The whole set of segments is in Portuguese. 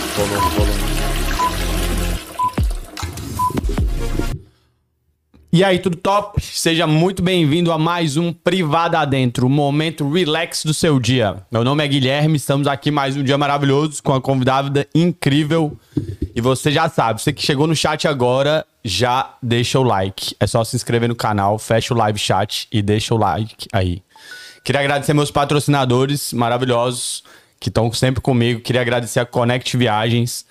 volume, volume. E aí, tudo top? Seja muito bem-vindo a mais um Privada Adentro, o momento relax do seu dia. Meu nome é Guilherme, estamos aqui mais um dia maravilhoso com uma convidada incrível. E você já sabe, você que chegou no chat agora, já deixa o like. É só se inscrever no canal, fecha o live chat e deixa o like aí. Queria agradecer meus patrocinadores maravilhosos que estão sempre comigo. Queria agradecer a Connect Viagens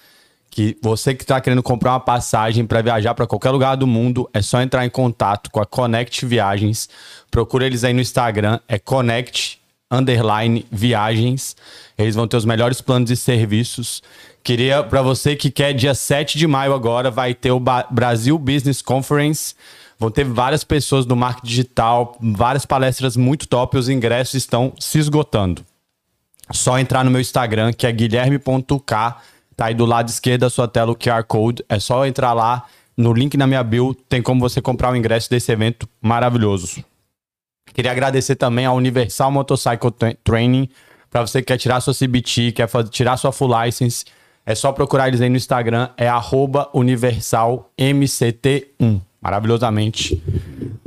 que você que está querendo comprar uma passagem para viajar para qualquer lugar do mundo, é só entrar em contato com a Connect Viagens. Procura eles aí no Instagram, é Connect underline viagens. Eles vão ter os melhores planos e serviços. Queria para você que quer dia 7 de maio agora vai ter o Ba- Brasil Business Conference. Vão ter várias pessoas do marketing digital, várias palestras muito top, os ingressos estão se esgotando só entrar no meu Instagram, que é guilherme.k. Tá aí do lado esquerdo da sua tela o QR Code. É só entrar lá no link na minha bio. Tem como você comprar o ingresso desse evento maravilhoso. Queria agradecer também a Universal Motorcycle Tra- Training. Para você que quer tirar sua CBT, quer fa- tirar sua full license, é só procurar eles aí no Instagram, é arroba universalmct1. Maravilhosamente.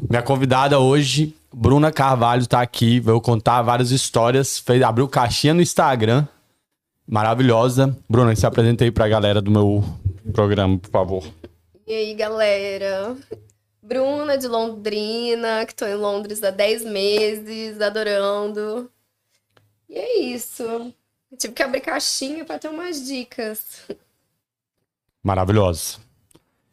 Minha convidada hoje, Bruna Carvalho, está aqui. Veio contar várias histórias. Fez, abriu caixinha no Instagram. Maravilhosa. Bruna, se apresenta aí pra galera do meu programa, por favor. E aí, galera? Bruna de Londrina, que tô em Londres há 10 meses, adorando. E é isso. Eu tive que abrir caixinha pra ter umas dicas. Maravilhosa.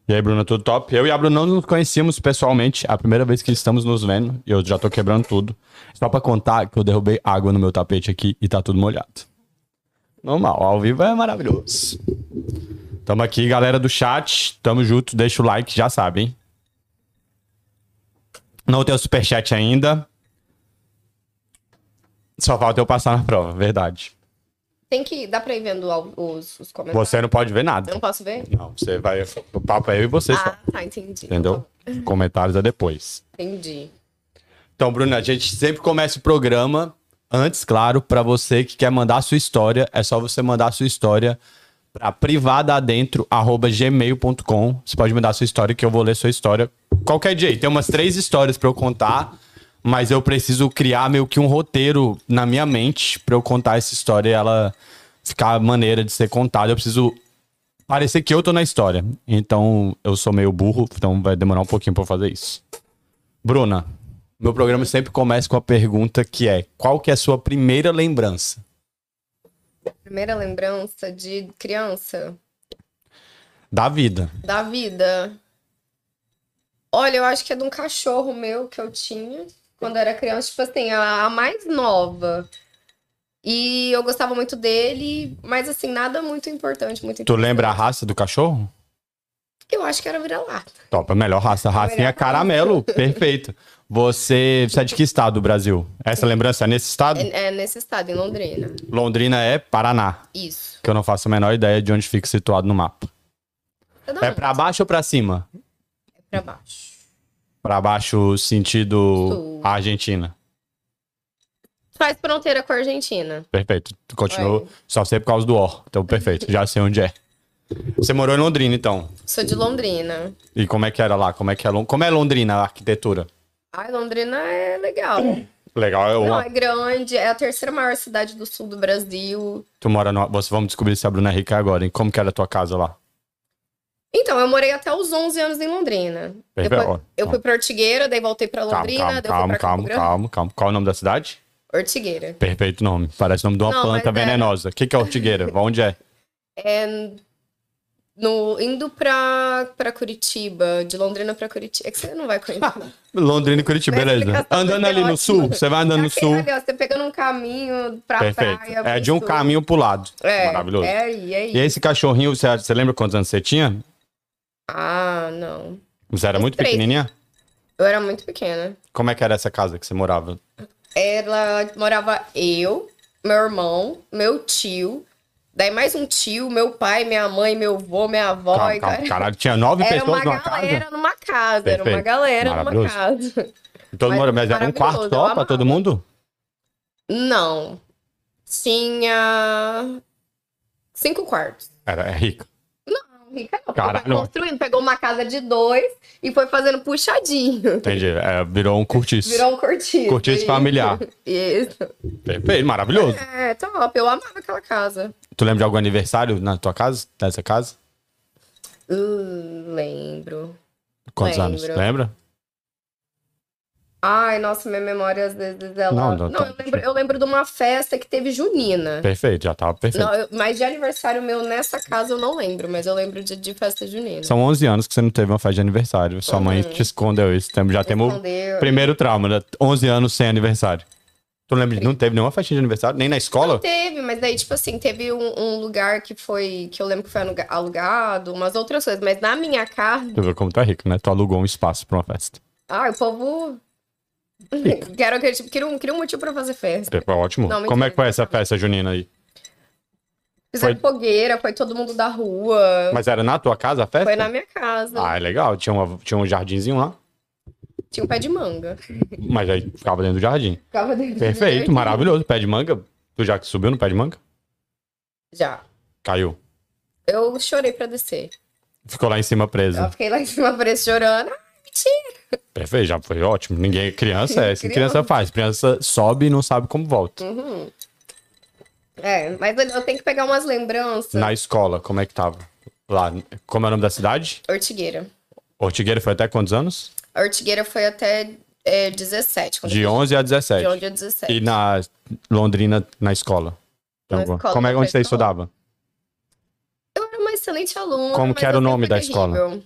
E aí, Bruna, tudo top? Eu e a Bruna não nos conhecíamos pessoalmente, é a primeira vez que estamos nos vendo, e eu já tô quebrando tudo. Só pra contar que eu derrubei água no meu tapete aqui e tá tudo molhado. Normal, ao vivo é maravilhoso. Tamo aqui, galera do chat, tamo junto, deixa o like, já sabe, hein? Não tem o superchat ainda. Só falta eu passar na prova, verdade. Tem que. Dá pra ir vendo ao- os, os comentários? Você não pode ver Eu nada. não posso ver? Não, você vai. O papo é eu e você só. Ah, tá, entendi. Entendeu? Comentários é depois. Entendi. Então, Bruna, a gente sempre começa o programa. Antes, claro, para você que quer mandar a sua história, é só você mandar a sua história para privadaadentro@gmail.com. Você pode mandar a sua história que eu vou ler sua história qualquer dia. E Tem umas três histórias para eu contar, mas eu preciso criar meio que um roteiro na minha mente para eu contar essa história e ela ficar maneira de ser contada. Eu preciso parecer que eu tô na história. Então, eu sou meio burro, então vai demorar um pouquinho para fazer isso. Bruna, meu programa sempre começa com a pergunta que é: qual que é a sua primeira lembrança? Primeira lembrança de criança Da vida. da vida. Olha, eu acho que é de um cachorro meu que eu tinha quando eu era criança, tipo assim, a, a mais nova. E eu gostava muito dele, mas assim, nada muito importante, muito Tu importante. lembra a raça do cachorro? Eu acho que era vira-lata. Top, a melhor raça. A Racinha é caramelo. Perfeito. Você, você é de que estado do Brasil? Essa lembrança é nesse estado? É, é nesse estado, em Londrina. Londrina é Paraná, Isso. que eu não faço a menor ideia de onde fica situado no mapa. Tá da É onde? pra baixo ou pra cima? Pra baixo. Pra baixo, sentido Sul. Argentina. Faz fronteira com a Argentina. Perfeito. Tu continuou. Oi. Só sei por causa do O. Então, perfeito. Já sei onde é. Você morou em Londrina, então? Sou de Londrina. E como é que era lá? Como é que é, Lon- como é Londrina, a arquitetura? Ai, Londrina é legal. Legal, é Não, uma... é grande, é a terceira maior cidade do sul do Brasil. tu mora no... Você, vamos descobrir se a Bruna é rica agora, hein? Como que era a tua casa lá? Então, eu morei até os 11 anos em Londrina. Perfeito. Depois, Ó, eu ó. fui pra Ortigueira, daí voltei pra Calma, Londrina, calma, daí eu fui calma, pra Campo calma, Grande. calma, calma. Qual é o nome da cidade? Ortigueira. Perfeito nome. Parece o nome de uma Não, planta mas é- venenosa. O que, que é ortigueira? Onde é? É no, indo pra, pra Curitiba, de Londrina pra Curitiba. É que você não vai conhecer. Londrina e Curitiba, Mas a beleza. explicação Andando é ali no ótima. sul, você vai andando no Aquele sul. ali, ó, é você pegando um caminho pra Perfeito. praia. É pro de um sul. caminho pro lado. É, Maravilhoso. É aí, é aí. E esse cachorrinho, você, você lembra quantos anos você tinha? Ah, não. Você era muito três. pequenininha? Eu era muito pequena. Como é que era essa casa que você morava? Ela morava eu, meu irmão, meu tio, daí mais um tio, meu pai, minha mãe, meu avô, minha avó. Calma, e- calma. Caralho, tinha nove Era pessoas uma numa casa? galera numa casa, era uma Perfeito. galera numa Maravilhoso. casa. Todo Mas mundo, mas era um maravilhoso, quarto eu só pra amava. todo mundo? Não. Tinha Cinco quartos. Era, é rica. Não, rica não. Caralho. Foi construindo, pegou uma casa de dois e foi fazendo puxadinho. Entendi. É, virou um cortiço. Virou um cortiço. Cortiço Isso. familiar. Isso. Perfeito, maravilhoso. É, top. Eu amava aquela casa. Tu lembra de algum aniversário na tua casa? Nessa casa? Hum, lembro. Quantos Lembro. anos? Lembra? Ai, nossa, minha memória às vezes ela. Não, Não, não, tá. eu, lembro, eu lembro de uma festa que teve junina. Perfeito, já tava perfeito. Não, eu- mas de aniversário meu nessa casa eu não lembro, mas eu lembro de, de festa junina. São 11 anos que você não teve uma festa de aniversário. Sua mãe te escondeu isso. Temos- Já temos o Uhum. Escondeu. primeiro trauma, né? 11 anos sem aniversário. Tu lembra de não teve nenhuma festa de aniversário? Nem na Não escola? teve, mas daí, tipo assim, teve um, um lugar que foi. que eu lembro que foi aluga- alugado, umas outras coisas, mas na minha casa. Tu viu como tá rico, né? Tu alugou um espaço pra uma festa. Ai, o povo. Quero que, tipo, queria um, queria um motivo pra fazer festa. Foi ótimo. Não, mentira. como é que foi essa festa junina aí? Fizeram Foi- fogueira, foi todo mundo da rua. Mas era na tua casa a festa? Foi na minha casa. Ah, é legal. Tinha, uma, tinha um jardinzinho lá, Tinha um pé de manga. mas aí ficava dentro do jardim. Ficava dentro do Perfeito, jardim. maravilhoso. Pé de manga. Tu já que subiu no pé de manga? Já. Caiu. Eu chorei pra descer. Ficou lá em cima preso. Eu fiquei lá em cima por esse chorando. Ah, mentira. Perfeito, já foi ótimo. Ninguém. Criança é isso. que Criança Criança. faz. Criança sobe e não sabe como volta. Uhum. É, mas eu- eu tenho que pegar umas lembranças. Na escola, como é que tava? Lá. Como é o nome da cidade? Ortigueira. Ortigueira foi até quantos anos? A Ortigueira foi até é, 17. Quando De eu- 11 a 17. de onde eu 17. E na Londrina, na escola. Tem Na alguma- escola, como é na onde você escola? estudava? Eu era uma excelente aluna. Como mas que era o eu nome sempre da escola? terrível.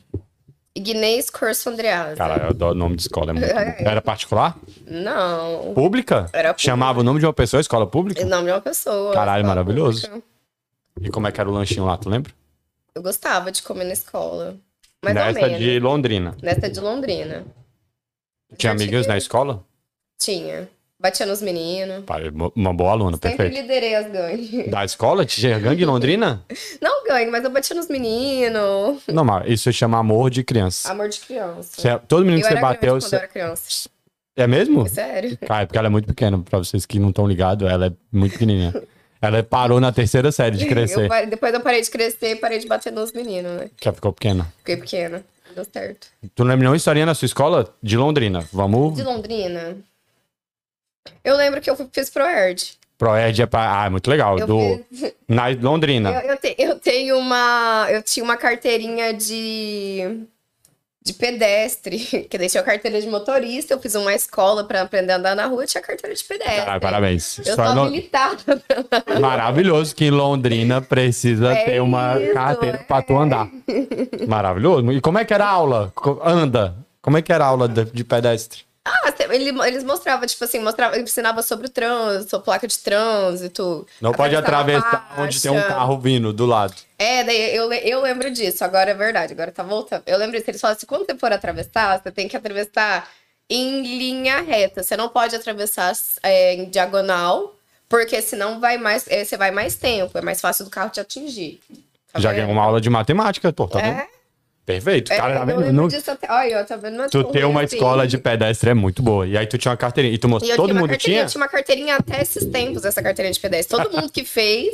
Ignez Corso Andreasa. Cara, eu adoro nome de escola. É muito... bom. Era particular? Não. Pública? Era pública. Chamava o nome de uma pessoa, escola O pública? nome de uma pessoa. Caralho, escola maravilhoso. pública. E como é que era o lanchinho lá, tu lembra? Eu gostava de comer na escola. Mais Nessa ou menos. de Londrina. Nessa de Londrina. Tinha Ortigueira. amigas na escola? Tinha. Batia nos meninos. Pare- Uma boa aluna, Sempre perfeito. liderei as gangues. Da escola? Tinha gangue em Londrina? Não gangue, mas eu batia nos meninos. Não, mas isso se chama amor de criança. Amor de criança. Você- todo menino Eu que você era bateu. grande quando eu Você... era criança. É mesmo? Sério. Cara, é porque ela é muito pequena. Pra vocês que não estão ligados, ela é muito pequenininha. ela parou na terceira série de Eu crescer, pare- depois eu parei de crescer e parei de bater nos meninos, né? que ela ficou pequena. Fiquei pequena. Deu certo. Tu não lembra nenhuma historinha na sua escola? De Londrina. Vamos. De Londrina. Eu lembro que eu fui- fiz ProErd. Proerd é pra. Ah, é muito legal. Eu, Do... fiz- Na Londrina. eu, eu, te- eu tenho uma. Eu tinha uma carteirinha de. De pedestre, que deixei a carteira de motorista, eu fiz uma escola pra aprender a andar na rua, eu tinha carteira de pedestre. Caralho, Ah, parabéns. Eu Só sou Lon- habilitada pra Maravilhoso que em Londrina precisa É ter uma isso, carteira é. pra tu andar. Maravilhoso. E como é que era a aula? Co- Anda. Como é que era a aula de, de pedestre? Ah, cê- ele, eles mostravam, tipo assim, mostrava, ele ensinava sobre o trânsito, placa de trânsito. Não pode a atravessar faixa. onde tem um carro vindo do lado. É, daí eu, le- eu lembro disso, agora é verdade, agora tá voltando. Eu lembro disso, eles falam assim, quando você for atravessar, você tem que atravessar em linha reta. Você não pode atravessar é, em diagonal, porque senão vai mais, é, você vai mais tempo, é mais fácil do carro te atingir. Tá Já vendo? ganhou uma aula de matemática, pô, tá vendo? É, Perfeito. é, Cara, tá eu vendo? lembro Não- disso até. Olha, ó, tá vendo? Não é Tu tão ter ruim uma assim. escola de pedestre é muito boa. E aí tu tinha uma carteirinha. E tu E eu mostrou, todo tinha uma mundo carteirinha, tinha? Eu tinha uma carteirinha até esses tempos, essa carteirinha de pedestre. Todo mundo que fez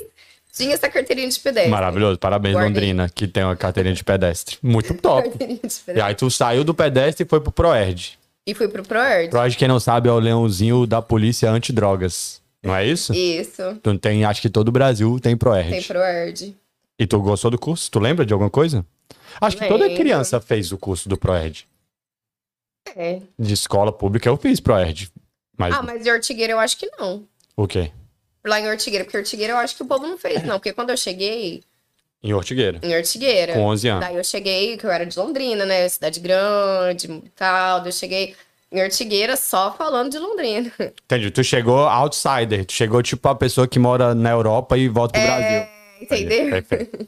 tinha essa carteirinha de pedestre. Maravilhoso. Parabéns, Guardei. Londrina, que tem uma carteirinha de pedestre. Muito top. Carteirinha de e pedestre. aí tu saiu do pedestre e foi pro Proerd. E fui pro ProErd. Freud, quem não sabe, é o leãozinho da polícia antidrogas. Não é isso? Isso, Tu tem, acho que todo o Brasil tem Proerd. tem ProErd. E tu gostou do curso? Tu lembra de alguma coisa? Acho que toda Lembro. criança fez o curso do Proerd. É. De escola pública eu fiz Proerd. Mas Ah, mas de Ortigueira eu acho que não. o quê? Lá em Ortigueira, porque Ortigueira eu acho que o povo não fez, não. Porque quando eu cheguei Em Ortigueira. em Ortigueira. Com 11 anos. É, Daí eu cheguei, que eu era de Londrina, né? Cidade grande e tal. Daí eu cheguei em Ortigueira só falando de Londrina. Entendi. Tu chegou outsider. Tu chegou tipo a pessoa que mora na Europa e volta pro Brasil. É, Entendeu? Perfeito.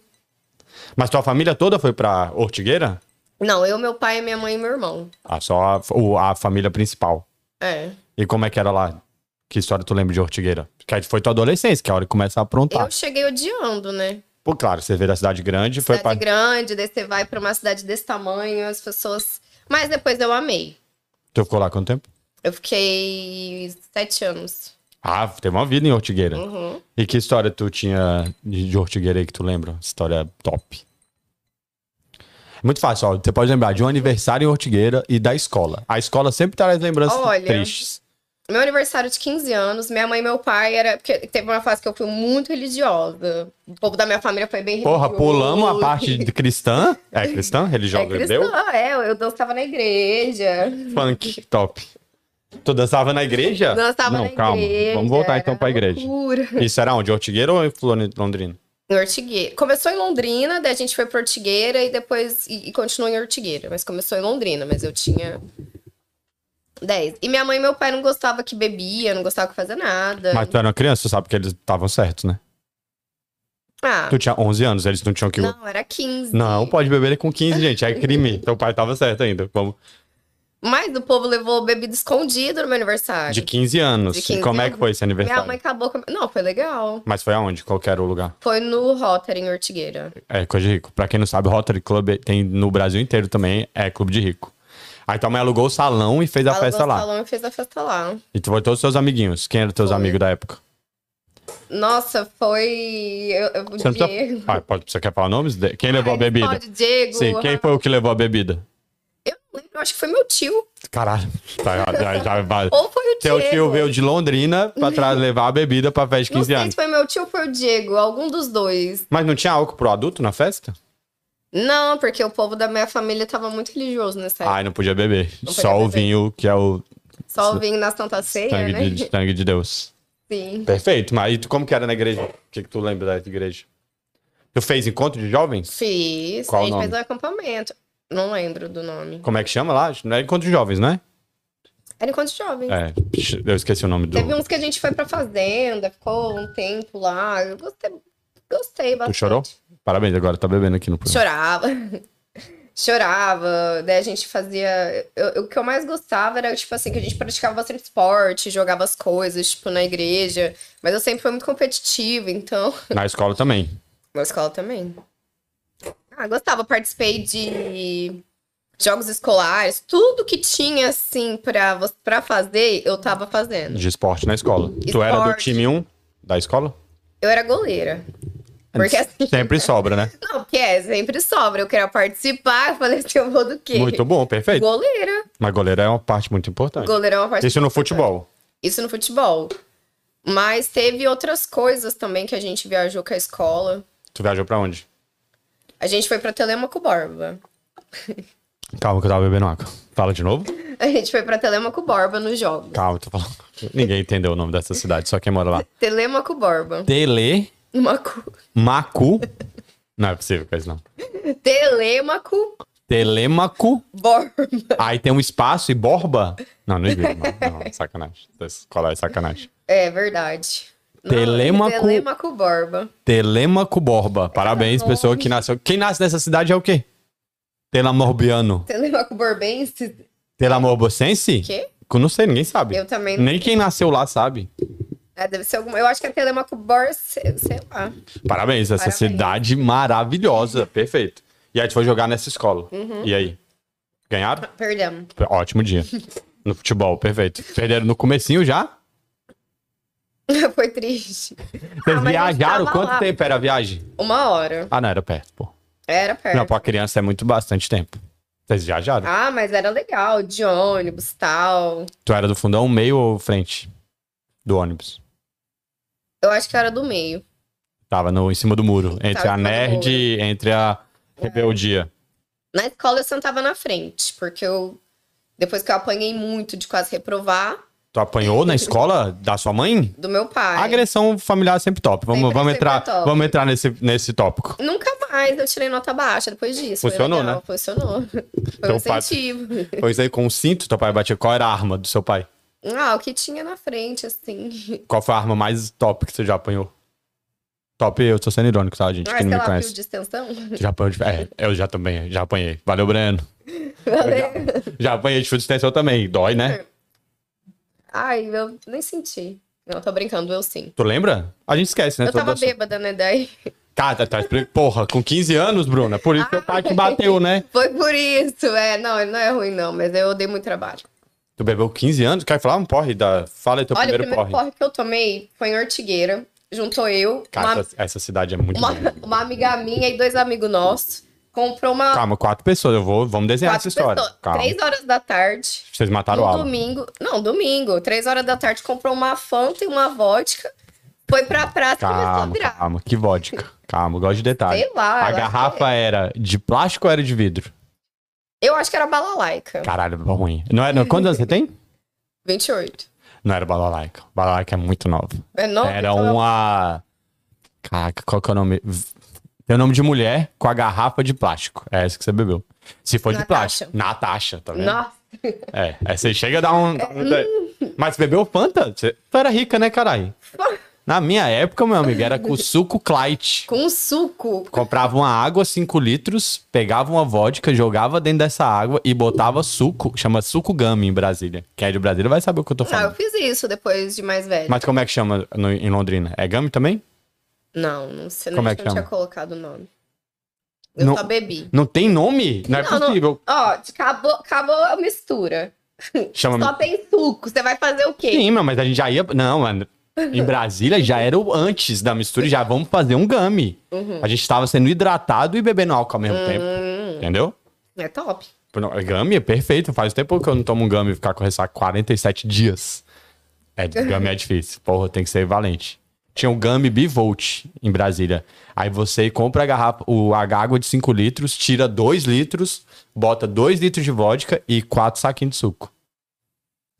Mas tua família toda foi pra Ortigueira? Não, eu, meu pai, minha mãe e meu irmão. Ah, só a, o- a família principal. É. E como é que era lá? Que história tu lembra de Ortigueira? Porque aí foi tua adolescência, que é a hora que começa a aprontar. Eu cheguei odiando, né? Pô, claro, você veio da cidade grande, foi cidade pra... grande, daí você vai pra uma cidade desse tamanho, as pessoas. Mas depois eu amei. Tu ficou lá quanto tempo? Eu fiquei sete anos. Ah, teve uma vida em Ortigueira. Uhum. E que história tu tinha de de Ortigueira aí que tu lembra? História top. Muito fácil, ó. Você pode lembrar de um aniversário em Ortigueira e da escola. A escola sempre traz lembranças Olha. tristes. Meu aniversário de 15 anos, minha mãe e meu pai era. Porque teve uma fase que eu fui muito religiosa. O povo da minha família foi bem Porra, religioso. pulamos a parte de cristã. É cristã? Religiosa É jogou cristã, é, eu dançava na igreja. Funk, top. Tu dançava na igreja? Dançava Tá, Não, na calma. igreja. Vamos voltar então pra era igreja. Loucura. Isso era onde? Ortigueira ou em Flor- Londrina? Em Ortigueira. Começou em Londrina, daí a gente foi pra Ortigueira e depois. E, e continuou em Ortigueira. Mas começou em Londrina, mas eu tinha. 10. E minha mãe e meu pai não gostavam que bebia, não gostavam que fazia nada. Mas tu era uma criança, tu sabe que eles estavam certos, né? Ah, Tu tinha 11 anos, eles não tinham que. não, era 15. Não, pode beber com 15, gente. É crime. Teu pai tava certo ainda. Vamos. Mas o povo levou bebida escondida no meu aniversário. De 15 anos. De 15 E como é anos. que foi esse Minha aniversário? mãe acabou com... Não, foi legal. Mas foi aonde? Qual que era o lugar? Foi no Rotary, em Ortigueira. É, coisa de rico. Pra quem não sabe, Rotary Club tem no Brasil inteiro também. É clube de rico. Aí tua mãe alugou o salão e fez a Ela festa gostou do lá. salão e fez a festa lá. E tu foi todos os seus amiguinhos. Quem eram teus Foi. amigos da época? Nossa, foi... Eu, eu- o Você, não Diego... precisa... ah, pode... você quer falar nomes? De- Quem levou a Ai, bebida? Pode, Diego. Sim, quem foi o que levou a bebida? Eu não lembro, acho que foi meu tio. Caralho. Tá, já, já, já vai. Ou foi o Teu Diego. tio veio de Londrina pra trás levar a bebida pra festa de Não 15 sei anos. se foi meu tio ou foi o Diego, algum dos dois. Mas não tinha álcool pro adulto na festa? Não, porque o povo da minha família tava muito religioso nessa época. Ai, não podia beber. Não podia Só o beber. vinho, que é o Só vim na Santa Ceia, sangue, né? de, sangue de Deus. Sim. Perfeito. Mas e tu, como que era na igreja? O que, que tu lembra da igreja? Tu fez encontro de jovens? Fiz. Qual a gente o nome? fez um acampamento. Não lembro do nome. Como é que chama lá? Não é encontro de jovens, né? Era enquanto jovem. É. Eu esqueci o nome do. Teve uns que a gente foi pra fazenda, ficou um tempo lá. Eu gostei, gostei bastante. chorou? um- Parabéns, agora tá bebendo aqui no programa. Chorava. Chorava, daí a gente fazia. eu- eu- o que eu mais gostava era, tipo assim, que a gente praticava bastante esporte, jogava as coisas, tipo, na igreja. Mas eu sempre fui muito competitiva, então. Na escola também. Na escola também. Ah, gostava, participei de jogos escolares, tudo que tinha, assim, pra, vo- pra fazer, eu tava fazendo. De esporte na escola. Tu era do Esporte. time 1 da escola? Eu era goleira. Porque assim. Sempre sobra, né? Não, porque é, sempre sobra. Eu queria participar, eu falei assim, eu vou do quê? Muito bom, perfeito. Goleira. Mas goleiro é uma parte muito importante. Goleira é uma parte... Isso no futebol. Isso no futebol. Mas teve outras coisas também que a gente viajou com a escola. Tu viajou pra onde? A gente foi pra Telemaco Borba. Calma que eu tava bebendo água. Fala de novo? A gente foi pra Telemaco Borba nos jogos. Calma, tô falando. Ninguém entendeu o nome dessa cidade, só quem mora lá. Telemaco Borba. Tele Macu... Macu. Não é possível com isso, não. Telemaco Telemaco. Borba. Aí tem um espaço e borba. Não, não existe, não. Não, sacanagem. Essa Escola é sacanagem. É verdade. Não, Telêmaco- Telêmaco Borba. Telemaco Borba. Parabéns, pessoa que nasceu. Quem nasce nessa cidade é o quê? Telamorbiano. Telemaco Borbense? Telamorbocense? Quê? Eu Não sei, ninguém sabe. Eu também não. Nem quem nasceu lá sabe. É, deve ser alguma. Eu acho que é Telemaco Bor. Sei sei lá. Parabéns, essa Parabéns. cidade maravilhosa. Perfeito. E aí tu foi jogar nessa escola. Uhum. E aí? Ganharam? Perdão. Ótimo dia. No futebol, perfeito. Perderam no comecinho Ah, já? Foi triste. Vocês Ah, mas viajaram? eu tava Quanto lá. tempo era a viagem? Uma hora. Ah, não, era perto, pô. Era perto. Não, pra criança é muito bastante tempo. Vocês viajaram? Ah, mas era legal. De ônibus tal. Tu era do fundão, um meio ou frente do ônibus? Eu acho que era do meio. Tava no, em cima do muro. Entre Tava a em cima do É. nerd, entre a rebeldia. Na escola eu sentava na frente, porque eu. Depois que eu apanhei muito de quase reprovar, Tu apanhou na escola da sua mãe? do meu pai. Agressão familiar é sempre top. Vamos, Sempre- vamos sempre entrar, é top. Vamos entrar nesse, nesse tópico. Nunca mais eu tirei nota baixa depois disso. Foi Funcionou, legal, né? Funcionou. Foi um Então, faz- incentivo. Pois aí, com o cinto, teu pai batia. Qual era a arma do seu pai? Ah, o que tinha na frente, assim. Qual foi a arma mais top que você já apanhou? Top, eu tô sendo irônico, tá, gente? Ah, Quem sei não me lá, fio conhece. de extensão. Tu Já apanhou de... É, eu já também, já apanhei. Valeu, Breno. Valeu. Já apanhei de chute de extensão também. Dói, né? Ai, eu nem senti. Não, tô brincando, eu sim. Tu lembra? A gente esquece, né? Eu todo tava assunto. bêbada, né? Daí Tá, tá, tá. Porra, com 15 anos, Bruna. Por isso que o pai te bateu, né? foi por isso. É, não, ele não é ruim, não, mas eu dei muito trabalho. Tu bebeu 15 anos? Quer falar um porre? Da... Fala aí teu Olha, primeiro, o primeiro porre. porre que eu tomei foi em Ortigueira. Juntou eu, Cara, uma, essa, essa cidade é muito uma, bonita. uma amiga minha e dois amigos nossos. Comprou uma. Calma, quatro pessoas. Eu vou, vamos desenhar essa quatro história. pessoas, Calma. Três horas da tarde. Vocês mataram o No Alan. domingo. Não, domingo. Três horas da tarde. Comprou uma Fanta e uma vodka. Foi pra praça e começou a Calma, virar. calma. Que vodka. Calma, eu gosto de detalhe. Sei lá. eu a acho que- é. garrafa era de plástico ou era de vidro? Eu acho que era balalaica. Caralho, ruim. Não era... Quantos anos você tem? 28. Não era balalaica. Balalaica é muito nova. É não? Era Então, uma. Caraca, qual que é o nome? V- Tem o nome de mulher com a garrafa de plástico. É essa que você bebeu. Se for de Natasha. plástico. Natasha, tá vendo? Nossa. É. Aí você chega a dar um. É. dar um- Mas você bebeu Fanta? Você... Tu era rica, né, caralho? Na minha época, meu amigo, era com suco Clyde. Com um suco. Comprava uma água, 5 litros, pegava uma vodka, jogava dentro dessa água e botava suco. Chama suco gummy em Brasília. Quem é de Brasília vai saber o que eu tô Ah, eu falando. fiz isso depois de mais velho. Mas como é que chama no- em Londrina? É gummy também? Não, não sei. Como não, é que não tinha chama? colocado o nome. Eu Não- só bebi. Não tem nome? Não é Não, não. possível. Ó, acabou, acabou a mistura. Só Chama. tem suco. Você vai fazer o quê? Sim, meu, mas a gente já ia. Não, mano. Em Brasília já era o antes da mistura e já vamos fazer um game. A gente tava sendo hidratado e bebendo álcool ao mesmo tempo. Hum, Entendeu? é top. Gummy é perfeito. Faz tempo que eu não tomo um gummy e ficar com ressaca 47 dias. É, gummy é difícil. Porra, tem que ser valente. Tinha um gummy bivolt em Brasília. Aí você compra a garrafa, o, a água de 5 litros, tira 2 litros, bota 2 litros de vodka e 4 saquinhos de suco.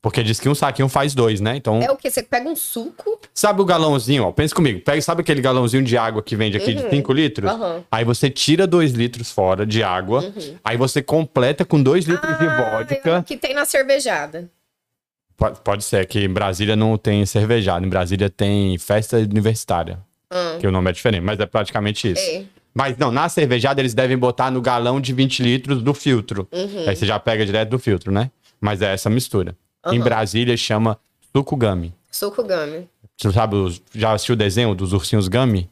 Porque diz que um saquinho faz dois, né? Então, É o quê? Você pega um suco? sabe o galãozinho, ó? Pensa comigo. Pega, sabe aquele galãozinho de água que vende aqui de Uhum. 5 litros? Aham. Uhum. Aí você tira 2 litros fora de água. Aí você completa com 2 litros de vodka. Ah, Que tem na cervejada. Pode, pode ser que em Brasília não tem cervejada, em Brasília tem festa universitária, Ah, que o nome é diferente, mas é praticamente isso. é. Mas não, na cervejada eles devem botar no galão de 20 litros do filtro. Uhum. Aí você já pega direto do filtro, né? Mas é essa mistura. Em Aham. Brasília chama suco gummy. Suco gummy. Você sabe, os- já assistiu o desenho dos ursinhos gummy?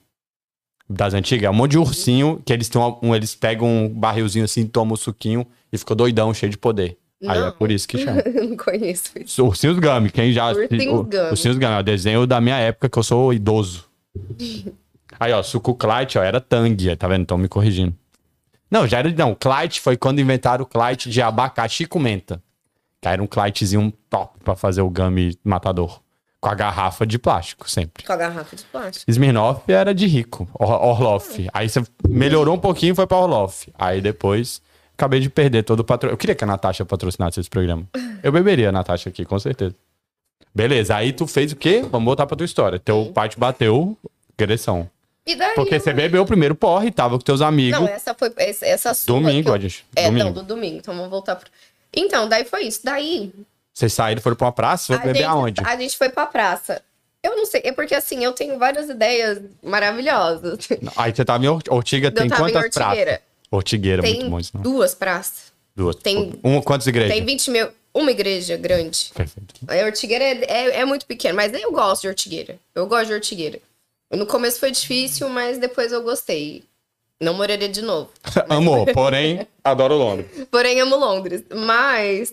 Das antigas? É um monte de ursinho que eles, tão, um, eles pegam um barrilzinho assim, tomam o suquinho e ficou doidão, cheio de poder. Aí é Não. por isso que chama. não conheço isso. Ursinhos Gummy, quem já... Ursinhos o- Gummy. Ursinhos Gummy, é o desenho da minha época, que eu sou idoso. Aí, ó, suco Clyde, ó, era Tang, tá vendo? Estão me corrigindo. Não, já era... Não, Clyde foi quando inventaram o Clyde de abacaxi com menta. Que era um Clydezinho top pra fazer o Gummy matador. Com a garrafa de plástico, sempre. Com a garrafa de plástico. Smirnoff era de rico, Or- Orloff. Aí você melhorou um pouquinho e foi pra Orloff. Aí depois, acabei de perder todo o patrocínio. Eu queria que a Natasha patrocinasse esse programa. Eu beberia a Natasha aqui, com certeza. Beleza, aí tu fez o quê? Vamos voltar pra tua história. Teu pai te bateu, agressão. E daí? Porque eu- você bebeu o primeiro porre, tava com teus amigos. Não, é- essa foi. Essa, essa sua que domingo, eu- a gente. É, não, domingo. do domingo. Então vamos voltar pro. Então, daí foi isso. Daí. Vocês saíram, foram pra uma praça, foram a, beber gente, aonde? a gente foi pra praça. Eu não sei, é porque assim, eu tenho várias ideias maravilhosas. Aí você tava em Ort- Ortiga, tem eu tava em quantas praças? Ortigueira. Ortigueira, é Tem muito bom isso. Não. duas praças. Duas. tem- Um, quantas igrejas? Tem 20 mil. Uma igreja grande. Perfeito. A Ortigueira é, é- é muito pequena, mas eu gosto de Ortigueira. Eu gosto de Ortigueira. No começo foi difícil, mas depois eu gostei. Não moraria de novo. Amor, porém, adoro Londres. Porém, amo Londres. Mas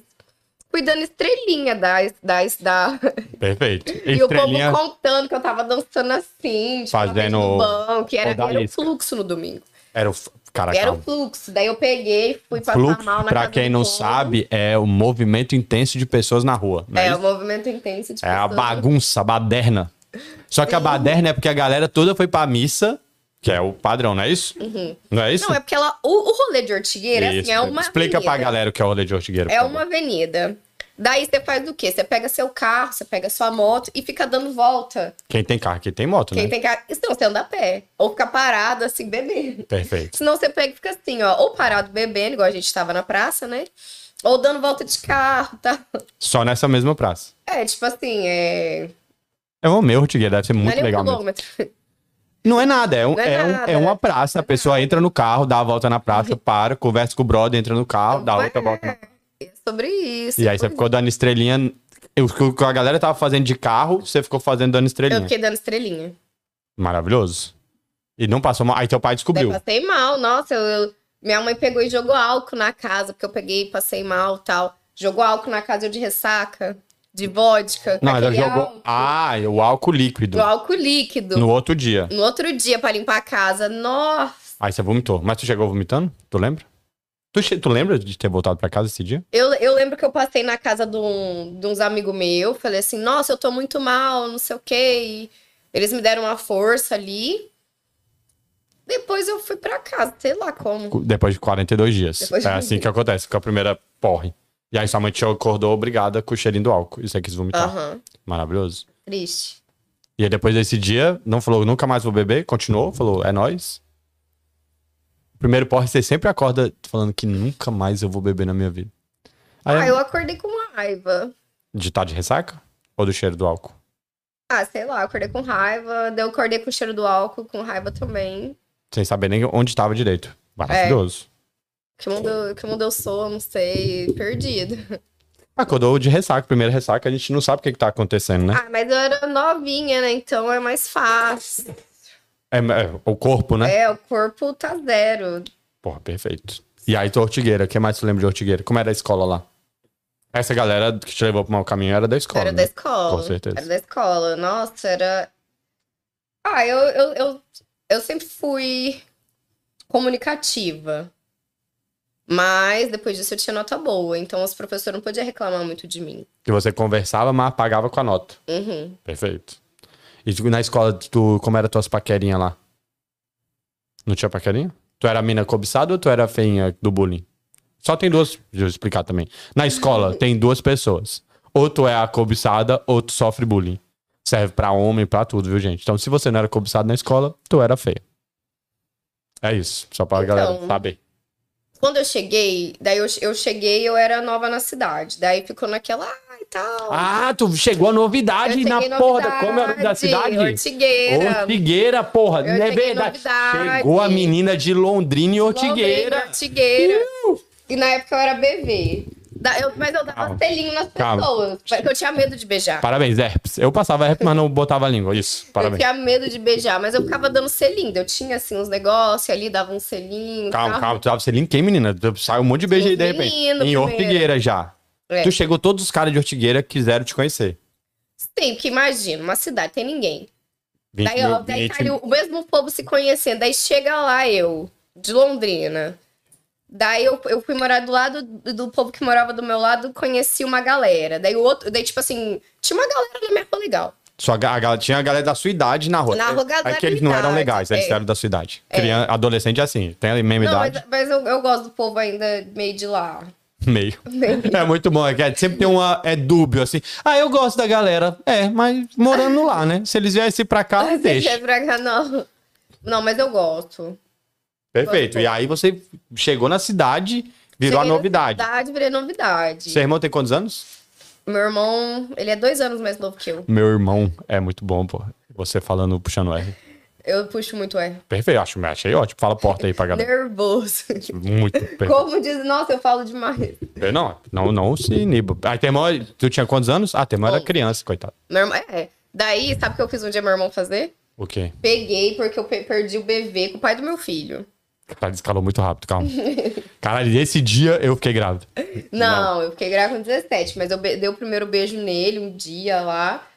fui dando estrelinha da, da, da, Perfeito. E o povo Estrelinha. contando que eu tava dançando assim, tipo, na frente Fazendo do banco, e era, era o odalisca. fluxo no domingo. Era o. f- Cara, Era calma. o fluxo. Daí eu peguei, fui passar Tá Fluxo, mal na pra casa quem do não povo. sabe, é o movimento intenso de pessoas na rua. não É, é, o isso? movimento intenso de é a pessoas. bagunça, a baderna. Só que a baderna é porque a galera toda foi pra missa, que é o padrão, não é isso? Não é isso? Não, é porque ela. O, o rolê de Ortigueira, assim, Isso. é uma. Explica pra avenida. galera o que é o rolê de ortigueiro. É por uma favor. avenida. Daí você faz o quê? Você pega seu carro, você pega sua moto e fica dando volta. Quem tem carro, quem tem moto, Quem né? tem carro. Senão você anda a pé. Ou fica parado, assim, bebendo. Perfeito. Senão você pega e fica assim, ó, ou parado bebendo, igual a gente tava na praça, né? Ou dando volta de carro, tá? Só nessa mesma praça. É, tipo assim, é. É o meu ortigueiro, deve ser não é muito nem legal muito mesmo. longo, mas- Não é nada, é, um, Não é é, nada. um, é uma praça. A pessoa entra no carro, dá a volta na praça, para, conversa com o brother, entra no carro, dá outra volta. Na... É sobre isso. E aí você Pois ficou dando estrelinha. Eu- O que a galera tava fazendo de carro, você ficou fazendo dando é. Eu estrelinha. fiquei dando estrelinha. Maravilhoso. E não passou mal. Aí teu pai Daí descobriu. passei mal, nossa, eu- eu- minha mãe pegou e jogou álcool na casa, porque eu peguei e passei mal e tal. Jogou álcool na casa eu de ressaca, de vodka. com Não, ela aquele jogou. álcool. Ah, o álcool líquido. Do álcool líquido. No outro dia. No outro dia, pra limpar a casa, nossa. Aí você vomitou. Mas tu chegou vomitando? Tu lembra? Tu, che- tu lembra de ter voltado pra casa esse dia? Eu, eu lembro que eu passei na casa de, um, de uns amigos meus, falei assim, nossa, eu tô muito mal, não sei o quê. E eles me deram uma força ali. Depois eu fui pra casa, sei lá como. Cu- Depois de 42 dias. Depois de- um É assim que acontece, com a primeira porre. E aí sua mãe te acordou obrigada com o cheirinho do álcool. E você quis vomitar. Aham, Maravilhoso. triste. E aí depois desse dia, não falou nunca mais vou beber, continuou, falou, é nóis. Primeiro porre, você sempre acorda falando que nunca mais eu vou beber na minha vida. Aí, Ah, eu acordei com raiva. De estar de ressaca? Ou do cheiro do álcool? Ah, sei lá, acordei com raiva, daí eu acordei com o cheiro do álcool, com raiva também. Sem saber nem onde estava direito. Maravilhoso. Que mundo, que mundo eu sou, não sei, perdido. É. Acordou de ressaca, primeiro ressaca, a gente não sabe o que, que tá acontecendo, né? Ah, mas eu era novinha, né? Então é mais fácil. Ah. É, é, o corpo, né? É, o corpo tá zero. Porra, perfeito. E aí, tu ortigueira, o que mais tu lembra de ortigueira? Como era a escola lá? Essa galera que te levou pro mau caminho era da escola. era né? da escola. Com certeza. Era da escola. Nossa, era. Ah, eu, eu, eu, eu sempre fui comunicativa. Mas depois disso eu tinha nota boa. Então os professores não podiam reclamar muito de mim. Que você conversava, mas apagava com a nota. Uhum. Perfeito. E tu- na escola, tu, como era tuas paquerinhas lá? Não tinha paquerinha? Tu era a mina cobiçada ou tu era a feinha do bullying? Só tem duas, deixa eu explicar também. Na escola, tem duas pessoas. Ou tu é a cobiçada ou tu sofre bullying. Serve pra homem, pra tudo, viu, gente? Então, se você não era cobiçado na escola, tu era feia. É isso, só pra Então. galera saber. Quando eu cheguei, daí eu, eu cheguei, eu era nova na cidade. Daí ficou naquela, ai, tal. Ah, tu chegou a novidade na então. eu cheguei porra da, como é o nome da novidade, cidade? Ortigueira. Ortigueira, porra. Eu é cheguei verdade. novidade. Chegou a menina de Londrina e Ortigueira. Londrina, Ortigueira. E na época eu era bebê. Da- eu- mas eu dava Calma. selinho nas Calma. pessoas. Porque eu tinha medo de beijar. Parabéns, herpes. Eu passava herpes, mas não botava a língua. Isso, Eu parabéns. tinha medo de beijar, mas eu ficava dando selinho. Eu tinha, assim, uns negócios ali, dava um selinho. Calma, tal. calma. Tu tava se linking, menina. Tu Saiu um monte de beijo aí, de Menino repente. Em primeiro. Ortigueira já. É. Tu chegou, todos os caras de Ortigueira quiseram te conhecer. Sim, porque imagina, uma cidade, tem ninguém. 20 daí, ó, mil, daí 20 tá ali o mesmo povo se conhecendo. Daí chega lá eu, de Londrina. Daí eu, eu fui morar do lado do do povo que morava do meu lado, conheci uma galera. Daí o outro, daí tipo assim, tinha uma galera na minha rua legal. Só a ga- a- tinha a galera da sua idade na rua. Na rua, galera É que eles da não eram idade, legais, eles é. eram da sua idade. Crian- adolescente é assim, tem a mesma Não, mas, idade, mas eu, eu gosto do povo ainda meio de lá. meio. É muito bom, é que é- sempre tem uma. É dúbio, assim. Ah, eu gosto da galera. É, mas morando lá, né? Se eles viessem pra cá, Ah, deixa. Deixa pra cá, não. Não, mas eu gosto. Perfeito. Quando- E aí você chegou na cidade, virou Cheguei a na novidade. Novidade, virei novidade. Seu irmão tem quantos anos? Meu irmão, ele é dois anos mais novo que eu. Meu irmão é muito bom, pô. Você falando, puxando R. Eu puxo muito R. Perfeito, acho, achei ótimo. Fala porta aí pra galera. Nervoso. Muito Tá perfeito. Como diz, nossa, eu falo demais. Não, não, não se iniba. Aí teu irmão, tu tinha quantos anos? Ah, teu irmão era Onze. criança, coitado. Meu irmão, é. Daí, sabe o que eu fiz um dia meu irmão fazer? O quê? Peguei porque eu pe- perdi o bebê com o pai do meu filho. Cara, escalou Tá, muito rápido, calma. Caralho, esse dia eu fiquei grávida. Não, eu fiquei grávida com 17, mas eu be- dei o primeiro beijo nele um dia lá.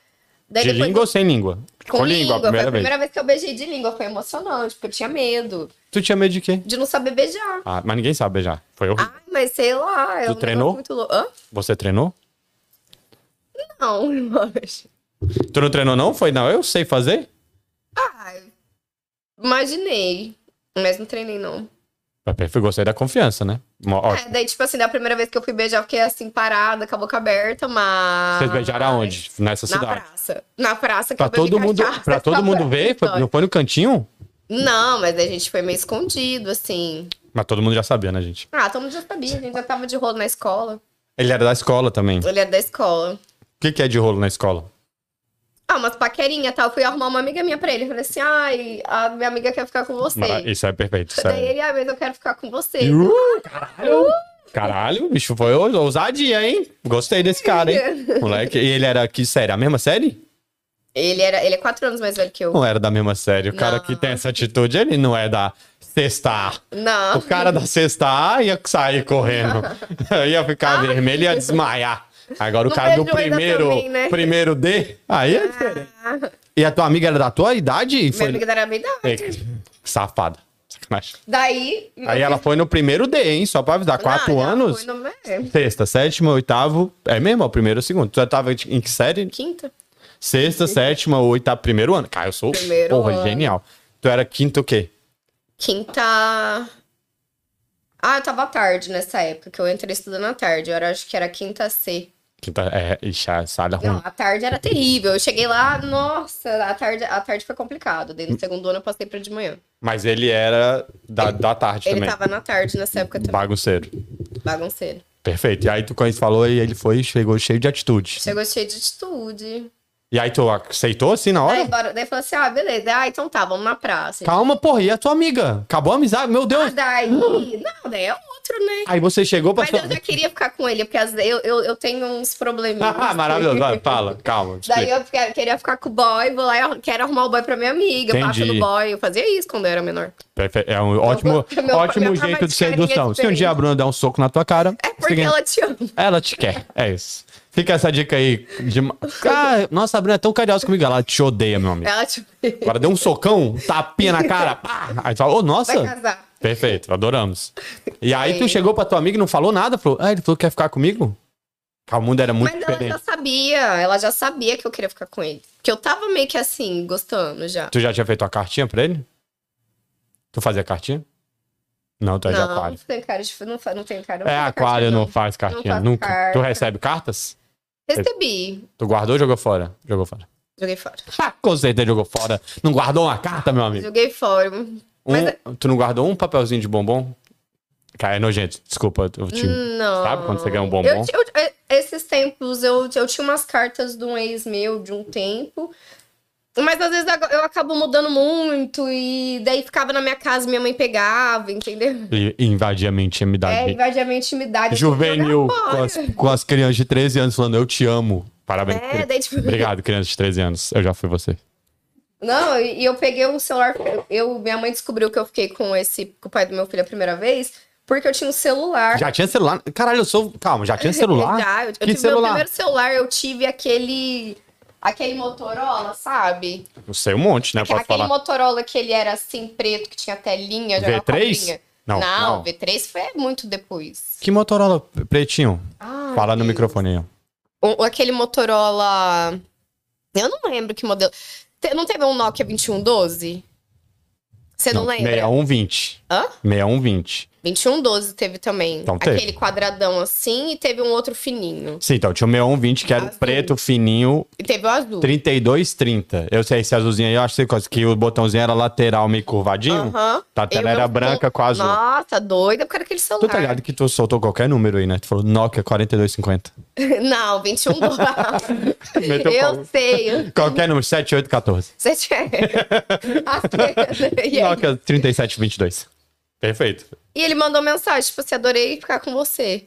Daí De É, depois- língua ou sem língua? Com, língua, a primeira foi a vez. primeira vez que eu beijei de língua, foi emocionante, porque eu tinha medo Tu tinha medo de quê? de não saber beijar. Ah, mas ninguém sabe beijar. Foi horrível. Ai, mas sei lá, é Tu um negócio treinou? muito louco. Hã? Você treinou? Não, eu acho. Tu não treinou, não? Foi, não. Eu sei fazer. Ai, imaginei, mas não treinei não. Mas perfeito, gostei da confiança, né? Mó- Ó, É, daí, tipo assim, da primeira vez que eu fui beijar, eu fiquei assim, parada, com a boca aberta, mas... Vocês beijaram aonde? Nessa Ah, Na cidade. praça. Na praça que Pra eu bebi todo mundo, cachaça, pra todo essa mundo foi a ver? Foi, história. não foi no cantinho? Não, mas a gente foi meio escondido, assim. Mas todo mundo já sabia, né, gente? Ah, todo mundo já sabia, a gente já tava de rolo na escola. Ele era da escola também. O Ele era da escola. que, que é de rolo na escola? Ah, umas paquerinhas e tal. Eu fui arrumar uma amiga minha pra ele. Eu falei assim, ai, a minha amiga quer ficar com você. Mara- Isso é perfeito. Isso Daí é é... ele, ah, mas eu quero ficar com você. Uh, caralho! Caralho, bicho, foi ou- ousadia, hein? Gostei desse cara, hein? Moleque. E ele era que série? A mesma série? Ele, era, ele é quatro anos mais velho que eu. Não era da mesma série. O cara Não. que tem essa atitude, ele não é da cesta A. Não. O cara da cesta A ia sair correndo. ia ficar vermelho, ia desmaiar. Agora o Não cara do vejo ainda primeiro, também, né? primeiro D, aí é diferente. E a tua amiga era da tua idade? E Minha foi... amiga era bem da Ei, que Safada. Sacanagem. Daí. Aí ela foi no primeiro D, hein? Só pra avisar. Quatro Não, ela anos? Foi no... é, Sexta, sétima, oitavo. É mesmo? É O primeiro, o segundo. Tu já tava em que série? Quinta. Sexta, sétima, oitava, primeiro ano. Cara, eu sou. Primeiro porra, ano. genial. Tu era quinto o quê? Quinta. Ah, eu tava à tarde nessa época, que eu entrei estudando à tarde. Eu era, acho que era quinta C. Quinta. É, ixi, a sala Não, ruim. a tarde era terrível. Eu cheguei lá, nossa, a tarde, a tarde foi complicado. Daí no Hum. segundo ano eu passei pra de manhã. Mas ele era da, da tarde Ele também. tava na tarde nessa época também, Bagunceiro. bagunceiro. Perfeito. E aí tu quando falou e ele foi, chegou cheio de atitude. Chegou cheio de atitude. E aí tu aceitou assim na Daí, hora? bora, daí falou assim: ah, beleza. Ah, então tá, vamos na praça. Calma, porra. E a tua amiga? Acabou a amizade? Meu Deus. Daí. Não, daí é outro, né? Aí você chegou pra Mas sua... eu já queria ficar com ele, porque às vezes eu, eu, eu tenho uns probleminhas. Ah, maravilhoso. Vai, fala. Calma. Daí explica. eu fica- queria ficar com o boy, vou lá e ar- quero arrumar o boy pra minha amiga, passa Entendi. no boy. Eu fazia isso quando eu era menor. Perfe- É um ótimo, meu- meu ótimo programa jeito de de carinha é sedução. Se um dia a diferente. Bruna der um soco na tua cara, É porque seguinte, ela te ama. ela te quer. É isso. Fica essa dica aí. De... Ah, nossa, a Bruna é tão carinhosa comigo. Ela te odeia, meu amigo. Ela te Agora deu um socão, tapinha na cara. Pá! Aí tu fala, ô, vai nossa. casar. Perfeito, adoramos. E aí tu Sim. chegou pra tua amiga e não falou nada? Falou, ah, ele falou que quer ficar comigo? Ah, O mundo era muito Mas tá ela diferente. já sabia, ela já sabia que eu queria ficar com ele. Porque eu tava meio que assim, gostando já. Tu já tinha feito a cartinha pra ele? Tu fazia cartinha? Não, tu é de não, aquário. não tem cara de. Não, fa- não tem cara. não É, faço aquário cartinha, não faz cartinha faço nunca. Tu carta. recebe cartas? Recebi. Tu guardou ou jogou fora? Jogou fora. Joguei fora. Ha, com certeza jogou fora. Não guardou uma carta, meu amigo? Joguei fora. Um- Mas- Tu não guardou um papelzinho de bombom? Cara, é nojento. Desculpa, eu te... Não. Sabe quando você ganha um Eu bombom? ti- eu- é- esses tempos, eu, eu tinha umas cartas de um ex meu de um tempo. Mas às vezes ag- eu acabo mudando muito e daí ficava na minha casa, minha mãe pegava, entendeu? E invadia a minha intimidade. É, invadia a minha intimidade. eu tinha que Tá, Juvenil, assim? jogar com fora. as, com as crianças de 13 anos falando, eu te amo. Parabéns. É, daí tipo... Obrigado, criança de 13 anos. Eu já fui você. Não, e e eu peguei o celular. Eu, minha mãe descobriu que eu fiquei com esse com o pai do meu filho a primeira vez, porque eu tinha um celular. Já tinha celular? Caralho, eu sou... Calma, já tinha celular? Já, eu, eu Que tive celular? meu primeiro celular, eu tive aquele. Aquele Motorola, sabe? Não sei um monte, né? Posso aquele falar. Motorola que ele era assim, preto, que tinha telinha, jogava V3? copinha. Não, Não, não. o V3 foi muito depois. Que Motorola pretinho? Ai, Fala no Deus. microfone aí. ó. O- aquele Motorola. Eu não lembro que modelo. Te- Não teve um Nokia 2112? Você não, lembra? 6120. Hã? 6120. 2112 teve também. Então teve. Aquele quadradão assim e teve um outro fininho. Sim, então tinha o 6120, que era o Azul. preto, fininho, E teve o azul. 3230. Eu sei, esse azulzinho aí, eu acho que, coisa- que o botãozinho era lateral, meio curvadinho. Aham. Tá, a E o tela meu era ficou- branca com azul. Nossa, doida, porque era aquele celular. Tu tá ligado que tu soltou qualquer número aí, né? Tu falou Nokia 4250. Não, 21 dólares. Meteu pau. eu sei. Qualquer número, 7814. Você tinha... né? e, aí- Nokia 3722. Perfeito. e ele mandou mensagem, tipo assim, adorei ficar com você.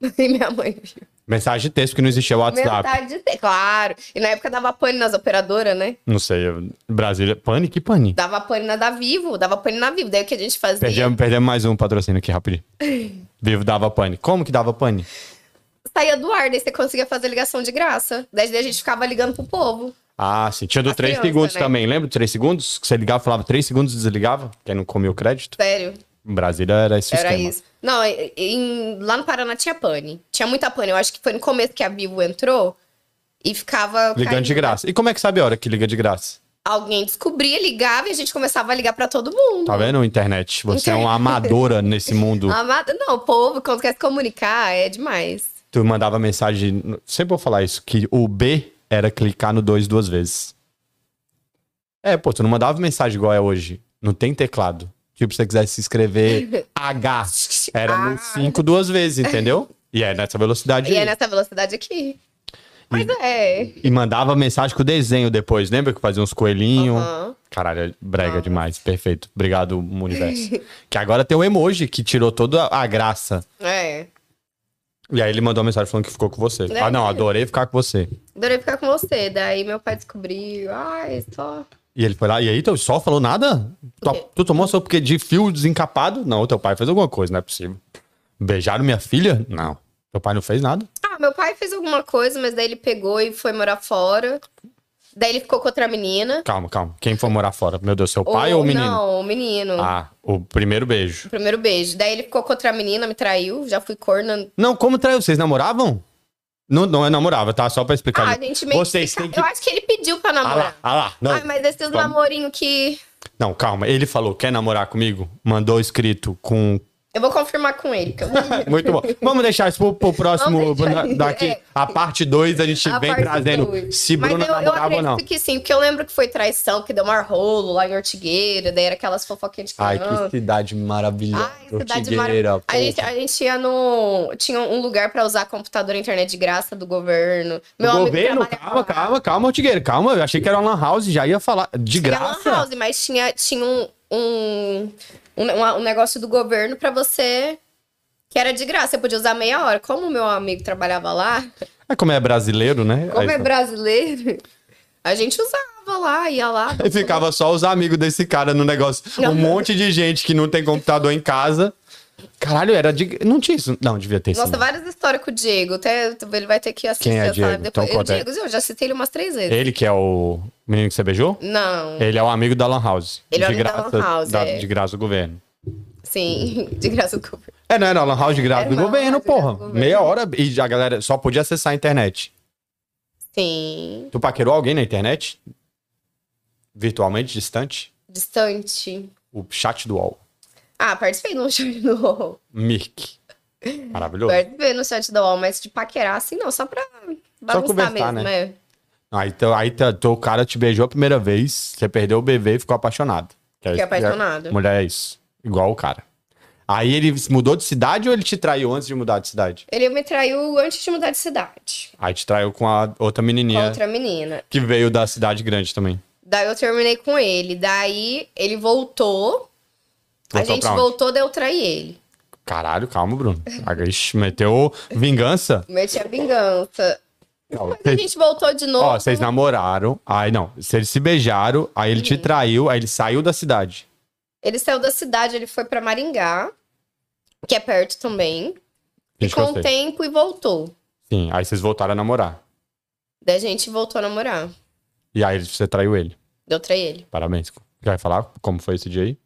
E minha mãe viu. Mensagem de texto que não existia WhatsApp. Mensagem de ter, claro. E na época dava pane nas operadoras, né? Não sei, eu- Brasília. Pane? Que pane? Dava pane na da Vivo, dava pane na Vivo. Daí o que a gente fazia? Perdemos, perdemos mais um patrocínio aqui, rapidinho. Vivo dava pane. Como que dava pane? saía do ar, daí você conseguia fazer ligação de graça. Daí a gente ficava ligando pro povo. Ah, sim. Tinha do As 3 crianças, segundos né? também. Lembra do 3 segundos? Que você ligava, falava 3 segundos e desligava? Quem não comia o crédito? Sério, Em Brasília era esse era esquema. isso. Não, em- lá no Paraná tinha pane. Tinha muita pane. Eu acho que foi no começo que a Vivo entrou e ficava. Ligando caindo, de né? graça. E como é que sabe a hora que liga de graça? Alguém descobria, ligava e a gente começava a ligar pra todo mundo. Tá vendo, internet? Você é uma Hum. Internet. amadora nesse mundo. Amado, não, o povo, quando quer se comunicar, é demais. Tu mandava mensagem. Sempre vou falar isso, que o B era clicar no 2 duas vezes. É, pô, tu não mandava mensagem igual é hoje. Não tem teclado. Tipo, se você quisesse escrever H, era no Ah. 5 duas vezes, entendeu? E é nessa velocidade. E é aí. nessa velocidade aqui. Mas é. E mandava mensagem com o desenho depois, lembra que fazia uns coelhinhos? Aham. Caralho, é brega demais, perfeito. Obrigado, universo. que agora tem o emoji que tirou toda a graça. É. E aí ele mandou uma mensagem falando que ficou com você. É. Ah, não, adorei ficar com você. Adorei ficar com você. Daí meu pai descobriu. Ai, só. E ele foi lá, e aí teu só falou nada? Tu, quê? tu tomou só porque de fio desencapado? Não, teu pai fez alguma coisa, não é possível. Beijaram minha filha? Não. Teu pai não fez nada? Ah, meu pai fez alguma coisa, mas daí ele pegou e foi morar fora. Daí ele ficou com outra menina. Calma, calma. Quem foi morar fora? Meu Deus, seu pai ou o menino? Oh, Não, o menino. Ah, o primeiro beijo. O primeiro beijo. Daí ele ficou com outra menina, me traiu, já fui corna. Não, como traiu? Vocês namoravam? Não, não é namorava, tá? Só pra explicar. Ah, a ali. gente meio Vocês que... têm que. Eu acho que ele pediu pra Ah lá, namorar. ah lá. Não, Ai, mas esses Vamos. namorinhos que. não, calma. Ele falou, quer namorar comigo? Mandou escrito com. Eu vou confirmar com ele. que eu- Muito bom. Vamos deixar isso pro, pro próximo. Vamos deixar na- isso, daqui. é. A parte 2 a gente A vem parte trazendo dois. se Mas Bruna eu, eu namorava ou não. acredito que sim, porque eu lembro que foi traição, que deu um rolo lá em Ortigueira, daí era aquelas fofoquinhas de Ai, criança. que cidade maravilhosa. Ah. Ai, cidade Ortigueira, maravilhosa. A gente, porra. a gente ia no. Tinha um lugar pra usar computador e internet de graça do governo. Meu o amigo governo, trabalhava calma, lá. calma, calma, Ortigueira, calma. Eu achei que era uma lan house, já ia falar. De Tinha é lan graça? house, mas tinha, tinha um, um, um, um negócio do governo pra você. Que era de graça, você podia usar meia hora. Como meu amigo trabalhava lá, É como é brasileiro, né? como Aí- é brasileiro, a gente usava lá, ia lá. E ficava só os amigos desse cara no negócio. Um monte de gente que não tem computador em casa. Caralho, era de. Não tinha isso. Não, devia ter isso. Nossa, não. várias histórias com o Diego. Até ele vai ter que assistir Quem é essa Diego? live Então depois. conta aí. Diego, eu já citei ele umas três vezes. Ele que é o menino que você beijou? Não, Ele é o amigo da Lan House. Ele é de amigo da graça, Lan House, da- é. De graça do governo. sim, de graça do governo. É, não era a Lan House de graça Era do uma lan governo, house de porra. graça do Meia governo. hora e a galera só podia acessar a internet. Sim, Tu paquerou alguém na internet? Virtualmente, distante? distante. O chat do UOL. Ah, participei no chat do UOL. Mirk. Maravilhoso. Participei no chat do UOL, mas de paquerar assim não, só pra bagunçar conversar, mesmo, né? é. Aí, teu, aí teu, teu cara te beijou a primeira vez, você perdeu o bebê e ficou apaixonado. Que é Fiquei isso que é- apaixonado. Mulher é isso. Igual o cara. Aí ele se mudou de cidade ou ele te traiu antes de mudar de cidade? Ele me traiu antes de mudar de cidade. Aí te traiu com a outra Com menininha outra menina. que veio da cidade grande também. Daí eu terminei com ele. Daí ele voltou. a Voltou gente pra onde? voltou, daí eu traí ele. Caralho, calma, Bruno. Ah, Ixi, meteu vingança? Meti a vingança. Não, Mas a gente voltou de novo. Ó, vocês namoraram. Aí não, vocês se beijaram, aí ele Uhum. te traiu, aí ele saiu da cidade. Ele saiu da cidade, ele foi pra Maringá, que é perto também. Gente, Ficou um gostei. tempo e voltou. Sim, aí vocês voltaram a namorar. Daí a gente voltou a namorar. E aí você traiu ele. Deu traí ele. Parabéns. Quer falar como foi esse dia aí?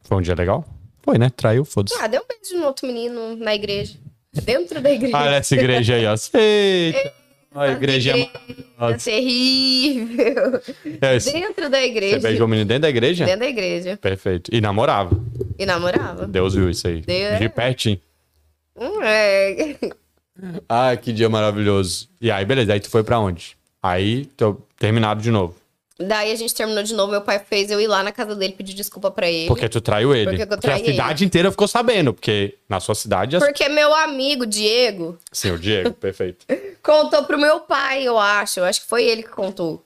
Foi um dia legal? Foi, né? Traiu, foda-se. Ah, deu um beijo no outro menino na igreja. Dentro da igreja. Olha essa igreja aí, ó. Eita! A igreja é Tá maravilhosa. terrível. É isso. Dentro da Você igreja. beijou o menino dentro da igreja? Dentro da igreja. Perfeito. E namorava. E namorava. Deus viu isso aí. Deus. De pertinho. Hum, é. Ah, que dia maravilhoso. E aí, beleza. Aí tu foi pra onde? Aí, tô terminado de novo. Daí a gente terminou de novo. Meu pai fez eu ir lá na casa dele pedir desculpa pra ele. Porque tu traiu ele. Porque Porque, eu traí a cidade inteira ficou sabendo. Porque na sua cidade... As... Porque meu amigo Diego Sim, o Diego, perfeito. contou pro meu pai, eu acho. Eu acho que foi ele que contou.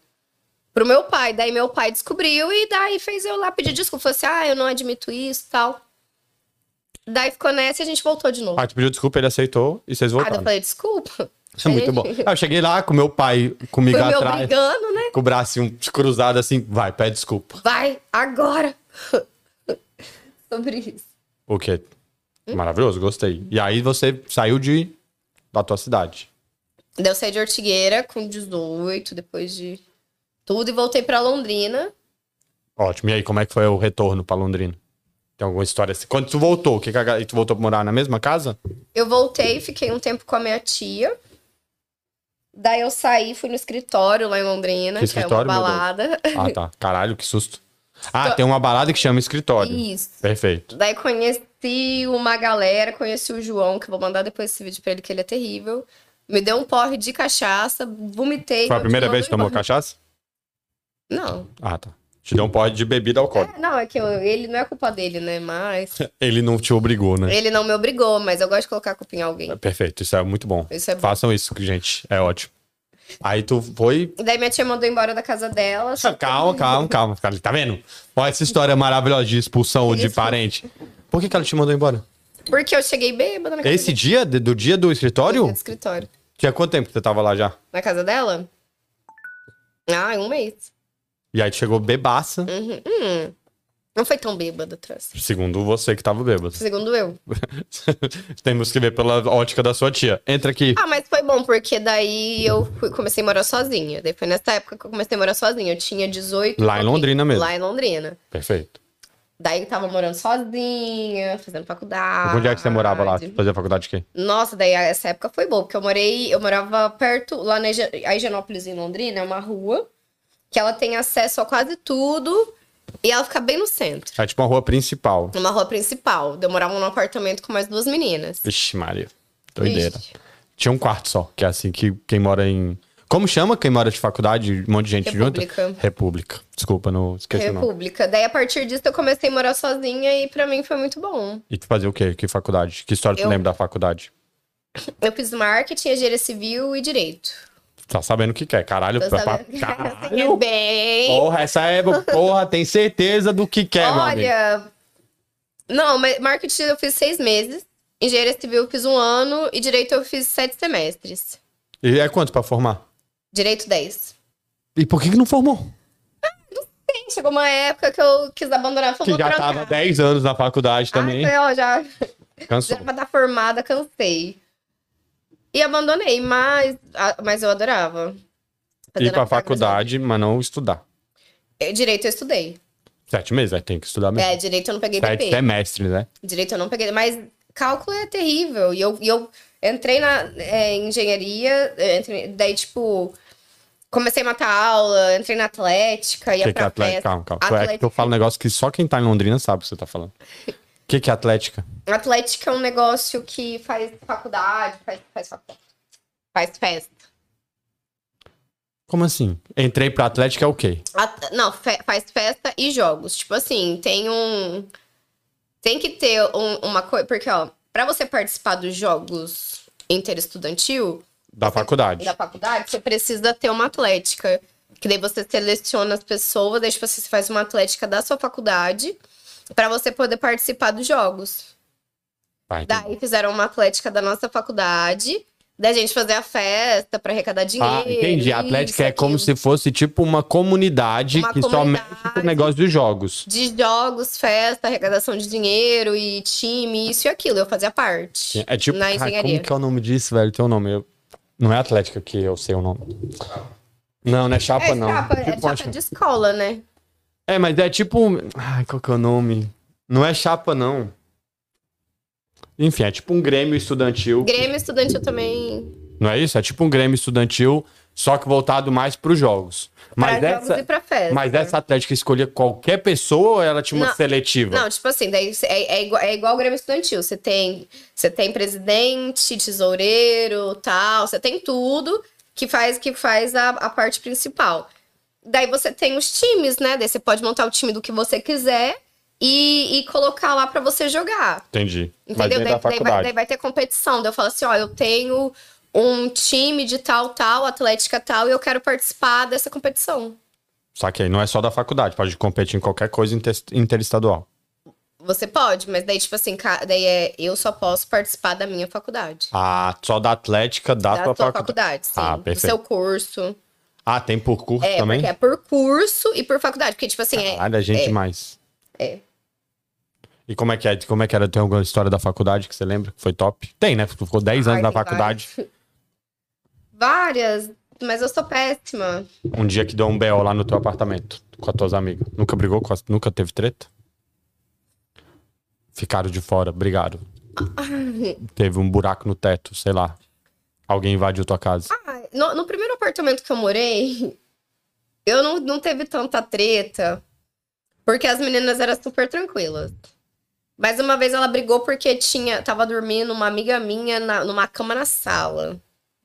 Pro meu pai. Daí meu pai descobriu e daí fez eu lá pedir desculpa. Falou assim: ah, eu não admito isso e tal. Daí ficou nessa e a gente voltou de novo. Aí Ah, tu pediu desculpa, ele aceitou e vocês Ah, daí voltaram. eu falei: desculpa. Isso é muito bom. Aí eu cheguei lá com meu pai comigo Foi meu atrás, brigando, né? com o bracinho cruzado assim, vai, pede desculpa. Vai, agora. Sobre isso. O quê? Hum? Maravilhoso, gostei. E aí você saiu de da tua cidade. Daí eu saí de Ortigueira com 18, depois de tudo, e voltei pra Londrina. Ótimo. E aí, como é que foi o retorno pra Londrina? Tem alguma história assim? Quando tu voltou, o que que a ga- tu voltou pra morar na mesma casa? Eu voltei, fiquei um tempo com a minha tia. Daí eu saí, fui no escritório lá em Londrina, Que que, escritório, é meu uma Deus? balada. Ah, tá. Caralho, que susto. Ah, tem uma balada que chama escritório. Isso. Perfeito. Daí conheci uma galera, conheci o João, que eu vou mandar depois esse vídeo pra ele, que ele é terrível. Me deu um porre de cachaça, vomitei. Foi a primeira vez que tomou cachaça? cachaça? Não. Ah, tá. Te deu um pote de bebida alcoólica. É, não, é que eu- ele não é culpa dele, né? Mas. Ele não te obrigou, né? ele não me obrigou, mas eu gosto de colocar a culpa em alguém. Perfeito, isso é muito bom. Isso é bom. Façam isso, gente. É ótimo. Aí tu foi. Daí minha tia mandou embora da casa dela. Calma, calma, calma. cara, Tá vendo? Olha essa história maravilhosa de expulsão de Isso. parente. Por que, que ela te mandou embora? Porque eu cheguei bêbada na casa Esse dia, de- do dia do dela, no escritório? escritório. Tinha quanto tempo que você tava lá já? Na casa dela? Ah, em um mês. E aí tu chegou bebaça, Uhum. Hum. Não foi tão bêbada, trans. segundo você que tava bêbado. Segundo eu. Temos que ver pela ótica da sua tia. Entra aqui. Ah, mas foi bom, porque daí eu fui- comecei a morar sozinha. Daí foi nessa época que eu comecei a morar sozinha. Eu tinha 18. Lá em pouquinho. Londrina mesmo. Lá em Londrina. Perfeito. Daí eu tava morando sozinha, fazendo faculdade. Onde é que você morava lá? Fazia faculdade de quê? Nossa, daí essa época foi boa, porque eu morei, eu morava perto, lá na Ige- a Higienópolis, em Londrina, é uma rua que ela tem acesso a quase tudo e ela fica bem no centro, É tipo uma rua principal. numa rua principal. Eu morava num apartamento com mais duas meninas. Vixe, Maria. Doideira. Ixi, Tinha um quarto só, que é assim que quem mora em. Como chama quem mora de faculdade? Um monte de gente República. junta? República. Desculpa, não esqueci o nome. República. Daí a partir disso eu comecei a morar sozinha e pra mim foi muito bom. E tu fazia o quê? Que faculdade? Que história tu Eu- lembra da faculdade? Eu fiz marketing, engenharia civil e direito. Tá sabendo o que quer, caralho. Eu pra- sabia pra- que é caralho. bem. Porra, essa é. Porra, tem certeza do que quer, meu amigo. Olha, não, mas marketing eu fiz seis meses, engenharia civil eu fiz um ano e direito eu fiz sete semestres. E é quanto pra formar? Direito dez. E por que, que não formou? Sim, chegou uma época que eu quis abandonar, falei, Que já tava 10 anos na faculdade também. Ai, Ah, foi, ó, já, Cansou. já pra estar formada, cansei. E abandonei, mas, ah, mas eu adorava. Fazer Ir na pra faculdade. faculdade, mas não estudar. Eh, Direito eu estudei. Sete meses, aí tem que estudar mesmo. É, direito eu não peguei Sete DP. semestres, né? Direito eu não peguei, mas cálculo é terrível. E eu, e eu entrei na é, engenharia, é, entrei- daí, tipo, comecei a matar aula, entrei na atlética, que ia que é pra atlética? festa. Calma, calma. É que Atlética. eu falo um negócio que só quem tá em Londrina sabe o que você tá falando. O que, que é atlética? Atlética é um negócio que faz faculdade, faz, faz faculdade. Faz festa. Como assim? Entrei pra atlética é o quê? At- não, fe- faz festa e jogos. Tipo assim, tem um. Tem que ter um- uma coisa. Porque, ó, pra você participar dos jogos interestudantil, Da faculdade. da faculdade, você precisa ter uma atlética. Que daí você seleciona as pessoas, daí tipo, você faz uma atlética da sua faculdade pra você poder participar dos jogos. Tá, entendi. Daí fizeram uma atlética da nossa faculdade, da gente fazer a festa pra arrecadar dinheiro. ah, entendi. Atlética isso, é como se aquilo. fosse tipo uma comunidade Uma que só mexe comunidade. com o negócio dos jogos. De jogos, festa, arrecadação de dinheiro e time, isso e aquilo. Eu fazia parte. É tipo, Na cara, como engenharia. que é o nome disso, velho? Teu nome? Eu- Não é atlética que eu sei o nome. Não, não é chapa, É, não. chapa, é Tipo uma chapa de escola, né? É, mas é tipo. Ai, qual que é o nome? Não é chapa, não. Enfim, é tipo um grêmio estudantil. Grêmio estudantil também. Não é isso? É tipo um grêmio estudantil, só que voltado mais pros jogos. Mas, pra essa, jogos e pra festa. mas essa é atlética escolhia qualquer pessoa ou ela tinha uma Não, seletiva? Não, tipo assim, daí cê- é, é igual, é igual o Grêmio Estudantil. Você tem, você tem presidente, tesoureiro, tal, você tem tudo que faz que faz a, a parte principal. Daí você tem os times, né? Daí você pode montar o time do que você quiser e, e colocar lá pra você jogar. Entendi. Mas Entendeu? dentro da Daí, daí vai, faculdade. daí vai ter competição. Daí eu falo assim: ó, eu tenho um time de tal, tal, atlética tal, e eu quero participar dessa competição. Saquei. Não é só da faculdade, pode competir em qualquer coisa inter- interestadual. Você pode, mas daí, tipo assim, ca- daí é, eu só posso participar da minha faculdade. Ah, só da atlética da, da tua sua Ah, faculdade. faculdade, sim. Ah, do perfeito. seu curso. Ah, tem por curso É, também? porque é por curso e por faculdade. Porque, tipo assim, é. Caralho, é gente é. demais. É. E como é que é? Como é que era? Tem alguma história da faculdade que você lembra? Que foi top? Tem, né? Tu ficou 10 anos Ai, na tem faculdade. Várias, mas eu sou péssima. Um dia que deu um BO lá no teu apartamento com as tuas amigas. Nunca brigou com as... Nunca teve treta? Ficaram de fora, brigaram. Teve um buraco no teto, sei lá. Alguém invadiu tua casa. Ai, No, no primeiro apartamento que eu morei, eu não, não teve tanta treta. Porque as meninas eram super tranquilas. Mas uma vez ela brigou porque tinha, tava dormindo uma amiga minha na- numa cama na sala.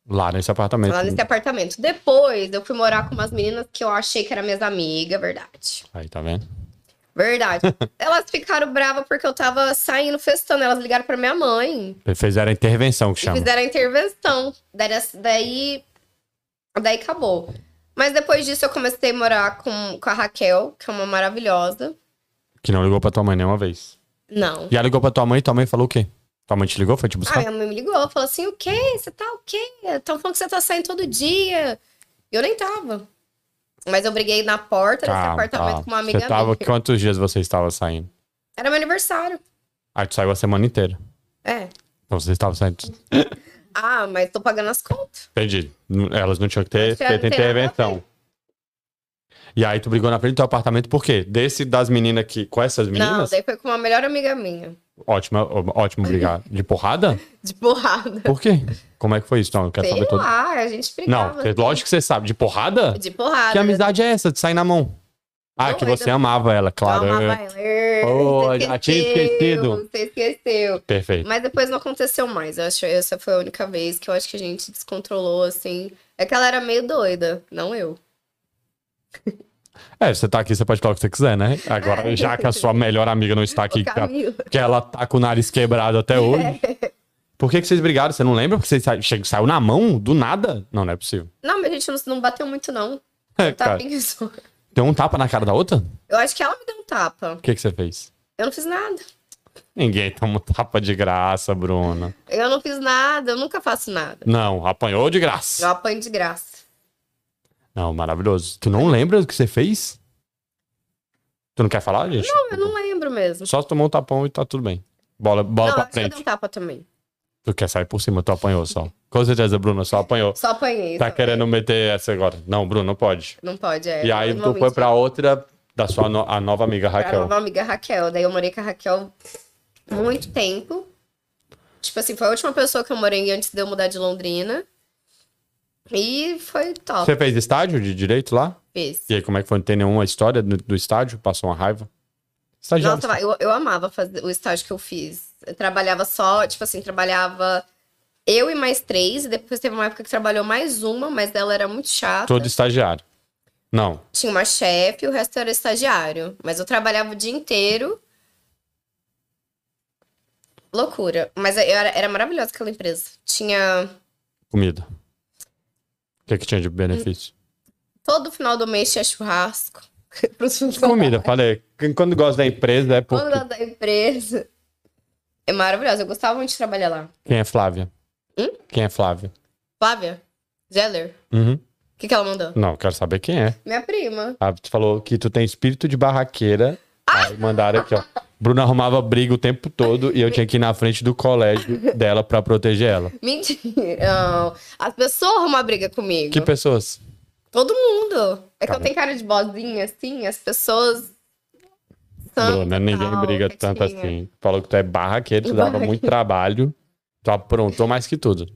Lá nesse apartamento. Lá nesse apartamento. Depois eu fui morar com umas meninas que eu achei que eram minhas amigas, verdade. Aí, tá vendo? Verdade. elas ficaram bravas porque eu tava saindo festando. Elas ligaram pra minha mãe Fizeram a intervenção que e chama. fizeram a intervenção. Daí, daí, daí acabou. Mas depois disso eu comecei a morar com, com a Raquel, que é uma maravilhosa. Que não ligou pra tua mãe nenhuma vez. Não. E ela ligou pra tua mãe e tua mãe falou o quê? Tua mãe te ligou? Foi te Ah, buscar? minha mãe me ligou, falou assim: o quê? Você tá o quê? Estão falando que você tá saindo todo dia. Eu nem tava. Mas eu briguei na porta desse apartamento com uma amiga você tava, minha. Quantos dias você estava saindo? Era meu aniversário. Aí tu saiu a semana inteira. É. Então você estava saindo. Ah, mas tô pagando as contas. Entendi. N- Elas não tinham que ter Não tinha- feito não tem nada a intervenção. E aí tu brigou na frente do teu apartamento por quê? Desse das meninas que. Com essas Não, meninas? daí foi com uma melhor amiga minha. Ótima, ó- ótimo brigar. De porrada? De porrada. Por quê? Como é que foi isso? Não, eu quero Sei saber tudo. lá, assim. a gente brigava. Não, cê- lógico que você sabe. De porrada? De porrada. Que amizade é essa de sair na mão? Ah, Não, que eu você não- amava ela, claro. Claro. eu- Pô, já tinha esquecido. Você esqueceu. Perfeito. Mas depois não aconteceu mais. Eu acho essa foi a única vez que eu acho que a gente descontrolou, assim. É que ela era meio doida, não eu. É, você tá aqui, você pode falar o que você quiser, né? Agora, É. já que a sua melhor amiga não está aqui, o que, Camilo. que ela tá com o nariz quebrado até hoje. É. Por que, que vocês brigaram? Você não lembra? Porque vocês sa... che- saiu na mão do nada? Não, não é possível. Não, mas a gente não, não bateu muito, não. É, Um cara, tapinha só. deu um tapa na cara da outra? Eu acho que ela me deu um tapa. O que, que você fez? Eu não fiz nada. Ninguém toma um tapa de graça, Bruna. Eu não fiz nada, eu nunca faço nada. Não, apanhou de Eu graça. apanho de graça. Não, maravilhoso. Tu não lembra do que você fez? Tu não quer falar, gente? Não, Eu não lembro mesmo. Só tomou um tapão e tá tudo bem. Bola, bola não, pra acho que eu dei frente. um tapa também. Tu quer sair por cima, tu apanhou só. Com certeza, Bruna, só apanhou. Só apanhei. Tá só- querendo meter essa agora. Não, Bruno, não pode. Não pode, é. E aí tu Normalmente foi pra outra da sua no- a nova amiga Pra Raquel. nova amiga Raquel. Daí eu morei com a Raquel muito tempo. Tipo assim, foi a última pessoa que eu morei antes de eu mudar de Londrina. E foi top. Você fez estádio de direito lá? Fez. E aí, como é que foi? Não tem nenhuma história do, do estádio? Passou uma raiva? Estagiário. Nossa, vai, eu, eu amava fazer o estágio que eu fiz. Eu trabalhava só, tipo assim, trabalhava eu e mais três. E depois teve uma época que trabalhou mais uma, mas ela era muito chata. Todo estagiário. Não. Tinha uma chefe e o resto era estagiário. Mas eu trabalhava o dia inteiro. Loucura. Mas eu era, era maravilhosa aquela empresa. Tinha. Comida. O que, que tinha de benefício? Hum, Todo final do mês tinha churrasco. pros funcionários. Comida, falei. Quem- Quando gosta da empresa é porque. Quando da empresa. É maravilhosa. Eu gostava muito de trabalhar lá. Quem é Flávia? Hum? Quem é Flávia? Flávia? Zeller? Uhum. O que, que ela mandou? Não, quero saber quem é. Minha prima. Ah, tu falou que tu tem espírito de barraqueira. Aí mandaram aqui, ó. Bruna arrumava briga o tempo todo e eu tinha que ir na frente do colégio dela pra proteger ela. Mentira. Não. As pessoas arrumam briga comigo. Que pessoas? Todo mundo. É que Tá eu tenho cara de bozinha, assim, as pessoas. Ah, Bruna, ninguém tal, briga quietinha. tanto assim. Falou que tu é barraqueira, tu dava muito trabalho. Tu aprontou mais que tudo.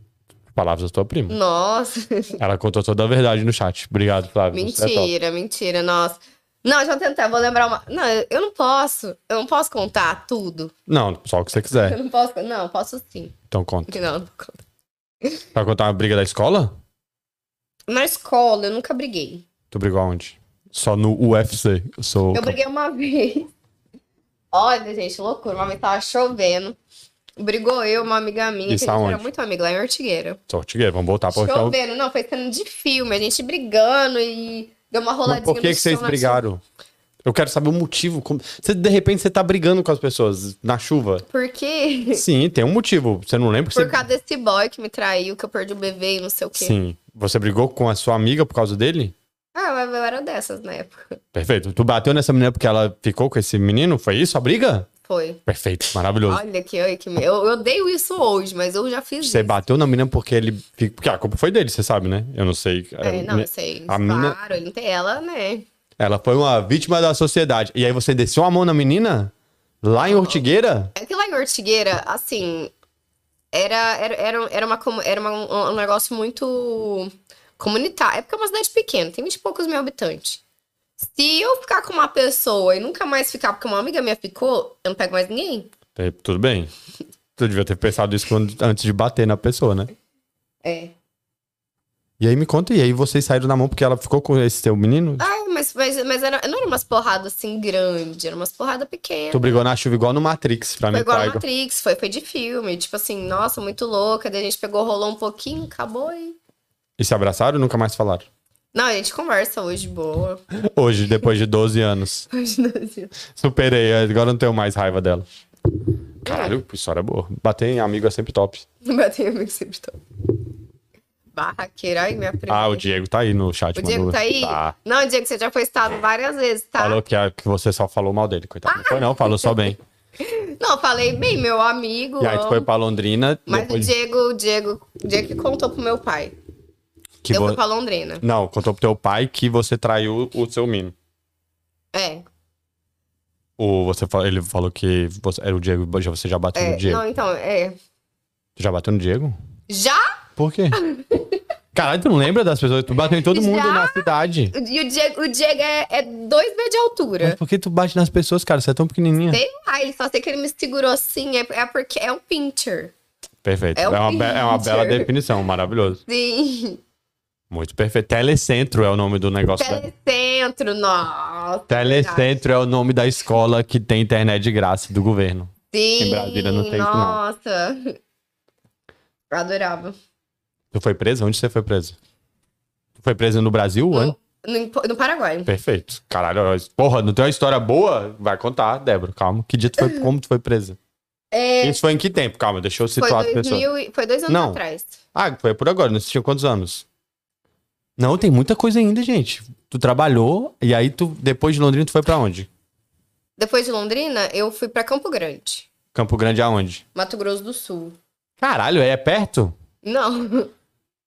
Palavras da tua prima. Nossa, Ela contou toda a verdade no chat. Obrigado, Flávio. Você é top. mentira, mentira, nossa. Não, deixa eu tentar, vou lembrar uma. Não, eu- eu não posso. Eu não posso contar tudo. Não, só o que você Eu quiser. não posso. Não, posso sim. Então conta. Não, não conto. Vai contar uma briga da escola? Na escola, eu nunca briguei. Tu brigou aonde? Só no UFC. Eu sou. Eu briguei uma vez. Olha, gente, loucura. Uma vez tava chovendo. Brigou eu, uma amiga minha, Isso que a gente era aonde? muito amiga lá em Ortigueira. Sou ortigueiro, Vamos voltar pra então. Chovendo, não, foi cena de filme, a gente brigando e deu uma Mas roladinha por que, no que vocês chão, assim. na brigaram? Eu quero saber o motivo. Como- Você, de repente você tá brigando com as pessoas na chuva? chuva. Por quê? Sim, tem um motivo. Você não lembra que Por você. causa desse boy que me traiu, que eu perdi o bebê e não sei o quê. Sim. Você brigou com a sua amiga por causa dele? Ah, mas eu era dessas na época. Perfeito. Tu bateu nessa menina porque ela ficou com esse menino? Foi isso a briga? Foi. Perfeito. Maravilhoso. Olha que, olha que eu, eu odeio isso hoje, mas eu já fiz Você isso. bateu na menina porque ele. fi- Porque a culpa foi dele, você sabe, né? Eu não sei. É, não, Me- eu sei. a Claro, mina- ele não tem ela, né? Ela foi uma vítima da sociedade. E aí você desceu a mão na menina? Lá em Ortigueira? É que lá em Ortigueira, assim, era, era, era, era, uma, comu- era uma- um, um negócio muito comunitário. É porque é uma cidade pequena, tem 20 e poucos mil habitantes. Se eu ficar com uma pessoa e nunca mais ficar porque uma amiga minha ficou, eu não pego mais ninguém. Tem- Tudo bem. Tu devia ter pensado isso quando- antes de bater na pessoa, né? É. E aí me conta, e aí vocês saíram na mão porque ela ficou com esse teu menino? Ah, mas, mas, mas era, não era umas porradas assim grandes, era umas porradas pequenas. Tu brigou na chuva igual no Matrix, pra Foi mim. igual a tá? Matrix, foi, foi de filme. Tipo assim, nossa, muito louca. Daí a gente pegou, rolou um pouquinho, acabou e. E se abraçaram e nunca mais falaram. Não, a gente conversa hoje, boa. é Hoje, depois de 12 anos. Superei, agora eu não tenho mais raiva dela. Caralho, que história boa. Bater em amigo é sempre top. Bateu amigo sempre top. barraqueira. Ai, minha prima. Ah, o Diego tá aí no chat. O Diego mandou- tá aí? Não, Diego, você já foi estado várias vezes, tá? Falou que, a- que você só falou mal dele, coitado. Não foi não, falou só bem. Não, eu falei bem, meu amigo. E aí tu amo. foi pra Londrina, Mas depois o Diego, o Diego, o Diego que contou pro meu pai. que eu vo- fui pra Londrina. Não, contou pro teu pai que você traiu o seu menino. É, Ou você fa- ele falou que você era o Diego, já- você já bateu é. no Diego. Não, então, é. Tu já bateu no Diego? Já? Por quê? Caralho, tu não lembra das pessoas? Tu bateu em todo mundo Já? na cidade. E o Diego, o Diego é, é dois metros de Mas altura. por que tu bate nas pessoas, cara? Você é tão pequenininha. Sei lá, ele só sei que ele me segurou assim. É, é porque é um pincher. Perfeito. É É, um uma, be- é uma pincher. bela definição, maravilhoso. Sim. Muito perfeito. Telecentro é o nome do negócio. da- Telecentro, nossa. Telecentro é o nome da escola que tem internet de graça do governo. Sim, Em Brasília não tem isso, não. nossa. Eu adorava. Tu foi preso? Onde você foi preso? Tu foi preso no Brasil? Onde? No, no Paraguai. Perfeito. Caralho, ó, porra, não tem uma história boa? Vai contar, Débora, calma. Que dia tu foi, como tu foi presa? É, Isso foi em que tempo? Calma, deixa eu foi, situar as dois pessoas. mil, e- foi dois anos Não. atrás. Ah, foi por agora, não tinha quantos anos? Não, tem muita coisa ainda, gente. Tu trabalhou e aí tu, depois de Londrina, tu foi pra onde? Depois de Londrina, eu fui pra Campo Grande, Campo Grande aonde? Mato Grosso do Sul. Caralho, é perto? Não,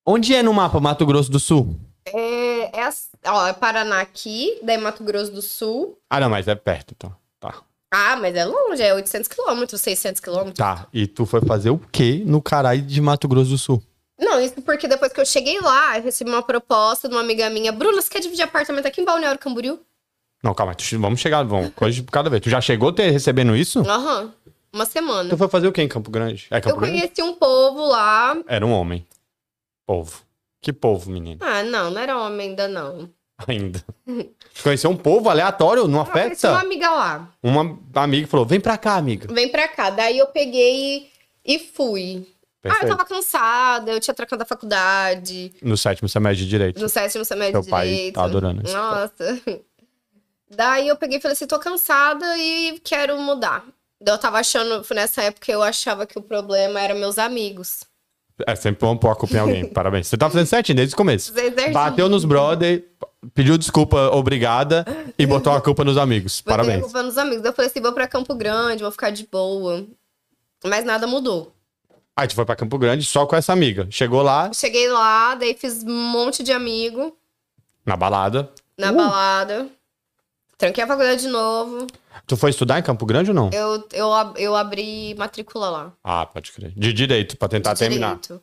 Onde é no mapa Mato Grosso do Sul? é, é, as- ó, é Paraná aqui, daí Mato Grosso do Sul. Ah, não, mas é perto, então. Tá. Ah, mas é longe, é 800 quilômetros, 600 quilômetros. Tá. E tu foi fazer o quê no caralho de Mato Grosso do Sul? Não, isso porque depois que eu cheguei lá, eu recebi uma proposta de uma amiga minha. Bruna, você quer dividir apartamento aqui em Balneário Camboriú? Não, calma, tu- vamos chegar, vamos. Coisa de cada vez. Tu já chegou te recebendo isso? Aham, uma semana. Tu foi fazer o quê em Campo Grande? É Campo eu Grande? conheci um povo lá. Era um homem. Povo. Que povo, menino? Ah, não, não era homem ainda, não. Ainda. Tu conheceu um povo aleatório numa Eu Ah, conheci uma festa? amiga lá. Uma amiga falou: vem pra cá, amiga. Vem pra cá. Daí eu peguei e fui. Ah, eu Perfeito. tava cansada, eu tinha trocado a faculdade, No sétimo semestre de direito. no sétimo semestre Teu de pai direito. tá adorando isso. Nossa. Daí eu peguei e falei assim, tô cansada e quero mudar. Daí Eu tava achando, foi nessa época eu achava que o problema eram meus amigos. É sempre bom pôr a culpa em alguém. Parabéns. Você tá fazendo certinho desde o começo. Vocês erram. Bateu nos brother, pediu desculpa, obrigada, e botou a culpa nos amigos. Botei a Parabéns. culpa nos amigos. Daí Eu falei assim, vou pra Campo Grande, vou ficar de boa. Mas nada mudou. Aí tu foi pra Campo Grande só com essa amiga. Chegou lá, Cheguei lá, daí fiz um monte de amigo na balada. na Uh. balada. Tranquei a faculdade de novo. Tu foi estudar em Campo Grande ou não? Eu, eu, ab- eu abri matrícula lá. Ah, pode crer. De direito, pra tentar de terminar. direito.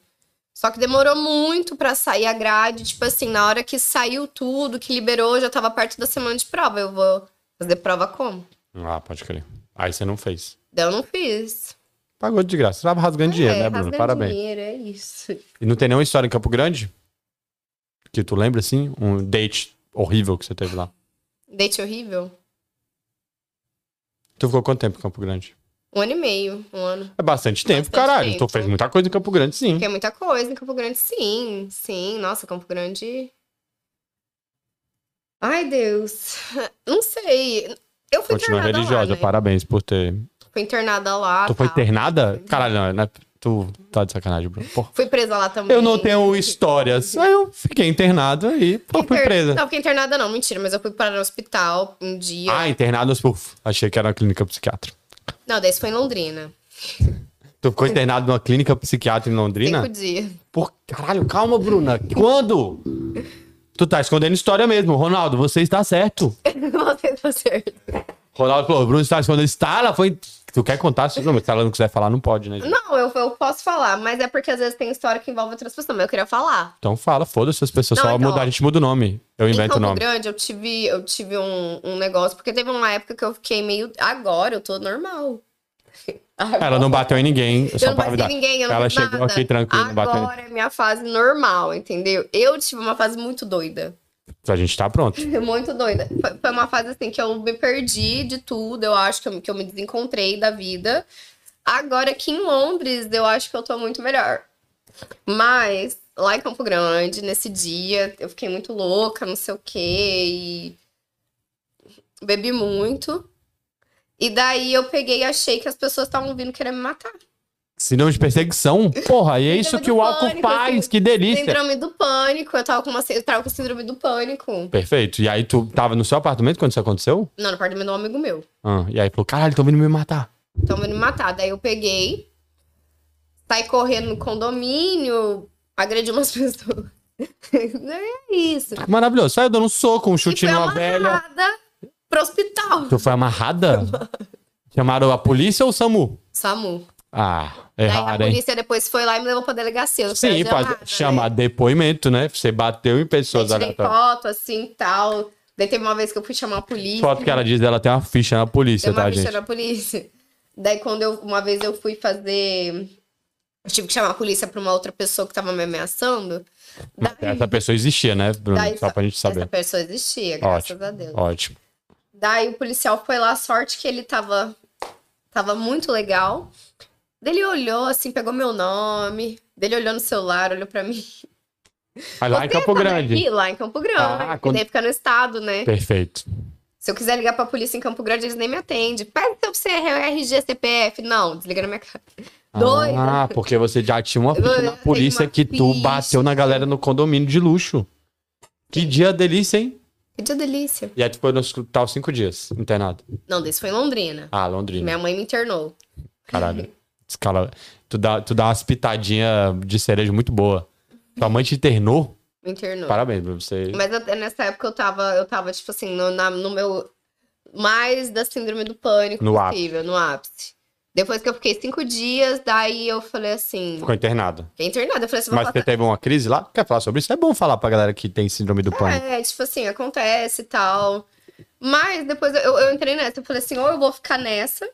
Só que demorou muito pra sair a grade. Tipo assim, na hora que saiu tudo, que liberou, já tava perto da semana de prova. Eu vou fazer prova como? Ah, pode crer. Aí você não fez. Daí eu não fiz. Pagou de graça. Tava rasgando dinheiro, É, né, Bruno? rasgando Parabéns. dinheiro, é isso. E não tem nenhuma história em Campo Grande? Que tu lembra, assim? Um date horrível que você teve lá. Date horrível? Tu ficou quanto tempo em Campo Grande? Um ano e meio, um ano. É bastante tempo, Bastante caralho. tempo. Tu fez muita coisa em Campo Grande, sim. Porque é muita coisa em Campo Grande, sim, sim. Nossa, Campo Grande. Ai, Deus. Não sei. Eu fui Continua internada religiosa, lá, é né? parabéns por ter. Fui internada lá. tá. tu foi tal. internada? Caralho, não, não é- tu tá de sacanagem, Bruno. Porra. Fui presa lá também. Eu não tenho histórias. Aí eu fiquei internado e pô, fui Inter- presa. Não, fiquei internada não, mentira. Mas eu fui parar no hospital um dia. Ah, internado, uf, achei que era uma clínica psiquiátrica. Não, daí isso foi em Londrina. Tu ficou internado numa clínica psiquiátrica em Londrina? Cinco dias. Por... Caralho, calma, Bruna. Quando? Tu tá escondendo história mesmo. Ronaldo, você está certo. Não sei se é você- Ronaldo falou, Bruno tá está escondendo. Está, ela foi... Tu quer contar? Não, mas se ela não quiser falar, não pode, né? gente? Não, eu, eu posso falar. Mas é porque às vezes tem história que envolve outras pessoas. Mas eu queria falar. Então fala, foda-se as pessoas. Não, só então, mudar, ó. a gente muda o nome. Eu Em invento o Campo nome. Grande, Então, eu tive, eu tive um, um negócio, porque teve uma época que eu fiquei meio. Agora eu tô normal. Ela não bateu em ninguém. eu só não pra bati em avisar. ninguém, eu não Ela fiz chegou nada. aqui tranquila, não bateu em- Agora é minha fase normal, entendeu? Eu tive uma fase muito doida. A gente tá pronto. Muito doida. Foi- Foi uma fase assim que eu me perdi de tudo, eu acho que eu, que eu me desencontrei da vida. Agora aqui em Londres, eu acho que eu tô muito melhor. Mas lá em Campo Grande, nesse dia, eu fiquei muito louca, não sei o quê, e bebi muito. E daí eu peguei e achei que as pessoas estavam vindo querer me matar. Síndrome de perseguição? Porra, e é isso Síndrome que do o álcool pânico, faz, assim, que delícia. Síndrome do pânico. Eu tava com uma, eu tava com síndrome do pânico. Perfeito. E aí tu tava no seu apartamento quando isso aconteceu? Não, no apartamento de um amigo meu. Ah, e aí falou, caralho, tão vindo me matar. Então me matar. Daí eu peguei, saí correndo no condomínio, agredi umas pessoas. Não é isso. Maravilhoso. Saiu dando um soco, um E chute numa velha. pro hospital. Tu foi amarrada? Chamaram a polícia ou o SAMU? SAMU. Ah, Daí a erraram, hein? polícia depois foi lá e me levou pra delegacia. Eu não Sim, fazia pra nada, né? chamar depoimento, né? Você bateu em Daí pessoas Tirei aleatórias. foto, assim, tal. Daí teve uma vez que eu fui chamar a polícia. Foto que ela diz dela tem uma ficha na polícia, Deu uma tá, ficha gente? na polícia. Daí quando eu, uma vez eu fui fazer... Eu tive que chamar a polícia pra uma outra pessoa que tava me ameaçando. Mas Essa pessoa existia, né, Bruno? Daí Só pra gente Tá, Essa saber. pessoa existia, graças Ótimo. a Deus. Ótimo. Daí o policial foi lá, sorte que ele tava, tava muito legal. Daí ele olhou assim, pegou meu nome. Daí ele olhou no celular, olhou pra mim. Mas lá em "Você Campo tá Grande. daqui?" Lá em Campo Grande. Ah, porque quando- daí fica no estado, né? Perfeito. Se eu quiser ligar pra polícia em Campo Grande, eles nem me atendem. Pega seu CR, RG, CPF. Não, desliga na minha cara. Dois. Ah, porque você já tinha uma ficha Eu na tenho polícia uma que tu ficha. bateu na galera no condomínio de luxo. Que dia delícia, hein? Que dia delícia. E aí tu foi no hospital cinco dias, internado. Não, desse foi em Londrina. Ah, Londrina. Minha mãe me internou. Caralho. Esse cara- tu dá, tu dá umas pitadinhas de cereja muito boa. Tua mãe te internou? Me internou. Parabéns pra você. Mas até nessa época eu tava, eu tava tipo assim, no, na- no meu. Mais da síndrome do pânico No possível, no ápice. Depois que eu fiquei cinco dias, daí eu falei assim. Ficou internada. Fiquei internada. Eu falei assim, vou Mas você passar. teve uma crise lá? Quer falar sobre isso? É bom falar pra galera que tem síndrome do pânico. É, tipo assim, acontece e tal. Mas depois eu, eu entrei nessa. Eu falei assim, ou eu vou ficar nessa,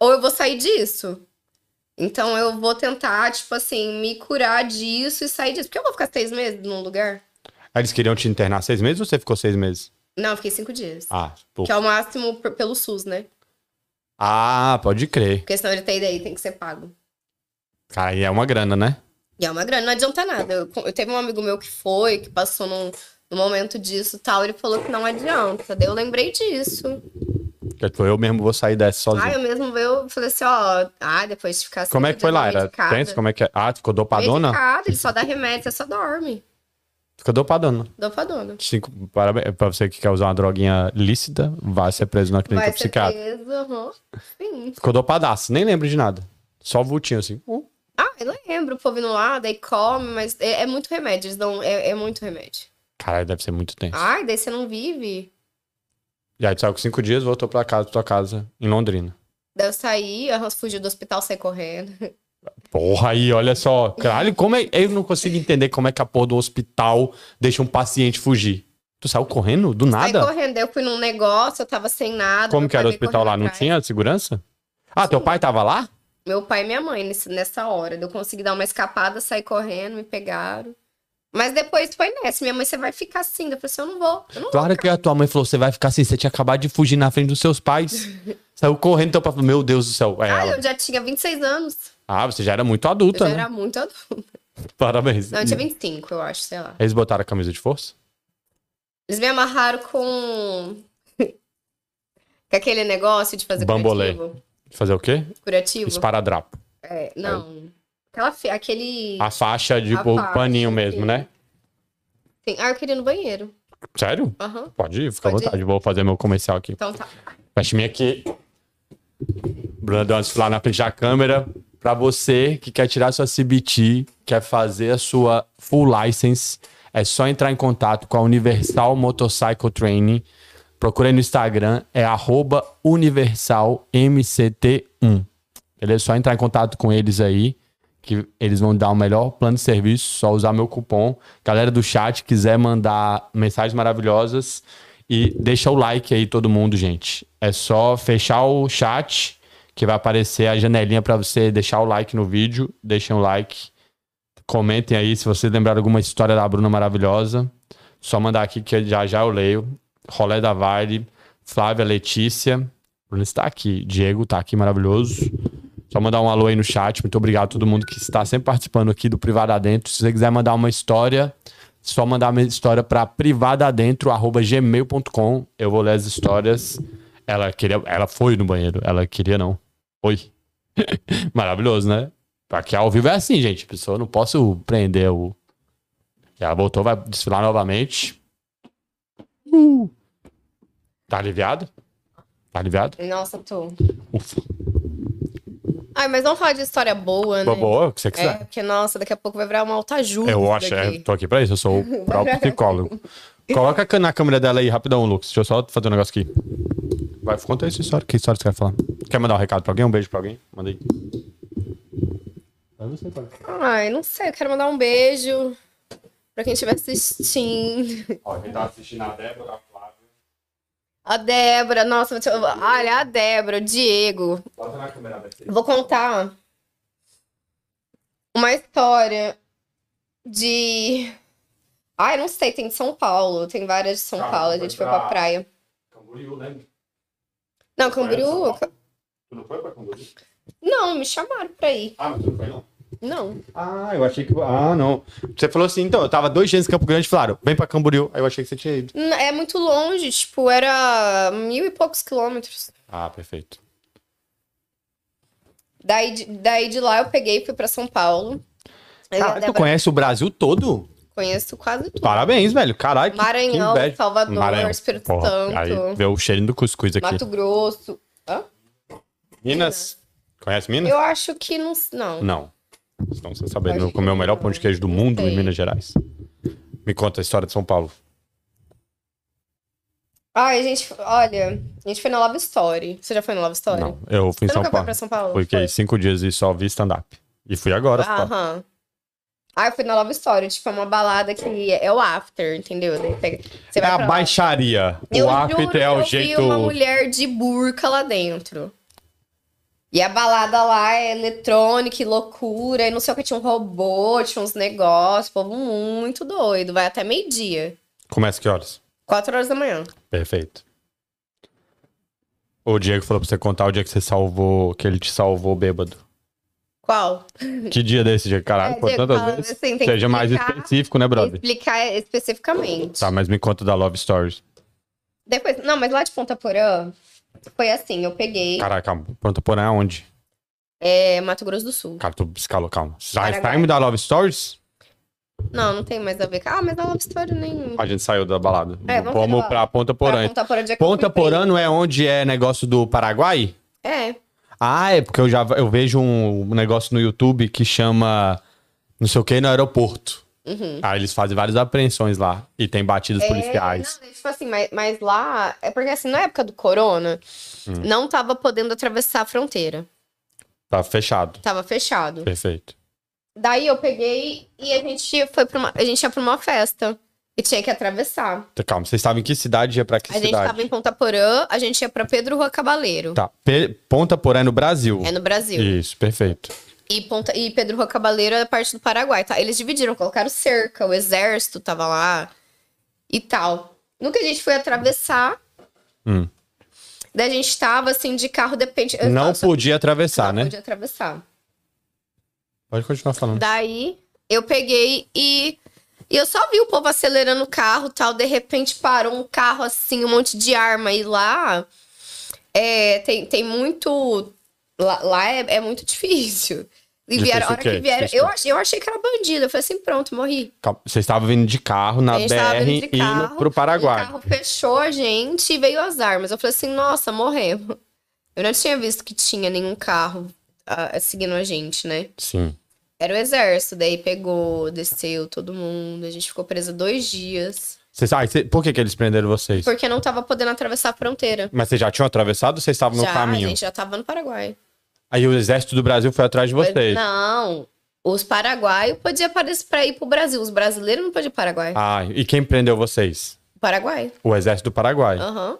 ou eu vou sair disso. Então eu vou tentar, tipo assim, me curar disso e sair disso. Porque eu vou ficar seis meses num lugar? Aí Eles queriam te internar seis meses ou você ficou seis meses? Não, eu fiquei cinco dias. Ah, pô. Que é o máximo p- pelo SUS, né? Ah, pode crer. Porque senão ele tem daí, tem que ser pago. Cara, aí é uma grana, né? E é uma grana, não adianta nada. Eu, eu teve um amigo meu que foi, que passou num, num momento disso e tal, ele falou que não adianta. Daí eu lembrei disso. Que tu- Eu mesmo vou sair dessa sozinho. Ah, eu mesmo eu falei assim, ó, ah, depois de ficar Como é que foi lá? Era tenso? Como é que é? Ah, tu ficou dopadona? Medicado, ele só dá remédio, você só dorme. Ficou dopadona. Dopadona. Cinco, parabéns. Pra você que quer usar uma droguinha lícita, vai ser preso na clínica Vai ser psiquiátrica. preso, aham. Sim. Ficou dopadaço, nem lembro de nada. Só vultinho assim. Uh, Ah, eu lembro, o povo indo lá, daí come, mas é, é muito remédio, eles dão, é, é muito remédio. Caralho, deve ser muito tenso. Ai, daí você não vive. E aí tu saiu com cinco dias, voltou pra casa, tua casa, em Londrina. Daí eu saí, aham, fugi do hospital, saí correndo. Porra aí, olha só. Caralho, como é. Eu não consigo entender como é que a porra do hospital deixa um paciente fugir. Tu saiu correndo? Do Aí nada? correndo, eu fui num negócio, eu tava sem nada. Como meu que era o pai veio hospital lá? correndo Não atrás. tinha segurança? Ah, teu pai tava lá? Meu pai e minha mãe nesse- nessa hora. Eu consegui dar uma escapada, sair correndo, me pegaram. Mas depois foi nessa. Minha mãe, você vai ficar assim. Eu falei assim, eu não vou. Eu não vou. Claro que a tua mãe falou, você vai ficar assim, você tinha acabado de fugir na frente dos seus pais. Saiu correndo, teu pai falou, meu Deus do céu. É Ah, ela. eu já tinha 26 anos. Ah, você já era muito Eu adulta, já né? Hum. era muito adulta. Parabéns. Não, eu tinha 25, eu acho, sei lá. Eles botaram a camisa de força? Eles me amarraram com... com aquele negócio de fazer Bambolê. curativo. Fazer o quê? Curativo? Esparadrapo. É, não. Aquela, fe- aquele... A faixa de A o faixa, paninho mesmo, sim. né? Tem- Ah, eu queria ir no banheiro. Sério? Aham. Pode ir, fica à Pode ir. vontade. Vou fazer meu comercial aqui. Então tá. Festinha aqui. Bruna deu uma lá na frente da câmera. Pra você que quer tirar sua CBT, quer fazer a sua full license, é só entrar em contato com a Universal Motorcycle Training. Procura aí no Instagram, é arroba universalmct1. Beleza? É só entrar em contato com eles aí, que eles vão dar o melhor plano de serviço, só usar meu cupom. Galera do chat, quiser mandar mensagens maravilhosas e deixa o like aí todo mundo, gente. É só fechar o chat, que vai aparecer a janelinha pra você deixar o like no vídeo. Deixem o like. Comentem aí se vocês lembraram alguma história da Bruna maravilhosa. Só mandar aqui que já já eu leio. Rolé da Vale, Flávia Letícia. Bruno está aqui. Diego tá aqui, maravilhoso. Só mandar um alô aí no chat. Muito obrigado a todo mundo que está sempre participando aqui do Privado Adentro. Se você quiser mandar uma história, só mandar uma história para privadadentro@gmail.com. Eu vou ler as histórias. Ela queria, ela foi no banheiro. Ela queria não. Oi. Maravilhoso, né? Aqui ao vivo é assim, gente. Pessoa, eu não posso prender o. Ela voltou, vai desfilar novamente. Uh. Tá aliviado? Tá aliviado? Nossa, tô. Ufa. Ai, mas vamos falar de história boa, né? Boa, boa, o que você É, quiser. porque, nossa, daqui a pouco vai virar uma alta ajuda. eu isso acho, é, daqui. tô aqui pra isso, eu sou o próprio psicólogo. Coloca a can- na câmera dela aí rapidão, Lucas. Deixa eu só fazer um negócio aqui. Vai, conta aí sua história. Que história você quer falar? Quer mandar um recado pra alguém? Um beijo pra alguém? Manda aí. Eu não sei, pai. Ai, não sei, eu quero mandar um beijo pra quem estiver assistindo. Ó, quem tá assistindo a Débora, a Flávia. A Débora, nossa, deixa eu- olha, a Débora, o Diego. Bota na câmera dessa aí. Vou contar uma história de. Ai, não sei, tem de São Paulo, tem várias de São Tá, Paulo, a foi gente foi pra- pra praia. Camboriú, né? Não, foi pra São Camboriú. Paulo? Tu não foi pra Camboriú? Não, me chamaram pra ir. Ah, mas tu não foi, não? Não. Ah, eu achei que. Ah, não. Você falou assim, então, eu tava dois dias em Campo Grande e falaram, vem pra Camboriú. Aí eu achei que você tinha ido. N- É muito longe, tipo, era mil e poucos quilômetros. Ah, perfeito. Daí de, daí de lá eu peguei e fui pra São Paulo. Aí a Caralho, Ah, tu Débora- conhece o Brasil todo? Conheço quase tudo. Parabéns, velho. Caralho, que, Maranhão, que inveja. Salvador, Maranhão. Espírito Porra, Santo, Aí vê o cheirinho do cuscuz aqui. Mato Grosso. Minas? Conhece Minas? Eu acho que não. Não. Não. Então você sabe, Acho eu que comi o não. melhor pão de queijo do Não mundo em sei. Minas Gerais. Me conta a história de São Paulo. Ai, gente, olha, a gente foi na Love Story. Você já foi na Love Story? Não, eu fui em Você São nunca foi Paulo. pra São Paulo? Fiquei cinco dias e só vi stand-up. E fui agora. Ah, pô. Aham. Ah, eu fui na Love Story. Tipo, é uma balada que é o after, entendeu? Daí pega- Você é vai a pra lá. baixaria. Eu o juro after é que o eu jeito. vi uma mulher de burca lá dentro. E a balada lá é eletrônica e loucura. E não sei o que, tinha um robô, tinha uns negócios. Povo muito doido. Vai até meio-dia. Começa que horas? Quatro horas da manhã. Perfeito. O Diego falou pra você contar o dia que você salvou, que ele te salvou bêbado. Qual? Que dia desse, Diego? Caralho, É, foi Diego, tantas fala Tá, vezes. assim, tem que Seja mais explicar- específico, né, brother? Explicar especificamente. Tá, mas me conta da Love Stories. Depois, não, mas lá de Ponta Porã, foi assim, eu peguei Caralho, calma. Ponta Porã é onde? é, Mato Grosso do Sul. Cara, tu escalou, calma. Sai Paraguai. time da Love Stories? Não, não tem mais a ver. com- Ah, mas a Love Story nem... A gente saiu da balada. É, vamos sair da Vamos balada. pra Ponta Pra Porã. Ponta Porã, dia que eu Ponta fui Porã não é onde é negócio do Paraguai? pra- É, Ah, é porque eu já eu vejo um negócio no YouTube que chama não sei o que no aeroporto. Aí eles fazem várias apreensões lá e tem batidas policiais. Uhum. É, não, tipo assim, mas, mas lá, é porque assim, na época do corona, Hum. não tava podendo atravessar a fronteira. Tá fechado. Tava fechado. Perfeito. Daí eu peguei e a gente foi pra uma, a gente ia pra uma festa. E tinha que atravessar. Tá, Calma, vocês estavam em que cidade e ia pra que A gente cidade? tava em Ponta Porã, a gente ia pra Pedro Rua Cabaleiro. Tá, Pe- Ponta Porã é no Brasil. É no Brasil. Isso, perfeito. E, Ponta- e Pedro Rua Cabaleiro é parte do Paraguai, tá? Eles dividiram, colocaram cerca, o exército tava lá e tal. No que a gente foi atravessar, Hum. daí a gente tava assim de carro, de repente. eu não nossa, podia atravessar, né? não pude atravessar. Pode continuar falando. Daí eu peguei e, e eu só vi o povo acelerando o carro tal. De repente parou um carro assim, um monte de arma. E lá é, tem, tem muito. Lá, lá é, é muito difícil. E Difícil vieram, a o hora quê? que vieram. Difícil Eu, o quê? ach- eu achei que era bandido. Eu falei assim: pronto, morri. Calma, Vocês estavam vindo de carro na A BR gente tava vindo de e indo carro, pro Paraguai. O carro fechou a gente e veio as armas. Eu falei assim: nossa, morremos. Eu não tinha visto que tinha nenhum carro ah, seguindo a gente, né? Sim. Era o exército, daí pegou, desceu todo mundo, a gente ficou presa dois dias. Vocês, ah, e cê- por que, que eles prenderam vocês? Porque não tava podendo atravessar a fronteira. Mas vocês já tinham atravessado ou vocês estavam no já, caminho? a gente já tava no Paraguai. Aí o exército do Brasil foi atrás de vocês. Não, os paraguaios podiam aparecer pra ir pro Brasil, os brasileiros não podiam ir pro Paraguai. Ah, e quem prendeu vocês? Paraguai, O exército do Paraguai. aham.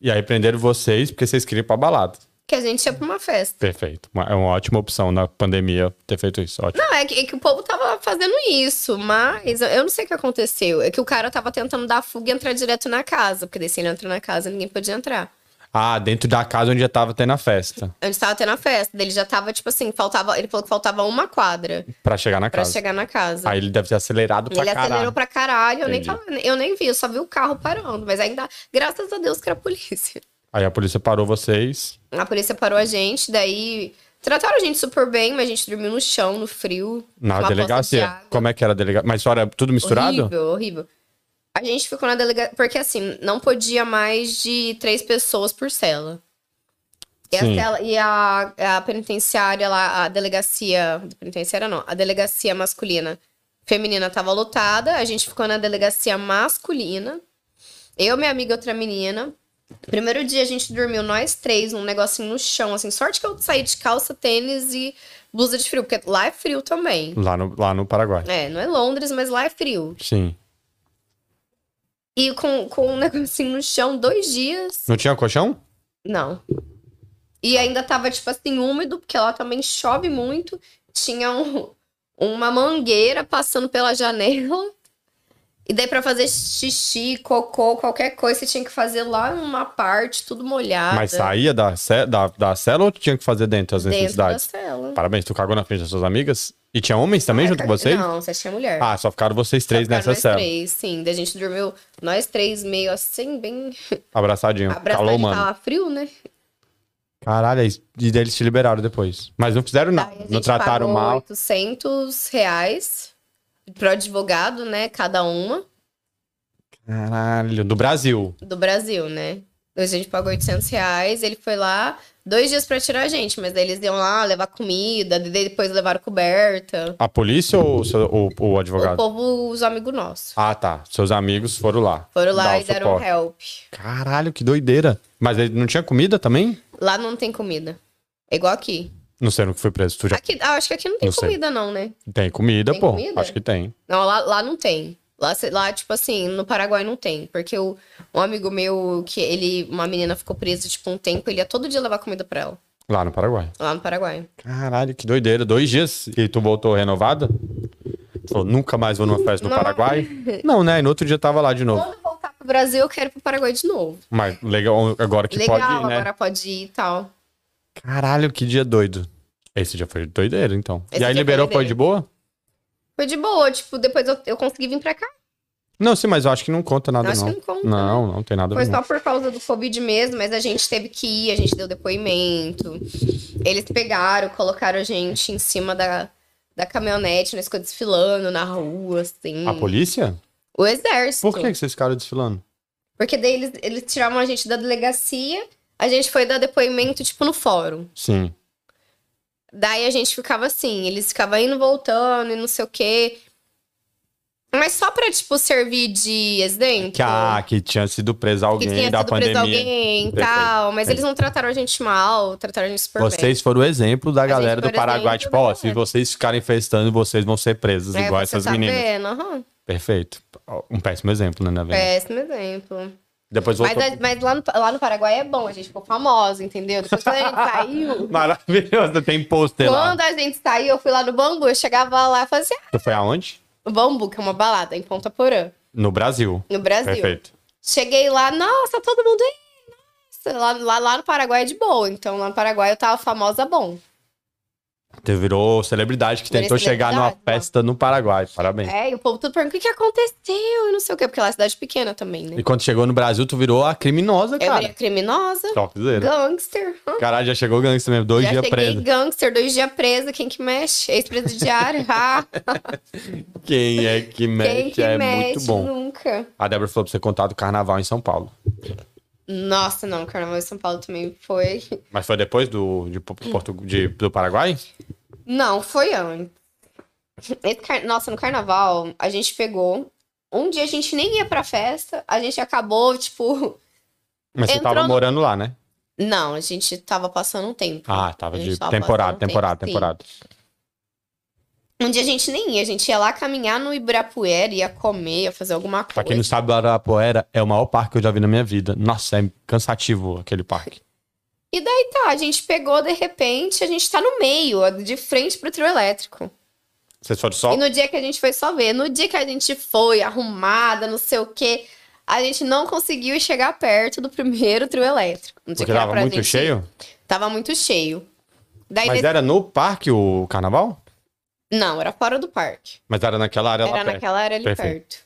E aí prenderam vocês porque vocês queriam ir pra balada. Que a gente ia pra uma festa. Perfeito. Uma- É uma ótima opção na pandemia ter feito isso. Ótimo. Não, é que, é que o povo tava fazendo isso, mas eu- eu não sei o que aconteceu. É que o cara tava tentando dar fuga e entrar direto na casa, porque daí se ele entrou na casa, ninguém podia entrar. Ah, dentro da casa onde já tava tendo a festa. A gente tava tendo a festa, daí ele já tava, tipo assim, faltava. Ele falou que faltava uma quadra. Pra chegar na Pra casa. chegar na casa. Aí ele deve ter acelerado pra ele caralho. acelerou pra caralho, eu nem, Entendi. tava- eu nem vi, eu só vi o carro parando. Mas ainda, graças a Deus que era a polícia. Aí a polícia parou vocês. A polícia parou a gente, daí tra- Trataram a gente super bem, mas a gente dormiu no chão, no frio. Na numa poça de delegacia? água. Como é que era a delegacia? Mas só era tudo misturado? Horrível, horrível. A gente ficou na delegacia. Porque assim, não podia mais de três pessoas por cela. E a, Sim. cela- e a- a penitenciária lá, a delegacia. Penitenciária não, a delegacia masculina. Feminina tava lotada, a gente ficou na delegacia masculina. Eu, minha amiga e outra menina. Primeiro dia a gente dormiu nós três num negocinho no chão, assim. Sorte que eu saí de calça, tênis e blusa de frio, porque lá é frio também. Lá no, lá no Paraguai. É, não é Londres, mas lá é frio. Sim. E com, com um negocinho no chão, dois dias. Não tinha colchão? Não. E ainda tava, tipo assim, úmido, porque lá também chove muito. Tinha um, uma mangueira passando pela janela. E daí, pra fazer xixi, cocô, qualquer coisa, você tinha que fazer lá numa parte, tudo molhado. Mas saía da, ce- da, da cela ou tinha que fazer dentro as dentro da necessidades? cela. Parabéns, tu cagou na frente das suas amigas? E tinha homens também junto com vocês? Não, você tinha mulher. Ah, só ficaram vocês três Só ficaram nessa nós cela. três, sim. Daí a gente dormiu, nós três, meio assim, bem Abraçadinho. abraçado. Calou, Calor, mano. Tava frio, né? Caralho, aí- e daí eles te liberaram depois. Mas não fizeram nada. Aí a Não gente trataram pagou mal. 800 reais pro advogado, né? Cada uma Caralho, do Brasil. do Brasil, né? A gente pagou 800 reais, ele foi lá dois dias pra tirar a gente, mas daí eles iam lá levar comida, daí depois levaram coberta. A polícia ou o, seu- o- o O advogado? povo, os amigos nossos. Ah, tá. Seus amigos foram lá. Foram lá dar o e deram suporte. help. Caralho, que doideira. Mas ele não tinha comida também? Lá não tem comida. É igual aqui. Não sei, não fui preso. Tu já Aqui, ah, acho que aqui não tem Não sei. comida, não, né? tem comida, Tem pô. comida? Acho que tem. Não, lá, lá não tem. Lá, cê- lá, tipo assim, no Paraguai não tem. Porque o, um amigo meu, que ele, uma menina ficou presa, tipo, um tempo, ele ia todo dia levar comida pra ela. Lá no Paraguai. Lá no Paraguai. Caralho, que doideira. Dois dias e tu voltou renovada? Falou, nunca mais vou numa festa no Não. Paraguai? Não, né? E no outro dia tava lá de novo. Quando eu voltar pro Brasil, eu quero ir pro Paraguai de novo. Mas legal, agora que Legal, pode ir, né? agora pode ir e tal. Caralho, que dia doido. Esse dia foi doideira, então. Esse e aí dia foi liberou, foi, de doideira. boa? Foi de boa, tipo, depois eu, eu consegui vir pra cá. Não, sim, mas eu acho que não conta nada, Eu acho não. que não conta, né? Não, não tem nada a Foi ver. só por causa do Covid mesmo, mas a gente teve que ir, a gente deu depoimento. Eles pegaram, colocaram a gente em cima da, da caminhonete, nós ficou desfilando na rua, assim. não. A polícia? O exército. Por que, que vocês ficaram desfilando? Porque daí eles, eles tiravam a gente da delegacia, a gente foi dar depoimento, tipo, no fórum. Sim. Daí a gente ficava assim, eles ficavam indo, voltando e não sei o quê. Mas só pra, tipo, servir de exemplo. Que, ah, que tinha sido preso que alguém tinha da sido pandemia. preso alguém e Perfeito, tal. Mas sim. eles não trataram a gente mal, trataram a gente super bem. Vocês foram o exemplo da gente galera foi do o Paraguai. exemplo Tipo, ó, da se galera. vocês ficarem festando, vocês vão ser presos, É, igual você essas tá meninas. vendo? aham. Perfeito. Ó, Um péssimo exemplo, né, na verdade? Péssimo exemplo. Depois É. Mas, voltou. mas lá, no, lá no Paraguai é bom, a gente ficou famosa, entendeu? Depois quando a gente saiu. Maravilhoso, tem pôster lá. Quando a gente saiu, eu fui lá no Bambu, eu chegava lá e falava assim, Tu foi aonde? O Bambu, que é uma balada em Ponta Porã, No Brasil. no Brasil. Perfeito. Cheguei lá, nossa, todo mundo aí. Nossa, lá, lá, lá no Paraguai é de boa. Então, lá no Paraguai eu tava famosa bom. Tu virou celebridade que Virei tentou chegar numa celebridade, mano. festa no Paraguai. Parabéns. É, e o povo tudo pergunta o que, que aconteceu e não sei o quê, porque lá é cidade pequena também, né? E quando chegou no Brasil, tu virou a criminosa, Eu cara. virei criminosa, Topzera. gangster. hã? Caralho, já chegou gangster mesmo. Dois Já dias cheguei preso. gangster, dois dias presa, quem que mexe? Ex-presidiário, ah, Quem é que quem mexe que é mexe? muito bom. Nunca. A Débora falou pra você contar do carnaval em São Paulo. Nossa, não, o Carnaval de São Paulo também foi... Mas foi depois do, de, Portu- de- do Paraguai? Não, foi antes. Esse car- Nossa, no carnaval, a gente pegou. Um dia a gente nem ia pra festa, a gente acabou, tipo. Mas você Entrou tava no- morando lá, né? Não, a gente tava passando um tempo. Ah, tava A de gente tava temporada, passando um temporada, tempo, sim. temporada. Um dia a gente nem ia, a gente ia lá caminhar no Ibirapuera, ia comer, ia fazer alguma Pra coisa. quem não sabe, o Arapuera é o maior parque que eu já vi na minha vida. Nossa, é cansativo aquele parque. Tá, a gente pegou, de repente, a gente tá no meio, ó, de frente pro trio elétrico. Vocês foram só. E no dia que a gente foi só ver, no dia que a gente foi arrumada, não sei o quê, a gente não conseguiu chegar perto do primeiro trio elétrico. No dia Porque que era tava pra muito gente ir. cheio? Tava muito cheio. Daí Mas nesse- era no parque o carnaval? Não, era fora do parque. Mas era naquela área lá Era perto. naquela área ali Perfeito. perto.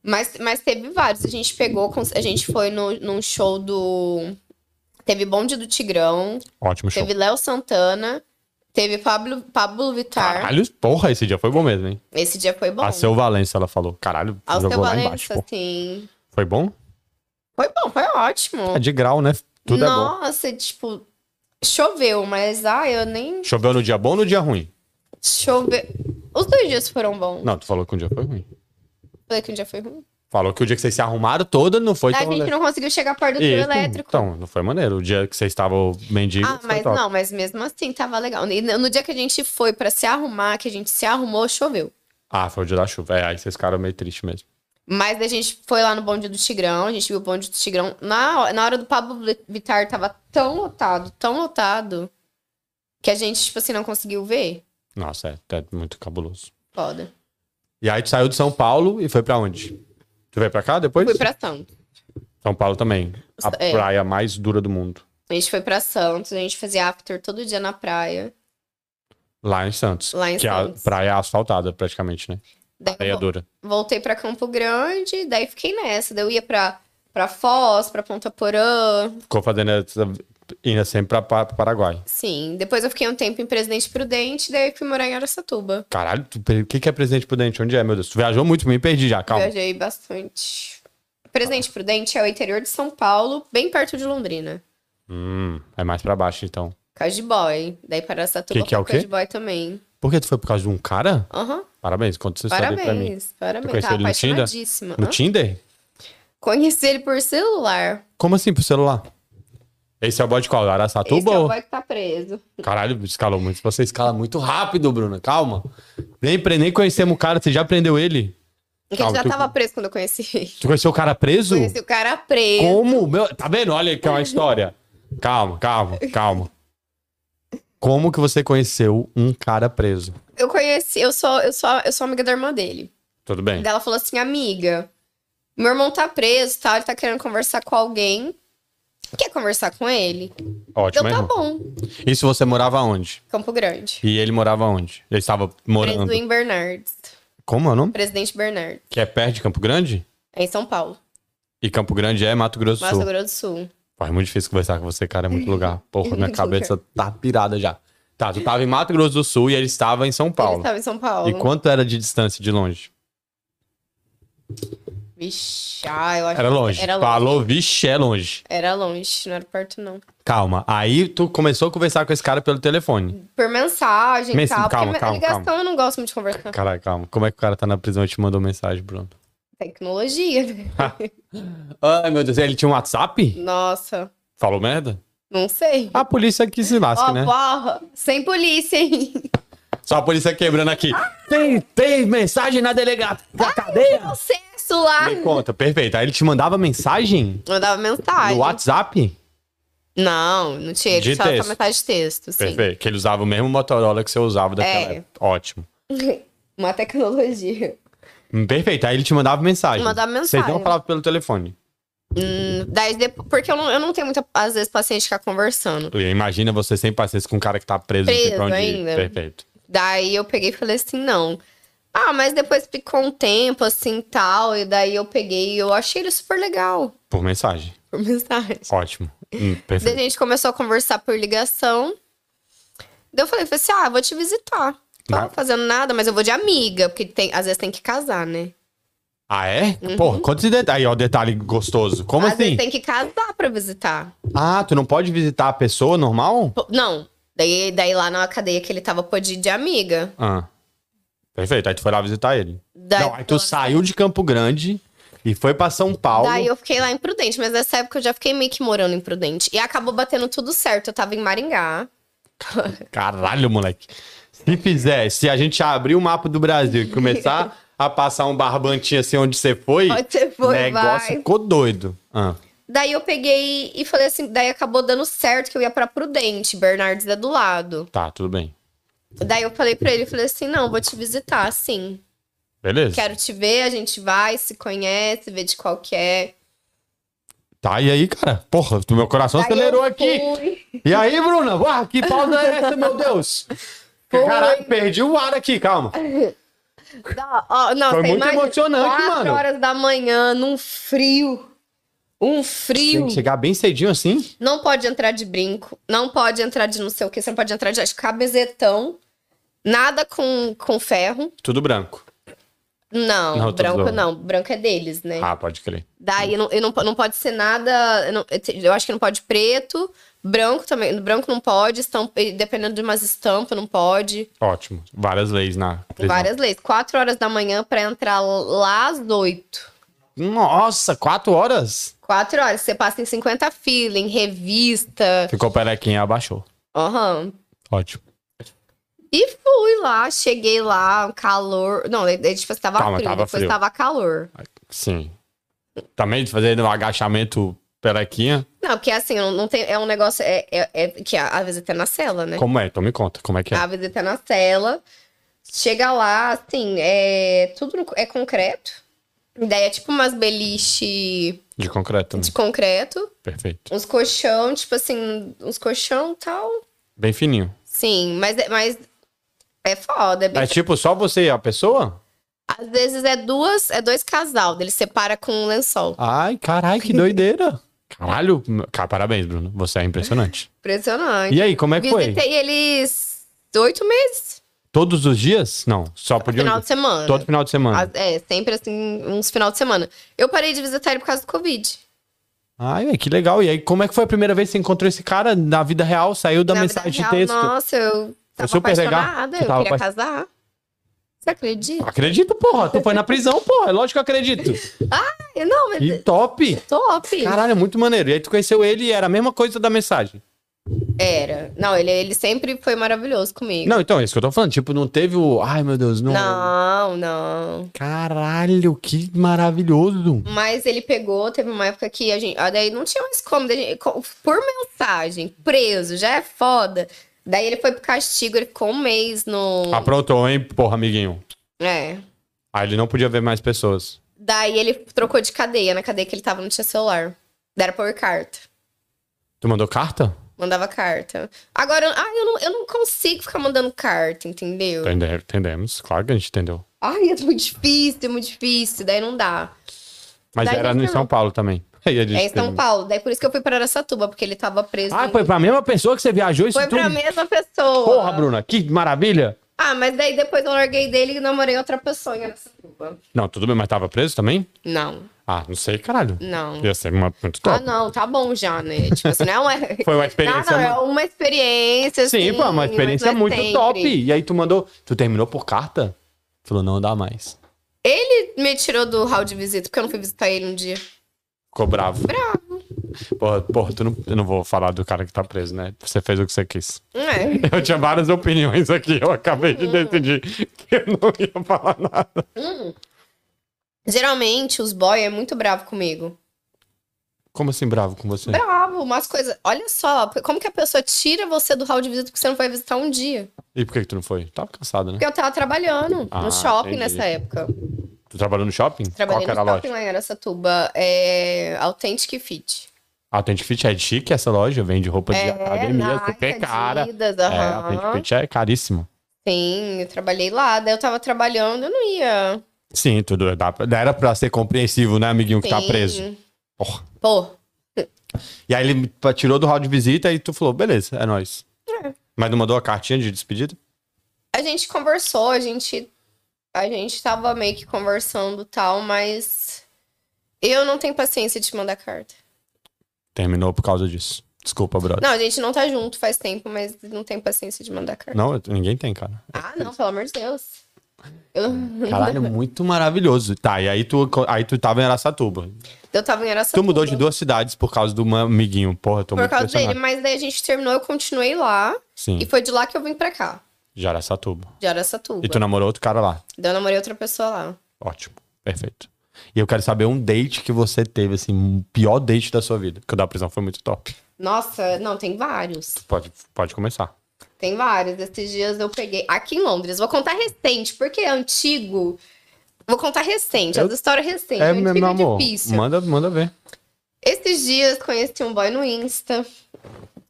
Mas, mas teve vários. A gente pegou, cons- a gente foi no, num show do Teve Bonde do Tigrão, Ótimo show. teve Léo Santana, teve Pablo, Pablo Vittar. Caralho, porra, esse dia foi bom mesmo, hein? Esse dia foi bom. A seu Valença, ela falou. Caralho, Ao seu jogou lá embaixo. Valença, pô. assim. Foi bom? Foi bom, foi ótimo. É de grau, né? Tudo é bom. Nossa, tipo, choveu, mas ah, eu nem Choveu no dia bom ou no dia ruim? choveu. Os dois dias foram bons. Não, tu falou que um dia foi ruim. Falei que um dia foi ruim. Falou que o dia que vocês se arrumaram todo não foi a tão gente le- não conseguiu chegar perto do trio Isso, elétrico. Então, não foi maneiro. O dia que vocês estavam mendigo. ah, foi mas top. não, mas mesmo assim tava legal. E no dia que a gente foi pra se arrumar, que a gente se arrumou, choveu. Ah, foi o dia da chuva. É, aí vocês ficaram meio tristes mesmo. Mas a gente foi lá no bonde do Tigrão, a gente viu o bonde do Tigrão. Na, na hora do Pablo Vittar tava tão lotado, tão lotado, que a gente, tipo assim, não conseguiu ver. Nossa, é, é muito cabuloso. Foda. E aí tu saiu de São Paulo e foi pra onde? Tu veio pra cá depois? Fui pra Santos. São Paulo também. A É. praia mais dura do mundo. A gente foi pra Santos, a gente fazia after todo dia na praia, Lá em Santos. lá em que Santos. Tá a praia é asfaltada, praticamente, né? Daí Praia eu vo- dura. voltei pra Campo Grande, daí fiquei nessa. Daí eu ia pra, pra Foz, pra Ponta Porã, Ficou fazendo essa... Indo sempre pra, Pa- Paraguai. Sim, depois eu fiquei um tempo em Presidente Prudente, daí fui morar em Araçatuba. Caralho, tu per- o que que é Presidente Prudente? Onde é, meu Deus? Tu viajou muito, me perdi já, calma. Viajei bastante. Presidente Prudente é o interior de São Paulo, bem perto de Londrina. Hum, é mais pra baixo, então. Cajiboy. Daí para Araçatuba Que que é o foi quê? Cajiboy também. Por que tu foi por causa de um cara? Aham, Parabéns, conta essa história aí pra mim. parabéns, parabéns. conheceu Tava ele no Tinder? apaixonadíssima. No Hã? Tinder? Conheci ele por celular. Esse Como assim, pro celular? Esse é o boy de qual? Araçatuba é o ou... boy que tá preso. Caralho, escalou muito. Você escala muito rápido, Bruna. Calma. Nem, pre- nem conhecemos o cara, você já prendeu ele? Porque ele Calma, já tu- tava preso quando eu conheci ele. Tu conheceu o cara preso? Conheci o cara preso. Como? Meu, tá vendo? Olha aí que é uma história. Calma, calma, calma. Como que você conheceu um cara preso? Eu conheci, eu sou, eu sou, eu sou amiga da irmã dele. Tudo bem. Daí ela falou assim, amiga, meu irmão tá preso, tá? Ele tá querendo conversar com alguém. Quer conversar com ele? Ótimo, Então tá irmão. bom. Isso você morava onde? Campo Grande. E ele morava onde? Ele estava Preso morando. em Bernardes. Como é o nome? Presidente Bernardes. Que é perto de Campo Grande? É em São Paulo. E Campo Grande é Mato Grosso do Mato Sul. Grosso do Sul. Pô, é muito difícil conversar com você, cara. É muito lugar. Porra, minha Muito cabeça tá pirada já. Tá, tu tava em Mato Grosso do Sul e ele estava em São Ele Paulo. estava em São Paulo. E quanto era de distância de longe? Vixe, ah, eu acho Era que longe. Era longe. Falou, vixe, é longe. Era longe, não era perto, não. Calma. Aí tu começou a conversar com esse cara pelo telefone. Por mensagem e Mensagem, tal. assim, calma, porque calma, ligação calma. eu não gosto muito de conversar. Caralho, calma. Como é que o cara tá na prisão e te mandou mensagem, Bruno? Tecnologia, né? Ai, meu Deus. Ele tinha um WhatsApp? Nossa, Falou merda? não sei. A polícia que se Ó, lasque, né? porra, sem polícia, hein? Só a polícia quebrando aqui. Tem, tem mensagem na delegada da cadeia. Processo lá. Me conta, perfeito. Aí ele te mandava mensagem Mandava mensagem. no WhatsApp? Não, não tinha. De Ele só texto. só metade de texto, sim. Perfeito. Que ele usava o mesmo Motorola que você usava daquela É. época. Ótimo. Uma tecnologia. Hum, Perfeito. Aí ele te mandava mensagem. Mandava Vocês mensagem. não falavam pelo telefone. Hum, Daí, depo- porque eu não, eu não tenho muita, às vezes, paciência de ficar conversando. E Imagina você sem paciência com um cara que tá preso, não tem pra Preso onde ir. ainda. Perfeito. Daí eu peguei e falei assim, não. Ah, mas depois ficou um tempo, assim, tal. E daí eu peguei e eu achei ele super legal. Por mensagem. Por mensagem. Ótimo. Hum, Daí perfeito. a gente começou a conversar por ligação. Daí eu falei, falei assim, ah, eu vou te visitar. Tô Mas- fazendo nada, mas eu vou de amiga. Porque tem, às vezes tem que casar, né? Ah, é? Uhum. Porra, quantos detalhes. Aí, ó, detalhe gostoso. Como às assim? vezes tem que casar pra visitar. Ah, tu não pode visitar a pessoa normal? Pô, Não. Daí, daí lá na cadeia que ele tava podia ir de amiga. Ah. Perfeito. Aí tu foi lá visitar ele. Daí, não, aí tu saiu de Campo Grande e foi pra São Paulo. Daí eu fiquei lá em Prudente, mas nessa época eu já fiquei meio que morando em Prudente. E acabou batendo tudo certo. Eu tava em Maringá. Caralho, moleque. Se fizer, se a gente abrir o mapa do Brasil e começar a passar um barbantinho assim onde você foi, Onde você foi, negócio vai. ficou doido. Ah, Daí eu peguei e falei assim, daí acabou dando certo que eu ia pra Prudente, Bernardes é do lado. tá, tudo bem. Daí eu falei pra ele, falei assim, não, vou te visitar, sim. Beleza. Quero te ver, a gente vai, se conhece, vê de qual que é. Tá, e aí, cara? Porra, tu- meu coração Daí acelerou Tá eu aqui. fui. E aí, Bruna? Uau, que pausa é essa, meu Deus? Foi. Caralho, perdi o ar aqui, calma. Da- ó, não, Foi você muito imagina, emocionante, quatro mano. horas da manhã, num frio. Um Tem frio. que chegar bem cedinho assim. Não pode entrar de brinco. Não pode entrar de não sei o que. Você não pode entrar de cabezetão. Nada com, com ferro. Tudo branco. Não, Não, tô branco zoando. não. Branco é deles, né? Ah, pode crer. Daí não, e não, po- não pode ser nada. Eu, não- eu acho que não pode preto, branco também. Branco não pode, estampa, e dependendo de umas estampas, não pode. Ótimo. Várias leis na prisão. Várias leis. Quatro horas da manhã pra entrar lá às oito. Nossa, quatro horas? Quatro horas. Você passa em 50 fila, em revista. Ficou perequinha, abaixou. Aham. Ótimo. E fui lá, cheguei lá, um calor. Não, daí, daí, tipo, assim, tava Calma, frio, tava depois frio. tava calor. Sim. Também fazendo um agachamento perequinha. Não, porque assim, não, não tem, é um negócio. É, é- é que às vezes até na cela, né? Como é? Então me conta, como é que é? A visita na cela. Chega lá, assim, é, tudo no- é concreto. Daí é tipo umas beliche De concreto, né? de concreto. Perfeito. Uns colchão, tipo assim, uns colchão e tal. Bem fininho. Sim, mas, é- mas é foda. É bem... É tipo só você e a pessoa? Às vezes é duas, é dois casal, ele separa com um lençol. Ai, caralho, que doideira. Caralho, cara, parabéns, Bruno. Você é impressionante. Impressionante. E aí, como é que foi? Visitei eles oito meses, Todos os dias? Não, só podia. final de semana. Todo final de semana. As- É, sempre assim, uns final de semana. Eu parei de visitar ele por causa do Covid. Ai, ué, que legal. E aí, como é que foi a primeira vez que você encontrou esse cara na vida real? Saiu da Na vida mensagem de real, texto. É Nossa, eu tava super legal. apaixonada, Você eu tava queria apa- casar. Você acredita? Acredito, porra. Tu foi na prisão, porra. É lógico que eu acredito. Eu, Não, mas Que top. top. Caralho, é muito maneiro. E aí tu conheceu ele e era a mesma coisa da mensagem. Era. Não, ele, ele sempre foi maravilhoso comigo. Não, então, é isso que eu tô falando. Tipo, não teve o... Ai, meu Deus, não. Não, não. Caralho, que maravilhoso. Mas ele pegou, teve uma época que a gente. ah, Daí não tinha mais como. daí a gente- co- por mensagem, preso, já é foda. Daí ele foi pro castigo, ele ficou um mês no. Aprontou, hein, porra, amiguinho. É. Aí ele não podia ver mais pessoas. Daí ele trocou de cadeia. Na cadeia que ele tava não tinha celular. Daí Era por carta. Tu mandou carta? Mandava carta. Agora, ah, eu não, eu não consigo ficar mandando carta, entendeu? Entende- Entendemos, claro que a gente entendeu. Ai, é muito difícil, é muito difícil. Daí não dá. Mas Daí era não em deu. São Paulo também. Aí a gente É em São entendeu. Paulo. Daí por isso que eu fui pra Aracatuba, porque ele tava preso. Ah, em- foi pra mesma pessoa que você viajou isso Foi tudo? pra mesma pessoa. Porra, Bruna, que maravilha. Ah, mas daí depois eu larguei dele e namorei outra pessoa em Aracatuba. Não, tudo bem, mas tava preso também? Não, Ah, não sei, caralho. não. Ia ser uma, muito Ah, top. não, tá bom já, né? Tipo assim, não é. Foi uma experiência... Não, não, é uma experiência. Sim, assim, pô, uma mas experiência não é muito sempre. top. E aí tu mandou... Tu terminou por carta? Falou, não dá mais. Ele me tirou do hall de visita, porque eu não fui visitar ele um dia. Ficou bravo. Bravo. Porra, porra tu não, eu não vou falar do cara que tá preso, né? Você fez o que você quis. É. Eu tinha várias opiniões aqui, eu acabei de decidir que eu não ia falar nada. Hum. Geralmente, os boy é muito bravo comigo. Como assim, bravo com você? Bravo, umas coisas. Olha só, como que a pessoa tira você do hall de visita porque você não vai visitar um dia? E por que, que tu não foi? Tava cansado, né? Porque eu tava trabalhando Ah, no shopping entendi. nessa época. Tu trabalhou no shopping? Trabalhei Qual que era a no shopping loja? lá em Aracatuba. É... Authentic Fit. A Authentic Fit é chique essa loja, vende roupa de É, academia, Nike, super cara. Adidas, É, a aham. Authentic Fit é caríssima. Sim, eu trabalhei lá. Daí eu tava trabalhando, eu não ia. Sim, tudo. dá pra- Era pra ser compreensivo, né, amiguinho que tá Sim. preso? Porra. Pô, E aí ele pa- tirou do hall de visita e tu falou, beleza, é nóis. Mas não mandou a cartinha de despedida? a gente conversou, a gente a gente tava meio que conversando e tal, mas eu não tenho paciência de te mandar carta. Terminou por causa disso. Desculpa, brother. Não, a gente não tá junto faz tempo, mas não tenho paciência de mandar carta. Não, eu- ninguém tem, cara. Ah, é. não, pelo amor de Deus. Eu, Caralho, muito maravilhoso. Tá, e aí tu, aí tu tava em Araçatuba. eu tava em Araçatuba. Tu mudou de duas cidades por causa do ma- amiguinho. Porra, eu tô Por muito causa impressionado. dele, mas daí a gente terminou, eu continuei lá. Sim, E foi de lá que eu vim pra cá, de Araçatuba. de Araçatuba. E tu namorou outro cara lá. Daí eu namorei outra pessoa lá. Ótimo, perfeito. E eu quero saber um date que você teve, assim, um pior date da sua vida. Porque o da prisão foi muito top. Nossa, não, tem vários. Pode, pode começar. Tem vários. Esses dias eu peguei. Aqui em Londres, vou contar recente, porque é antigo. Vou contar recente, Eu- as histórias recentes. É, antigo meu amor. difícil. Manda, manda ver. Esses dias conheci um boy no Insta.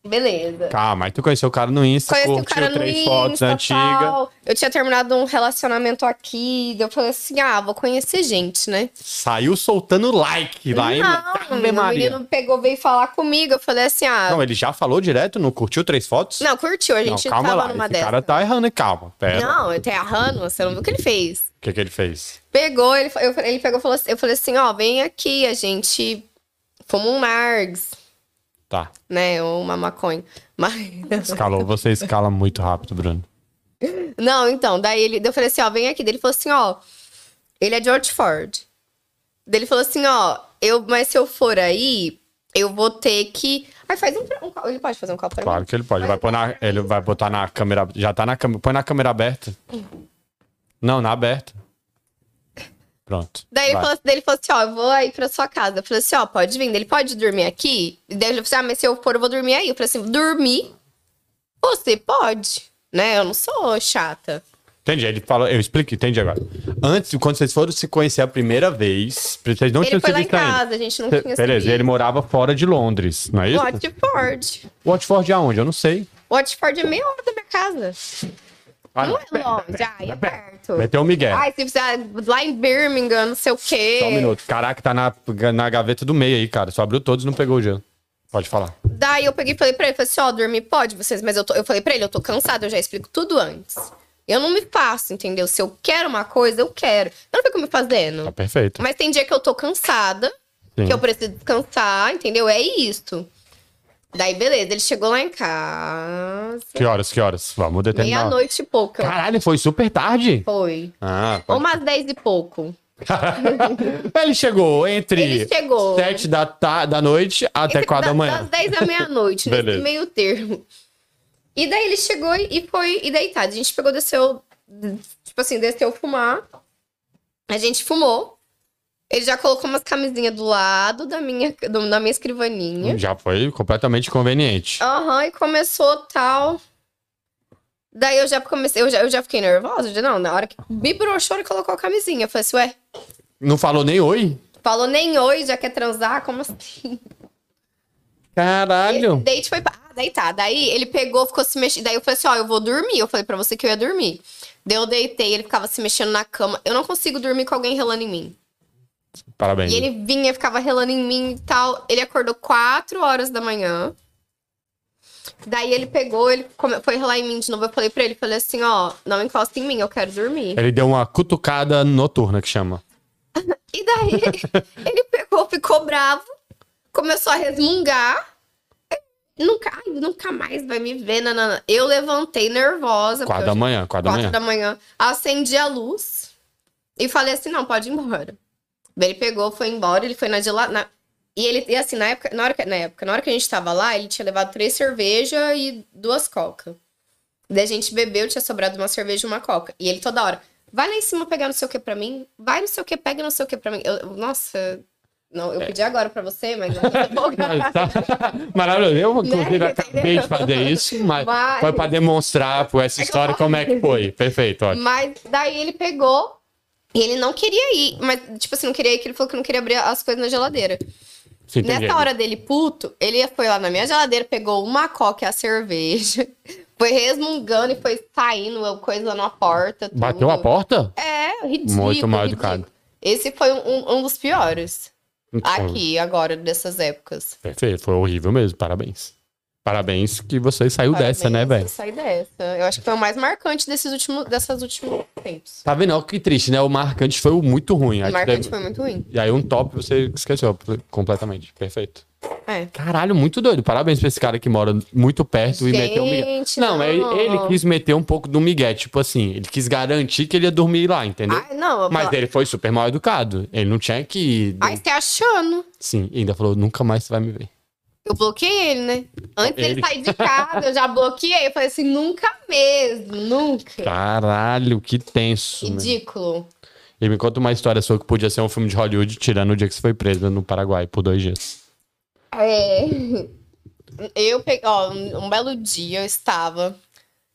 Beleza. Tá, mas tu conheceu o cara no Insta, Conheci o curtiu cara no três Insta, fotos antigas. tal. Eu tinha terminado um relacionamento aqui. Daí eu falei assim, ah, vou conhecer gente, né? Saiu soltando like lá, hein? não, Ave o Maria. menino pegou, veio falar comigo. Eu falei assim, ah... Não, ele já falou direto, não curtiu três fotos? Não, curtiu, a gente tava numa esse dessa. cara tá errando, hein? calma, pera. Não, eu tô errando, você não viu o que ele fez. O que que ele fez? Pegou, ele, fa- eu, ele pegou e falou assim, eu falei assim, ó, vem aqui, a gente fuma um Margs, Tá, né, ou uma maconha. Mas, escalou. Você escala muito rápido, Bruno. não, então, daí ele, daí eu falei assim, ó, vem aqui. Daí ele falou assim, ó, ele é de Ortford. Daí ele falou assim, ó, eu, mas se eu for aí, eu vou ter que... Ai, faz um, pra- um cal- ele pode fazer um copo pra mim? Claro que ele pode. Vai pôr na, ele vai botar na câmera. Já tá na câmera. Põe na câmera aberta. Não, na aberta. Pronto. Daí ele, vai. falou, assim- daí ele falou assim, ó, eu vou aí pra sua casa. Eu falei assim, ó, pode vir. Daí Ele pode dormir aqui? E Daí ele falou assim, ah, mas se eu for, eu vou dormir aí. Eu falei assim, dormir? Você pode, né? Eu não sou chata. Entendi. Ele falou. Eu expliquei, entendi agora. Antes, quando vocês foram se conhecer a primeira vez, vocês não ele tinham foi se lá em visto ainda. casa, a gente não Cê- tinha tá Beleza, e ele sabido. morava fora de Londres, não é isso? Watford. Watford é onde? Eu não sei. Watford é meia hora da minha casa. Ah, não é longe, ai, é perto. Meteu o um Miguel. Ai, se precisar, lá em Birmingham, não sei o quê. Só um minuto. Caraca, tá na, na gaveta do meio aí, cara. Só abriu todos e não pegou o gelo. Pode falar. Daí eu peguei e falei pra ele, falei assim, ó, dormir pode vocês, mas eu, tô, eu falei pra ele, eu tô cansada, eu já explico tudo antes. Eu não me passo, entendeu? Se eu quero uma coisa, eu quero. Eu não fico me Tá fazendo. perfeito. Mas tem dia que eu tô cansada, Sim. que eu preciso descansar, entendeu? É isso. Daí, beleza, ele chegou lá em casa, Que horas, que horas? Vamos determinar. meia-noite e pouca. Caralho, foi super tarde. Foi. Ah, Ou pode... umas dez e pouco. Ele chegou entre Ele chegou. sete da, ta- da noite até Esse- quatro da da- manhã. Das 10 da meia-noite, nesse Beleza. meio termo. E daí ele chegou e e foi. E daí tá, a gente pegou, desceu. Tipo assim, desceu fumar. A gente fumou. Ele já colocou umas camisinhas do lado da minha, do- da minha escrivaninha. Já foi completamente conveniente. Aham, e começou tal. Daí eu já comecei, eu já, eu já fiquei nervosa. Eu já, não, na hora que me broxou, ele colocou a camisinha. Eu falei assim, ué, Não falou nem oi? falou nem oi, já quer transar? Como assim? Caralho. Daí, tipo, ele- ah, daí tá. Daí ele pegou, ficou se mexendo. Daí eu falei assim: ó, eu vou dormir. Eu falei pra você que eu ia dormir. Daí eu deitei, ele ficava se mexendo na cama. Eu não consigo dormir com alguém relando em mim. Parabéns. E ele vinha, ficava relando em mim e tal. Ele acordou 4 horas da manhã. Daí ele pegou, ele come- foi relar em mim de novo. Eu falei pra ele, falei assim, ó, não encosta em mim, eu quero dormir. Ele deu uma cutucada noturna que chama. E daí ele pegou, ficou bravo, começou a resmungar. Nunca, ai, nunca mais vai me ver. Nanana. Eu levantei nervosa. Quatro porque da eu- manhã, quatro da quatro manhã. da manhã. Acendi a luz e falei assim: não, pode ir embora. Daí Ele pegou, foi embora, ele foi na geladeira. E ele, e assim, na época, na, hora que, na época, na hora que a gente tava lá, ele tinha levado três cervejas e duas coca. Daí a gente bebeu, tinha sobrado uma cerveja e uma coca. E ele toda hora, vai lá em cima pegar não sei o que pra mim, vai não sei o que, pega não sei o que pra mim. Eu- eu- nossa, não, É. eu pedi agora pra você, mas. Mas tá- Maravilhoso. Eu, inclusive, Né? acabei de fazer isso, mas Mas- foi pra demonstrar pô, essa É que eu história faço- como é que foi. Perfeito, ótimo. Mas daí ele pegou e ele não queria ir. Mas, tipo assim, não queria ir, que ele falou que não queria abrir as coisas na geladeira. Sim, entendi. Nessa hora dele puto, ele foi lá na minha geladeira, pegou uma coca e a cerveja, foi resmungando e foi saindo coisa na porta. tudo. Bateu a porta? É, ridículo. Muito mal ridículo. educado. Esse foi um, um dos piores. É, Aqui, agora, dessas épocas. Então, Perfeito, foi horrível mesmo, parabéns. Parabéns que você saiu dessa, né, Parabéns, velho? eu Saí é dessa. Eu acho que foi o mais marcante desses últimos, dessas últimos tempos. Tá vendo? Ó, Que triste, né? O marcante foi o muito ruim. O Aí marcante deve- foi muito ruim. E aí um top você esqueceu completamente. Perfeito. É. Caralho, muito doido. Parabéns pra esse cara que mora muito perto e meteu um migué. Gente, Não, mas ele, não. ele quis meter um pouco do migué. Tipo assim, ele quis garantir que ele ia dormir lá, entendeu? Ai, não, eu Mas falo- ele foi super mal educado. Ele não tinha que. Ai, você tá achando. Sim, e ainda falou, nunca mais você vai me ver. Eu bloqueei ele, né? Antes dele Ele- sair de casa, eu já bloqueei. Eu falei assim, nunca mesmo, Tá, nunca. Caralho, que tenso. né? Ridículo. E me conta uma história sua que podia ser um filme de Hollywood, tirando o dia que você foi presa no Paraguai por dois dias. É, Eu peguei, ó, um um belo dia eu estava.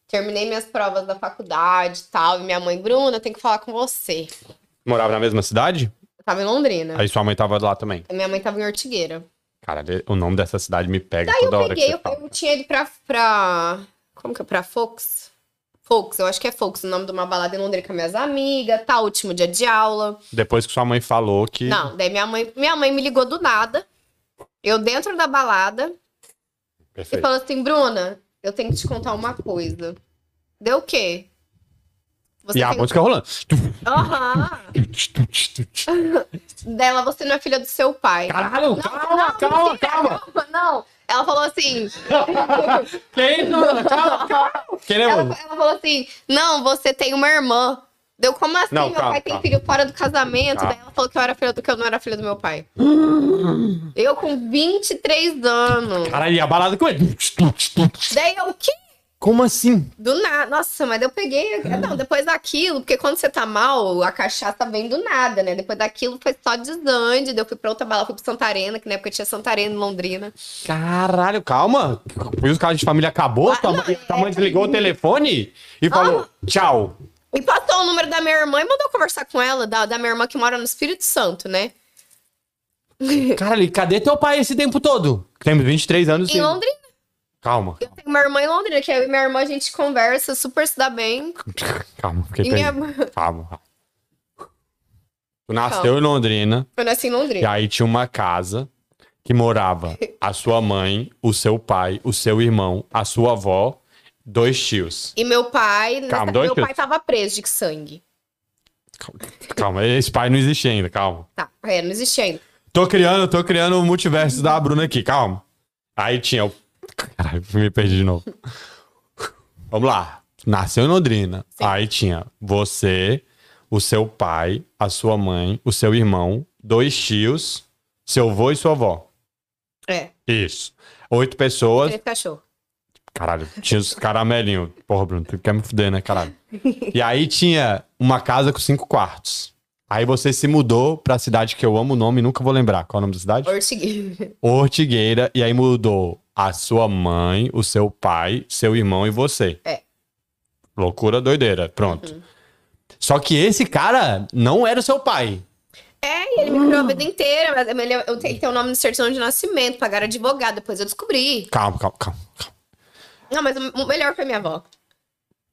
Terminei minhas provas da faculdade e tal. E minha mãe, Bruna, eu tenho que falar com você. Morava na mesma cidade? Eu tava em Londrina. Aí sua mãe tava lá também. Minha mãe tava em Ortigueira. Cara, o nome dessa cidade me pega Daí toda eu hora que peguei, você eu, fala. eu tinha ido pra, pra. Como que é? Pra Fox? Fox, eu acho que é Fox, o nome de uma balada em Londrina com minhas amigas, tá? Último dia de aula. Depois que sua mãe falou que... Não, daí minha mãe, minha mãe me ligou do nada. Eu dentro da balada e Perfeito. falou assim, Bruna, eu tenho que te contar uma coisa. Deu o quê? Você E a tem- música rolando. Aham. Dela, você não é filha do seu pai. Caralho, calma, não, calma, mentira, calma. calma, Não, ela falou assim. Que é isso, Bruna? Calma, calma. é Ela, Queremos. ela falou assim: Não, você tem uma irmã. Deu como assim? Não, meu calma, pai calma. tem filho fora do casamento. Calma. Daí ela falou que eu era filha do que eu não era filha do meu pai. eu com 23 anos. Caralho, e a balada com ele. Daí eu, que? Como assim? Do nada. Nossa, mas eu peguei. Uhum. eh, Não, depois daquilo, porque quando você tá mal, a cachaça vem do nada, né? Depois daquilo foi só desande. Daí eu fui pra outra bala, fui pra Santa Arena, que na época tinha Santa Arena em Londrina. Caralho, calma. Por isso que a de família acabou, Ah, tua não, mãe, tua é- Ah. mãe desligou o telefone e falou tchau. E passou o número da minha irmã e mandou conversar com ela, da, da minha irmã que mora no Espírito Santo, né? Caralho, e cadê teu pai esse tempo todo? Temos 23 anos Em e- Londrina. Calma, Eu tenho uma irmã em Londrina, que eu e minha irmã a gente conversa, super se dá bem. calma, fiquei E minha... perdido. Calma, calma. Tu nasceu em Londrina, Eu nasci em e Londrina. aí tinha uma casa que morava a sua mãe, o seu pai, o seu irmão, a sua avó, dois tios. E meu pai. nessa- Calma, dois meu pai minutos. tava preso de sangue. Calma, esse pai não existe ainda, calma. Tá, é, não existia ainda. Tô criando, tô criando o multiverso da Bruna aqui, calma. Aí tinha o. Caralho, me perdi de novo. Vamos lá. Nasceu em Londrina. Aí tinha você, o seu pai, a sua mãe, o seu irmão, dois tios, seu avô e sua avó. É, Isso. Oito pessoas. três cachorro. Caralho, tinha os caramelinhos. Porra, Bruno, tu quer me fuder, né, caralho? E aí tinha uma casa com cinco quartos. Aí você se mudou pra cidade que eu amo o nome e nunca vou lembrar. Qual é o nome da cidade? Ortigui. Ortigueira, e aí mudou a sua mãe, o seu pai, seu irmão e você. É. Uhum. Loucura doideira, pronto. Só que esse cara não era o seu pai. É, e ele me criou a vida inteira, mas ele- eu tenho que ter o nome no certidão de nascimento, pagar advogado, depois eu descobri. Calma, calma, calma. calma. Não, mas o melhor foi minha avó.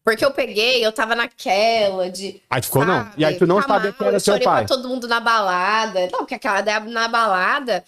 Porque eu peguei, eu tava naquela de. Aí tu ficou, não. E aí tu sabe, não tá sabia mal, que era eu seu chorei pai. pra todo mundo na balada. Não, porque aquela da- na balada,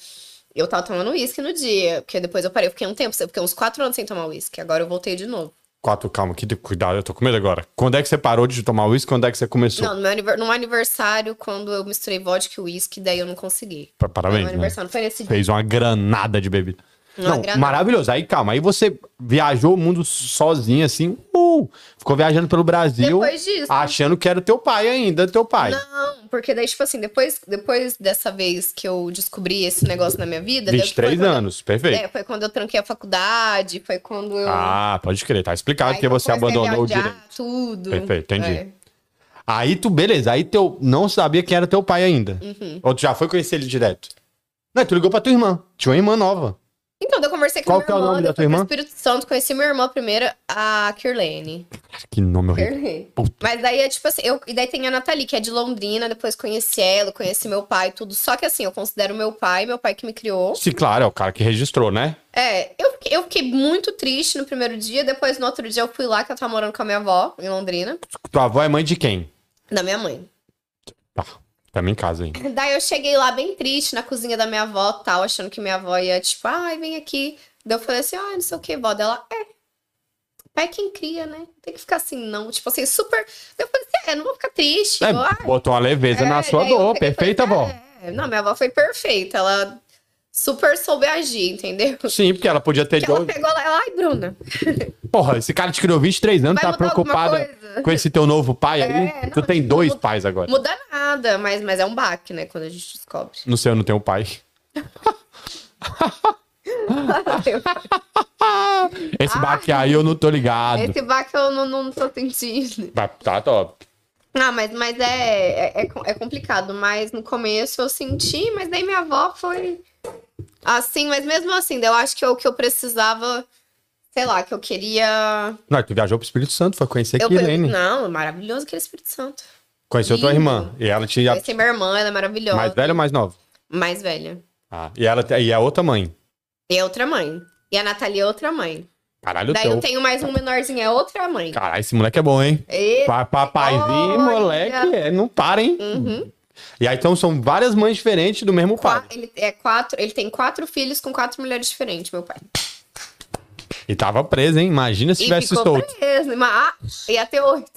eu tava tomando uísque no dia. Porque depois eu parei, eu fiquei um tempo, eu fiquei uns quatro anos sem tomar uísque. Agora eu voltei de novo. Quatro, calma, que de- cuidado, eu tô com medo agora. Quando é que você parou de tomar uísque? Quando é que você começou? Não, no meu aniver- num aniversário, quando eu misturei vodka e uísque, daí eu não consegui. Pa- Foi no Parabéns. meu né? É um aniversário, não foi nesse dia. Fez uma granada de bebida. Uma não, granada. maravilhoso. Aí, calma, aí você viajou o mundo sozinho, assim, uh, ficou viajando pelo Brasil. Depois disso. achando que era teu pai ainda, teu pai. Não, porque daí, tipo assim, depois, depois dessa vez que eu descobri esse negócio na minha vida. daí foi 23 quando- anos, perfeito. É, foi quando eu tranquei a faculdade, foi quando eu. Ah, pode crer, tá explicado aí porque que eu você comecei a abandonou o viajar, direito. Tudo. Perfeito, entendi. É. Aí tu, beleza, aí teu não sabia quem era teu pai ainda. Uhum. Ou tu já foi conhecer ele direto? Não, tu ligou pra tua irmã. Tinha uma irmã nova. Então, daí eu conversei com Qual a que é minha o irmã, nome daí da eu tua fui pro irmã? Espírito Santo, conheci minha irmã primeiro, a Kirlene. Que nome horrível. Kirlene. Puta. Mas daí é tipo assim, eu, e daí tem a Nathalie, que é de Londrina, depois conheci ela, conheci meu pai, tudo. Só que assim, eu considero meu pai, meu pai que me criou. Sim, claro, é o cara que registrou, né? É, eu, fiquei- eu fiquei muito triste no primeiro dia, depois no outro dia eu fui lá, que eu tava morando com a minha avó, em Londrina, Tua avó é mãe de quem? da minha mãe. Tá, tamo em casa ainda. Daí eu cheguei lá bem triste na cozinha da minha avó, tal, achando que minha avó ia, tipo, ai, vem aqui. Daí eu falei assim, ai, não sei o que, vó dela. É. Pai é quem cria, né? Não tem que ficar assim, não. Tipo assim, super. Daí eu falei assim, é, não vou ficar triste. É, vou, ai, botou uma leveza na é, sua daí eu dor, peguei e perfeita falei, avó. É. Não, minha avó foi perfeita. Ela super soube agir, entendeu? Sim, porque ela podia ter. Porque ela dor. pegou lá, ela, ai, Bruna, Porra, esse cara te criou 23 anos, vai tá mudar alguma preocupada coisa? com esse teu novo pai aí? É, tu não, tem não dois muda- pais agora. Muda nada, mas, mas é um baque, né? Quando a gente descobre. No seu eu não tenho pai. Esse baque aí eu não tô ligado. Esse baque eu não, não tô sentindo. Tá, tá top. Ah, mas, mas é, é, é com- é complicado. Mas no começo eu senti, mas daí minha avó foi assim, mas mesmo assim, daí eu acho que o que eu precisava, sei lá, que eu queria. Não, tu viajou pro Espírito Santo, foi conhecer Eu, Kirlene. não, é maravilhoso aquele Espírito Santo. Conheceu tua Lindo. irmã. E ela tinha Essa é minha irmã, ela é maravilhosa. mais velha ou mais nova? Mais velha. Ah, e ela te- e é outra mãe. É outra mãe. E a Nathalie é outra mãe. Caralho, Daí eu teu. tenho mais um menorzinho, é outra mãe. Caralho, esse moleque é bom, hein? E... Pa- Papaizinho, Olha. moleque, é, não para, hein? Uhum. E aí, então, são várias mães diferentes do mesmo pai. Qua- Ele, é quatro, ele tem quatro filhos com quatro mulheres diferentes, meu pai. E tava preso, hein? Imagina se e tivesse ficou solto. preso. Mas, ah, ia ter oito.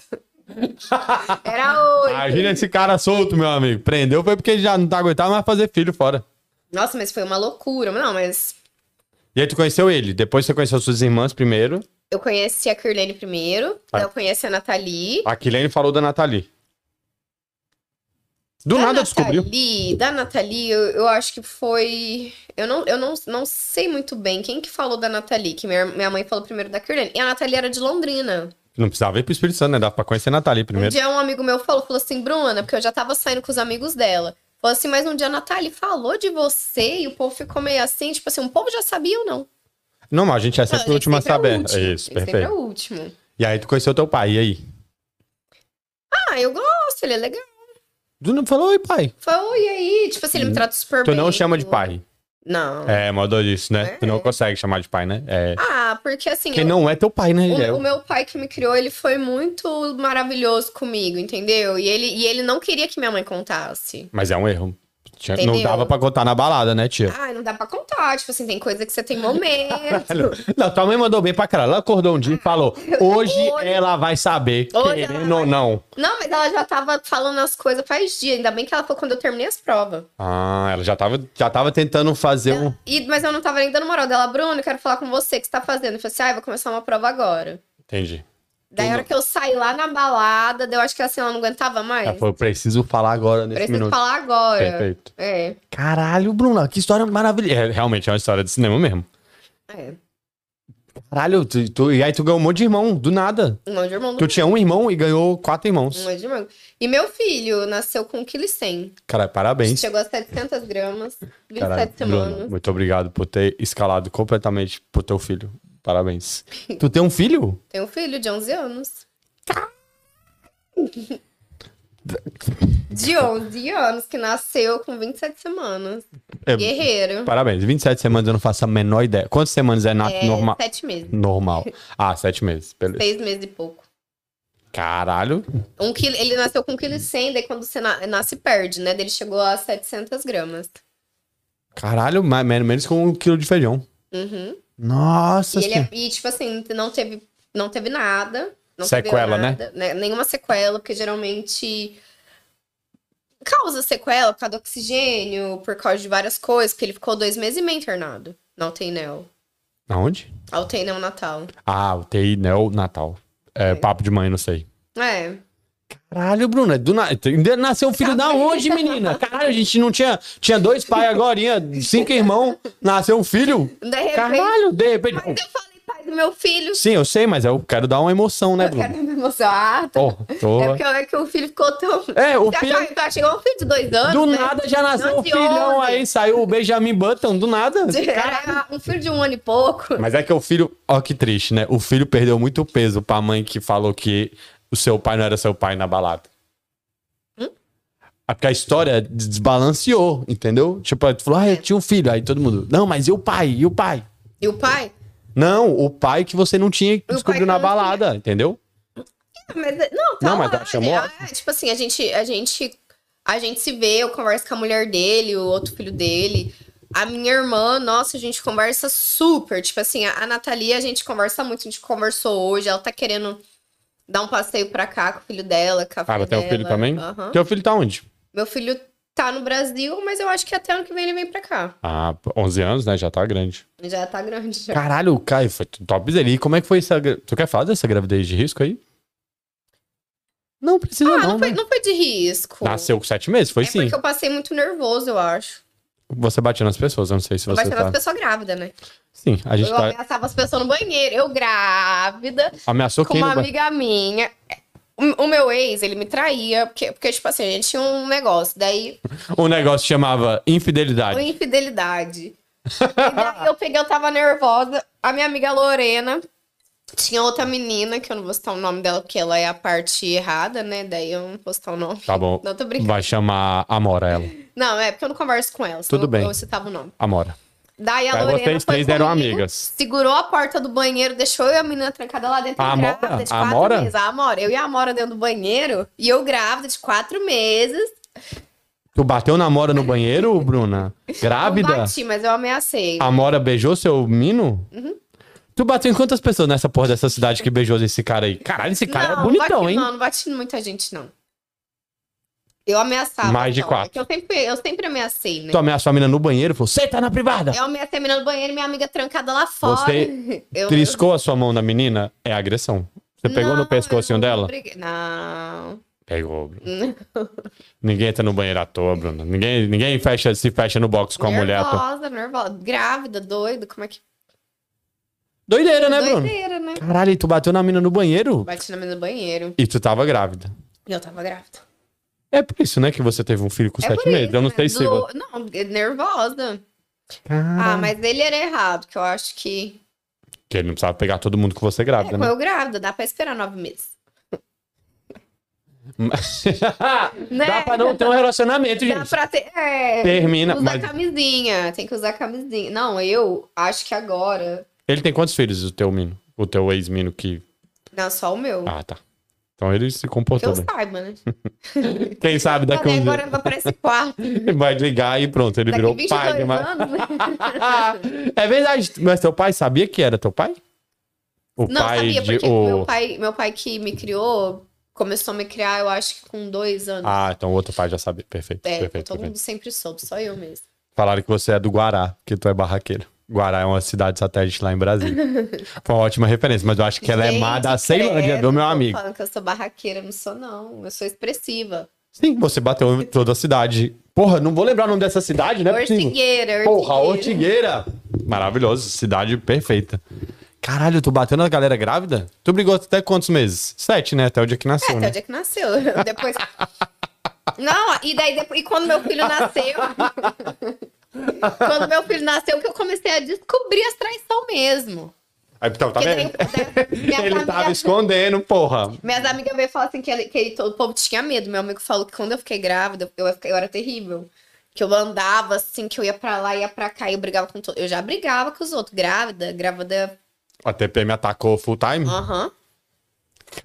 Era oito. Imagina esse cara solto, meu amigo. Prendeu foi porque ele já não tá aguentando mais fazer filho fora. Nossa, mas foi uma loucura. Não, mas E aí, tu conheceu ele. Depois você conheceu suas irmãs primeiro. eu conheci a Kirlene primeiro, Ah. daí eu conheci a Nathalie. A Kilene falou da Nathalie. Do Da nada descobriu. Nathalie- Da Nathalie, eu, eu acho que foi. Eu, não, eu não, não sei muito bem quem que falou da Nathalie, que minha, minha mãe falou primeiro da Kirlene. E a Nathalie era de Londrina. Não precisava ir pro Espírito Santo, né? Dava pra conhecer a Nathalie Um primeiro. dia um amigo meu falou, falou assim, Bruna, porque eu já tava saindo com os amigos dela. Falou assim, mas um dia a Natália falou de você e o povo ficou meio assim, tipo assim, o povo já sabia ou não. Não, mas a gente é sempre Não, o ele último a sempre é o saber. último, Isso, ele Sempre é perfeito. o último. E aí, tu conheceu teu pai. E aí? Ah, eu gosto, ele é legal. Tu não falou, oi, pai. Falou, e aí? Tipo assim, ele me trata Tu super bem. Uhum. Então não chama de pai. Não. É, mudou disso, né? É. Tu não consegue chamar de pai, né? É. Ah, porque assim, Porque eu- não é teu pai, né? Ele é o, o meu pai que me criou, ele foi muito maravilhoso comigo, entendeu? E ele, e ele não queria que minha mãe contasse. Mas é um erro. Tinha- Não Entendeu? dava pra contar na balada, né, tia? Ai, não dá pra contar, tipo assim, tem coisa que você tem momento. Não, tua mãe mandou bem pra caralho. Ela acordou um dia e falou: hoje Hoje- ela vai saber, Hoje ela querendo ou não. Não, mas ela já tava falando as coisas faz dia. Ainda bem que ela foi quando eu terminei as provas. Ah, ela já tava, já tava tentando fazer um. E, mas eu não tava nem dando moral dela. Bruno, eu quero falar com você, o que você tá fazendo? Eu falei assim, ai, vou começar uma prova agora. Entendi. Daí, a hora que eu saí lá na balada, daí eu acho que assim, ela não aguentava Ela mais. falou: preciso falar agora nesse Preciso minuto. falar agora. Perfeito. É, Caralho, Bruna, que história maravilhosa. É, realmente é uma história de cinema mesmo. é. Caralho, tu, tu- e aí tu ganhou um monte de irmão, do nada. Um monte de irmão do Tu tinha um irmão e ganhou quatro um irmãos. monte de irmão. E meu filho nasceu com 1,100 Cara, parabéns. Chegou a 700 gramas, 27 Caralho, semanas. Bruna, muito obrigado por ter escalado completamente pro teu filho. Parabéns. tu tem um filho? Tenho um filho de 11 anos. De 11 anos, que nasceu com 27 semanas. É, Guerreiro. Parabéns. 27 semanas eu não faço a menor ideia. Quantas semanas é nato É, normal? 7 meses. Normal. Ah, sete meses. Beleza. 6 meses e pouco. Caralho. Um quilo, ele nasceu com 1,1 kg, daí quando você na- nasce, perde, né? Daí Ele chegou a 700 gramas. Caralho, mais, menos, menos com um quilo de feijão. Uhum. Nossa E, ele, senhora. é- e, tipo assim, não teve, não teve nada. Não Sequela, teve nada, né? Nenhuma sequela, porque geralmente causa sequela por causa do oxigênio, por causa de várias coisas, porque ele ficou dois meses e meio internado na UTI neo. Aonde? A UTI neonatal. Ah, UTI neonatal. É, papo de mãe, não sei. É. Caralho, Bruna, do na... ainda nasceu um Tá filho da onde, menina? Caralho, a gente não tinha. Tinha dois pais agora, cinco irmãos, nasceu um filho. De repente, Caralho, de repente. mas eu falei pai do meu filho. Sim, eu sei, mas eu quero dar uma emoção, né, Eu Bruno? quero me emocionar. tá? Pô, tô- É porque é que o filho ficou tão. É, o Já filho- tá- já chegou um filho de dois anos. Do né? nada já nasceu um de filhão onze. aí, saiu o Benjamin Button, do nada. É, um filho de um ano e pouco. Mas é que o filho, ó que triste, né? O filho perdeu muito peso pra mãe que falou que o seu pai não era seu pai na balada. Hum? É Porque a história des- desbalanceou, entendeu? Tipo, aí tu falou, ah, É. eu tinha um filho. Aí todo mundo, não, mas e o pai? E o pai? E o pai? Não, o pai que você não tinha que pai descobriu que na eu não tinha. balada, entendeu? Mas, não, tá Não, lá. mas ela chamou- Ah, tipo assim, a gente, a gente a gente se vê, eu converso com a mulher dele, o outro filho dele. A minha irmã, nossa, a gente conversa super. Tipo assim, a, a Nathalie, a gente conversa muito, a gente conversou hoje. Ela tá querendo dar um passeio pra cá com o filho dela, com a Ah, filha ela tem um filho dela. também? Aham. Teu filho tá onde? Meu filho tá no Brasil, mas eu acho que até ano que vem ele vem pra cá. Ah, 11 anos, né? Já tá grande. Ele Já tá grande. Já. Caralho, Caio, foi top dele. E como é que foi essa. gra- Tu quer falar dessa gravidez de risco aí? Não precisa, Ah, não. não foi, né? não foi de risco. Nasceu assim. com sete meses? Foi é sim. porque eu passei muito nervoso, eu acho. Você batia nas pessoas, eu não sei se Eu você batia tá. nas pessoas grávidas, né? Sim, a gente Eu tá. ameaçava as pessoas no banheiro. Eu grávida, Ameaçou com quem? uma no ba- amiga minha. O o meu ex, ele me traía, porque, porque, tipo assim, a gente tinha um negócio. Daí, O negócio chamava infidelidade. uma infidelidade. E daí eu peguei, eu tava nervosa. A minha amiga Lorena tinha outra menina, que eu não vou citar o nome dela, porque ela é a parte errada, né? Daí eu não vou citar o nome. Tá bom. Não, tô brincando. Vai chamar Amora ela. Não, é porque eu não converso com ela. senão Tudo bem. Eu, eu citava o nome. Amora. Daí a Aí Lorena vocês foi três eram comigo, amigas. Segurou a porta do banheiro, deixou eu e a menina trancada lá dentro. A eu Amora? grávida de A quatro Amora? meses. A Amora. Eu e a Amora dentro do banheiro. E eu grávida de quatro meses. Tu bateu na Mora no banheiro, Bruna? Não Grávida? bati, mas eu ameacei. Ah, A Mora beijou seu mino? Uhum. Tu bateu em quantas pessoas nessa porra dessa cidade que beijou esse cara aí? Caralho, esse cara é não, bonitão, bati, hein? Não, não bati em muita gente, não. Eu ameaçava. Mais de então. quatro. É que eu, sempre, eu sempre ameacei, né? Tu ameaçou a mina no banheiro e falou, senta tá na privada! Eu ameacei a menina no banheiro e minha amiga trancada lá fora. Você eu, Triscou a sua mão na menina? É agressão. Você pegou Não, no eu pescocinho não dela? briguei. Não. Pegou, Bruno. ninguém entra no banheiro à toa, Bruno. Ninguém, ninguém fecha, se fecha no box com a mulher à toa. Nervosa, nervosa. Grávida, doida, como é que... Doideira, né, Bruno? Doideira, né? Caralho, e tu bateu na mina no banheiro? Bati na menina do banheiro. E tu tava grávida. E eu tava grávida. É por isso, né, que você teve um filho com É sete por meses. isso, Eu não né? sei se... Do- Não, é nervosa. Ah, Caralho. mas ele era errado, que eu acho que... Porque ele não precisava pegar todo mundo com você É, grávida, com né? eu grávida, dá pra esperar nove meses. Né? Dá pra não ter um relacionamento, Dá gente. pra ter... É, Termina, Usar mas- camisinha, tem que usar camisinha. Não, eu acho que agora... Ele tem quantos filhos, o teu mino? O teu ex-mino que... Não, só o meu. Ah, tá. Então ele se que eu comportou bem. saiba, né? Quem sabe daqui a Falei, um agora dia eu vou pra esse quarto. ele vai ligar e pronto, ele Daqui virou 22 pai. de uma- anos, né? é verdade, mas teu pai sabia que era teu pai? O Não, pai sabia, de... porque o- meu, pai, meu pai que me criou, começou a me criar, eu acho que com dois anos. Ah, então o outro pai já sabia. Perfeito, é, perfeito, todo perfeito. mundo sempre soube, só eu mesmo. Falaram que você é do Guará, que tu é barraqueiro. Guará é uma cidade satélite lá em Brasília. Foi uma ótima referência, mas eu acho que ela é má da Ceilândia, credo, viu, meu tô amigo? falando que eu sou barraqueira, não sou não, eu sou expressiva. Sim, você bateu em toda a cidade. Porra, não vou lembrar o nome dessa cidade, né? Ortigueira, Porra, ortigueira. Ortigueira. Maravilhoso, cidade perfeita. Caralho, tu bateu na galera grávida? Tu brigou até quantos meses? Sete, né? Até o dia que nasceu, É, Até né? o dia que nasceu, depois... Não, e daí depois, e quando meu filho nasceu, quando meu filho nasceu, que eu comecei a descobrir as traições mesmo. Aí, então, tá Porque vendo? daí- daí- minha Ele tava família- escondendo, porra. Minhas amigas veio falar assim que, ele, que ele- todo o povo tinha medo. Meu amigo falou que quando eu fiquei grávida, eu, eu era terrível. Que eu andava assim, que eu ia pra lá, ia pra cá, e eu brigava com todo. Eu já brigava com os outros. Grávida, grávida. A TP me atacou full time. Aham.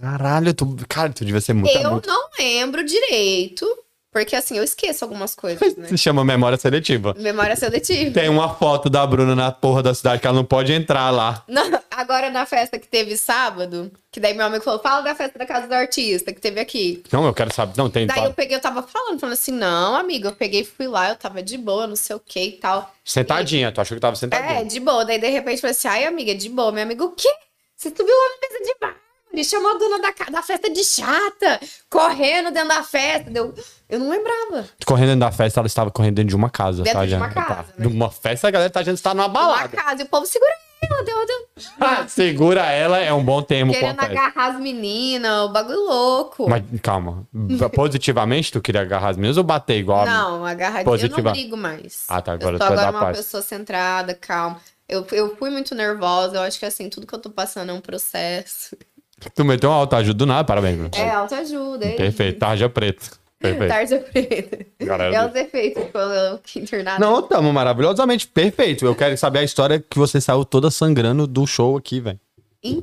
Caralho, tu... Cara, tu devia ser muito... eu muito... não lembro direito, porque assim, eu esqueço algumas coisas, né? Se chama memória seletiva. Memória seletiva. Tem uma foto da Bruna na porra da cidade que ela não pode entrar lá. Na- agora na festa que teve sábado, que daí meu amigo falou: fala da festa da casa do artista que teve aqui. Não, eu quero saber. Não, tem. tá Daí eu peguei, eu tava falando, falando assim, não, amigo, eu peguei e fui lá, eu tava de boa, não sei o que e tal. Sentadinha, tu achou que tava sentadinha. É, de boa. Daí, de repente, falei assim, ai, amiga, de boa. Meu amigo, o quê? Você subiu lá na mesa de bar, ele chamou a dona da, ca- da festa de chata, correndo dentro da festa. Deu... Eu não lembrava. Correndo dentro da festa, ela estava correndo dentro de uma casa. Dentro tá, de Jana? uma casa, Tá. né? Numa festa, a galera tá achando que você tá numa Uma balada. casa, e o povo segura ela, deu, deu, Ah, Segura ela é um bom termo pra querendo festa. agarrar as meninas, o bagulho louco. Mas calma. Positivamente, tu queria agarrar as minhas ou bater igual a mim? Não, agarrar eu Positiva. não brigo mais. Ah, tá, agora eu sou tu é da agora uma paz. pessoa centrada, calma. Eu, eu fui muito nervosa, eu acho que assim, tudo que eu tô passando é um processo. Tu meteu uma autoajuda do nada, parabéns, meu. É autoajuda, é isso. Perfeito, tarja preta. Perfeito. Tarja preta. Galera, É os efeitos que eu que internado. Não, tamo maravilhosamente perfeito. Eu quero saber a história que você saiu toda sangrando do show aqui, velho.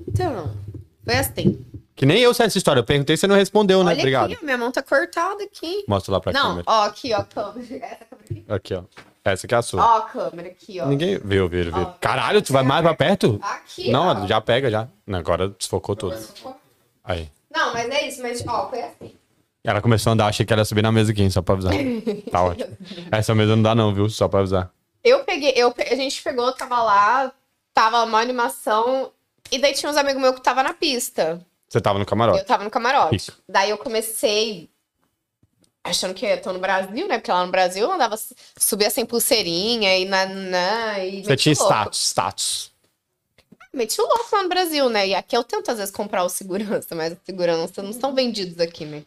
Então, foi assim. Que nem eu sei essa história. Eu perguntei e você não respondeu, né? Olha Obrigado. aqui, ó, minha mão tá cortada aqui. Mostra lá pra Não, câmera. ó, aqui, ó, a câmera. Essa câmera aqui. Aqui, ó. Essa aqui é a sua. Ó, a câmera aqui, ó. Ninguém viu, viu, viu. Ó. Caralho, tu vai mais pra perto? Aqui, Não, é ó. já pega, já. Não, agora desfocou tudo. Aí. Não, mas é isso, mas ó, foi assim. Ela começou a andar, achei que ela ia subir na mesa aqui, hein, só pra avisar. Tá ótimo. Essa mesa não dá não, viu? Só pra avisar. Eu peguei, eu, pe- a gente pegou, tava lá, tava uma animação. E daí tinha uns amigos meus que tava na pista. Você tava no camarote. Eu tava no camarote. Rico. Daí eu comecei achando que eu tô no Brasil, né? Porque lá no Brasil eu andava, subia sem pulseirinha e nanã. E Você meti tinha louco. status, status. Meti o louco lá no Brasil, né? E aqui eu tento às vezes comprar o segurança, mas os segurança não são vendidos aqui, né?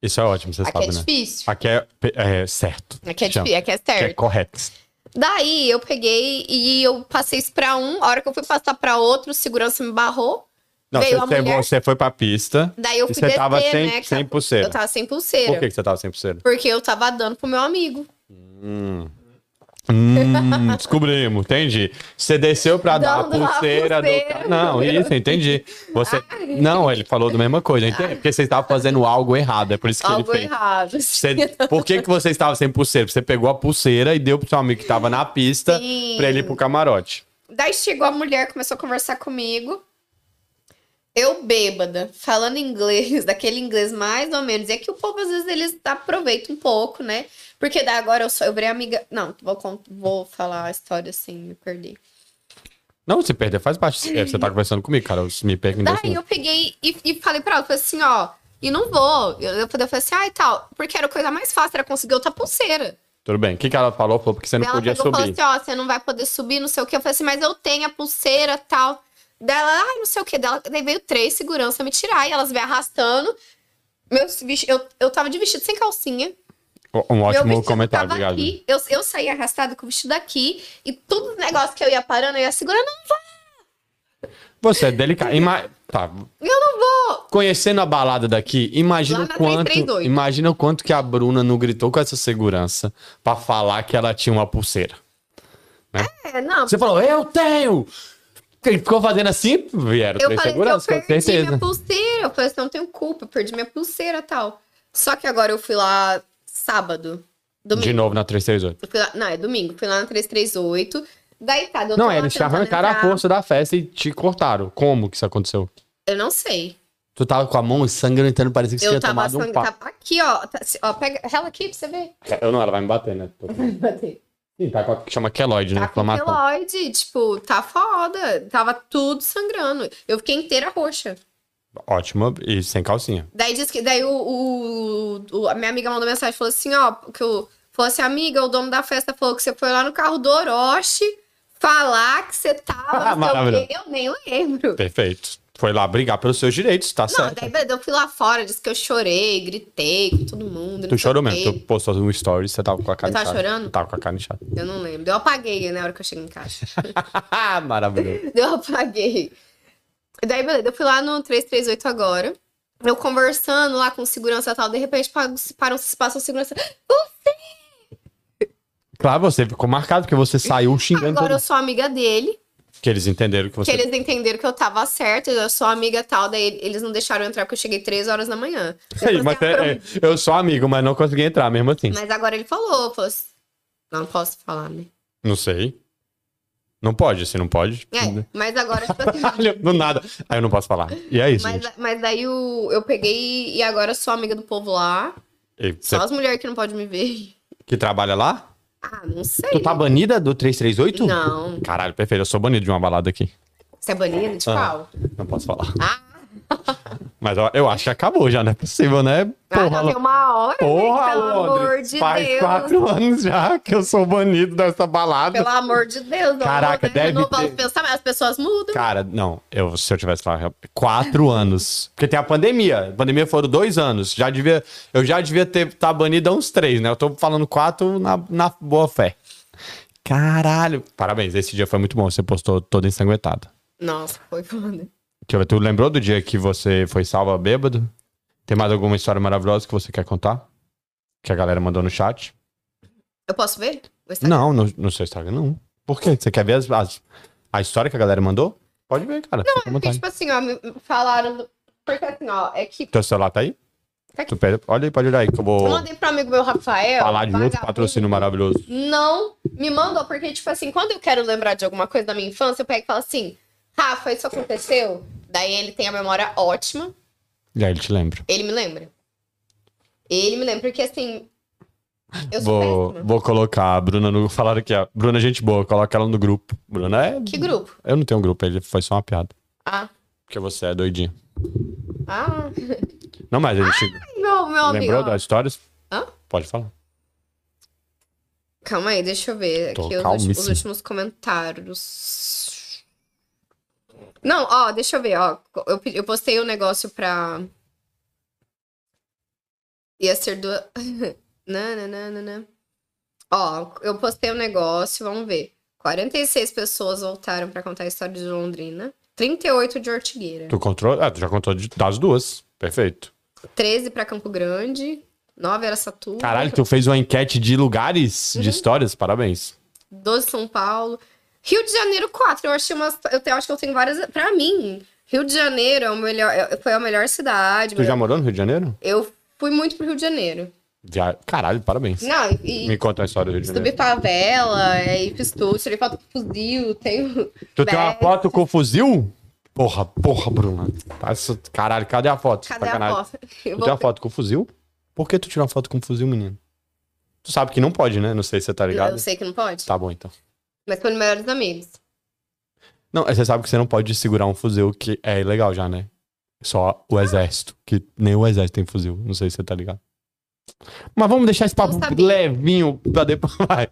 Isso é ótimo, você Aqui sabe, é né? difícil. Aqui é, pe- é certo. Aqui é Chama. difícil, aqui é Aqui certo. é correto. Daí eu peguei e eu passei isso pra um. A hora que eu fui passar pra outro, o segurança me barrou. Não, Veio a você, mulher. você foi pra pista Daí eu e fui você descer, tava sem, né? sem cara? pulseira. Eu tava sem pulseira. Por que, que você tava sem pulseira? Porque eu tava dando pro meu amigo. Hum, descobrimos, entendi. Você desceu pra dar a Dando uma pulseira do pulseira. cara. Não, isso, entendi. Você. Ai. Não, ele falou da mesma coisa, entendi. Porque você estava fazendo algo errado, é por isso que ele Algo fez. errado. assim. Você- Por que, que você estava sem pulseira? Você pegou a pulseira e deu pro seu amigo que tava na pista Sim. pra ele ir pro camarote. Daí chegou a mulher, começou a conversar comigo. Eu bêbada, falando inglês, daquele inglês mais ou menos. E é que o povo, às vezes, eles aproveitam um pouco, né? Porque daí agora eu sou, eu virei amiga. Não, vou, con- vou falar a história assim, me perdi. Não, se perder faz parte. É, Você tá conversando comigo, cara. Eu me perco em dois Daí Tá, eu minutos. peguei e, e falei pra ela, falei assim, ó, e não vou. Eu, eu falei assim, ah, e tal. Porque era a coisa mais fácil, era conseguir outra pulseira. Tudo bem. O que, que ela falou? Falou porque você não Daí ela podia pegou e falou subir. assim, ó, você não vai poder subir, não sei o que. Eu falei assim, mas eu tenho a pulseira tal. Dela, ai, não sei o que. Dela, daí veio três segurança me tirar e elas me arrastando. Meus vesti- eu, eu tava de vestido sem calcinha. Um meu ótimo vestido comentário, tava obrigado. aqui. Eu, eu saí arrastada com o vestido aqui. E todos os negócios que eu ia parando, eu ia segurando. Você é delicado. Ima... Tá. Eu não vou! Conhecendo a balada daqui, imagina Lá o na quanto. 338. Imagina o quanto que a Bruna não gritou com essa segurança pra falar que ela tinha uma pulseira. É, não. Você falou, eu tenho! Ele ficou fazendo assim, vieram eu três falei que eu seguranças, com perdi minha certeza. pulseira. Eu falei assim, não tenho culpa, eu perdi minha pulseira e tal. Só que agora eu fui lá sábado. Domingo. De novo na 338. Eu fui lá- não, é domingo. Fui lá na 338. Daí tá, eu tô Não, lá eles te tentando arrancaram a entrar. força da festa e te cortaram. Como que isso aconteceu? Eu não sei. Tu tava com a mão sangrando, parecia que você eu tinha tava tomado um sangue. papo. Tava aqui, ó. Tá- se- ó, pega ela aqui pra você ver. Eu não, ela vai me bater, né? Tô- Ih, tá com a que chama queloide, né? Tá com Inflamação. queloide, tipo, tá foda. Tava tudo sangrando. Eu fiquei inteira roxa. Ótimo, e sem calcinha. Daí disse que. Daí o, o- o- a minha amiga mandou mensagem falou assim, ó, que o. Falou assim, amiga, o dono da festa falou que você foi lá no carro do Orochi falar que você tava. não sei Maravilhoso. o quê. Eu nem lembro. Perfeito. Foi lá brigar pelos seus direitos, tá Não, certo. daí beleza, eu fui lá fora, disse que eu chorei, gritei com todo mundo. não sei Tu chorou o quê. mesmo, tu postou um story, você tava com a cara Então, Eu tava inchada. chorando? Tava com a cara inchada. Eu não lembro. Eu apaguei né, na hora que eu cheguei em casa. Maravilhoso. eu apaguei. Daí, beleza, eu fui lá no 338 agora. Eu conversando lá com o segurança e tal, de repente pa- param, passa o segurança. Claro, você ficou marcado porque você saiu xingando Agora eu todos. sou amiga dele, Que eles entenderam que que você... eles entenderam que eu tava certa, eu sou amiga tal, daí eles não deixaram eu entrar porque eu cheguei 3 horas da manhã. Eu falei Ei, mas assim, "Ah, é- é, eu sou amigo, mas não consegui entrar mesmo assim. Mas agora ele falou, falou assim, não posso falar, né? Não sei. Não pode, se não pode. É, mas agora, tipo assim, Caralho, Do nada. Aí eu não posso falar. E é isso, gente. Mas, mas daí o- eu peguei e agora sou amiga do povo lá. E você Só as mulheres que não podem me ver. que trabalha lá? Ah, não sei. Tu tá banida do 338? Não. Caralho, perfeito. Eu sou banido de uma balada aqui. Você é banida de Ah. pau? Não posso falar. Ah. Mas ó, eu acho que acabou já, não é possível, né? Ah, Porra, já tem Lo- uma hora, Porra, né? Pelo amor Londres. de Faz Deus. quatro anos já que eu sou banido dessa balada. Pelo amor de Deus. Caraca, deve Eu não posso ter. pensar, mas as pessoas mudam. Cara, não, eu, se eu tivesse lá, quatro anos. Porque tem a pandemia. A pandemia foram dois anos. Já devia, eu já devia ter tá banido há uns três, né? Eu tô falando quatro na, na boa fé. Caralho. Parabéns, esse dia foi muito bom. Você postou toda ensanguentada. Nossa, foi foda. Deixa eu ver, Tu lembrou do dia que você foi salva bêbado? Tem mais alguma história maravilhosa que você quer contar? Que a galera mandou no chat? Eu posso ver? O Instagram? Não, no, no seu Instagram não. Por quê? Você quer ver as, as- a história que a galera mandou? Pode ver, cara. Fica à Porque, vontade. tipo assim, ó, me me falaram... do- Porque assim, ó, é que Teu celular tá aí? Tá aqui. Tu pega- Olha aí, pode olhar aí que eu eu vou mandei pro amigo meu, Rafael... falar de outro vagabundo, patrocínio maravilhoso. não me mandou, porque, tipo assim, quando eu quero lembrar de alguma coisa da minha infância, eu pego e falo assim, Rafa, isso aconteceu? Daí ele tem a memória ótima, Já ele te lembra. ele me lembra. Ele me lembra, porque assim. Eu sou Vou, péssima. vou colocar a Bruna no. Falaram aqui, ó. Bruna, é gente boa, coloca ela no grupo. Bruna é. Que grupo? Eu não tenho um grupo, ele foi só uma piada. Ah, Porque você é doidinha. ah. Não, mas a gente. Meu, Ah, meu amigo. Lembrou ó. das histórias? Hã? Pode falar. ó. Calma aí, deixa eu ver Tô aqui os, ulti- calmíssimo. os últimos comentários. Não, ó, deixa eu ver, ó. Eu, pe- eu postei um negócio pra. Ia ser duas. Nananana. Ó, eu postei um negócio, vamos ver. 46 pessoas voltaram pra contar a história de Londrina. 38 de Ortigueira. Tu contou? Ah, tu já contou de- das duas. Perfeito. 13 pra Campo Grande. 9 era Saturno. Uhum. Caralho, tu fez uma enquete de lugares, de histórias? Parabéns. 12 São Paulo. Rio de Janeiro, 4. Eu achei umas. Eu, tenho, acho que eu tenho várias. Pra mim, Rio de Janeiro é o melhor, é- foi a melhor cidade. Tu já melhor- morou no Rio de Janeiro? Eu fui muito pro Rio de Janeiro. Já. Caralho, parabéns. Não, e. Me conta a história do Rio de Subi Janeiro. favela, aí fiz tudo, tirei foto com fuzil, tenho. Tu tem uma Best. foto com fuzil? Porra, porra, Bruna. Passa- Caralho, cadê a foto? Cadê Sacanagem. a foto? Eu Tu tem vou uma foto tá com fuzil? Por que tu tirou uma foto com fuzil, menino? Tu sabe que não pode, né? Não sei se você tá ligado. Eu sei que não pode, Tá bom, então. mas foram melhores amigos. Não, você sabe que você não pode segurar um fuzil que é ilegal já, né? Só o exército, que nem o exército tem fuzil. Não sei se você tá ligado. Mas vamos deixar esse papo Não sabia. levinho pra depois. Vai.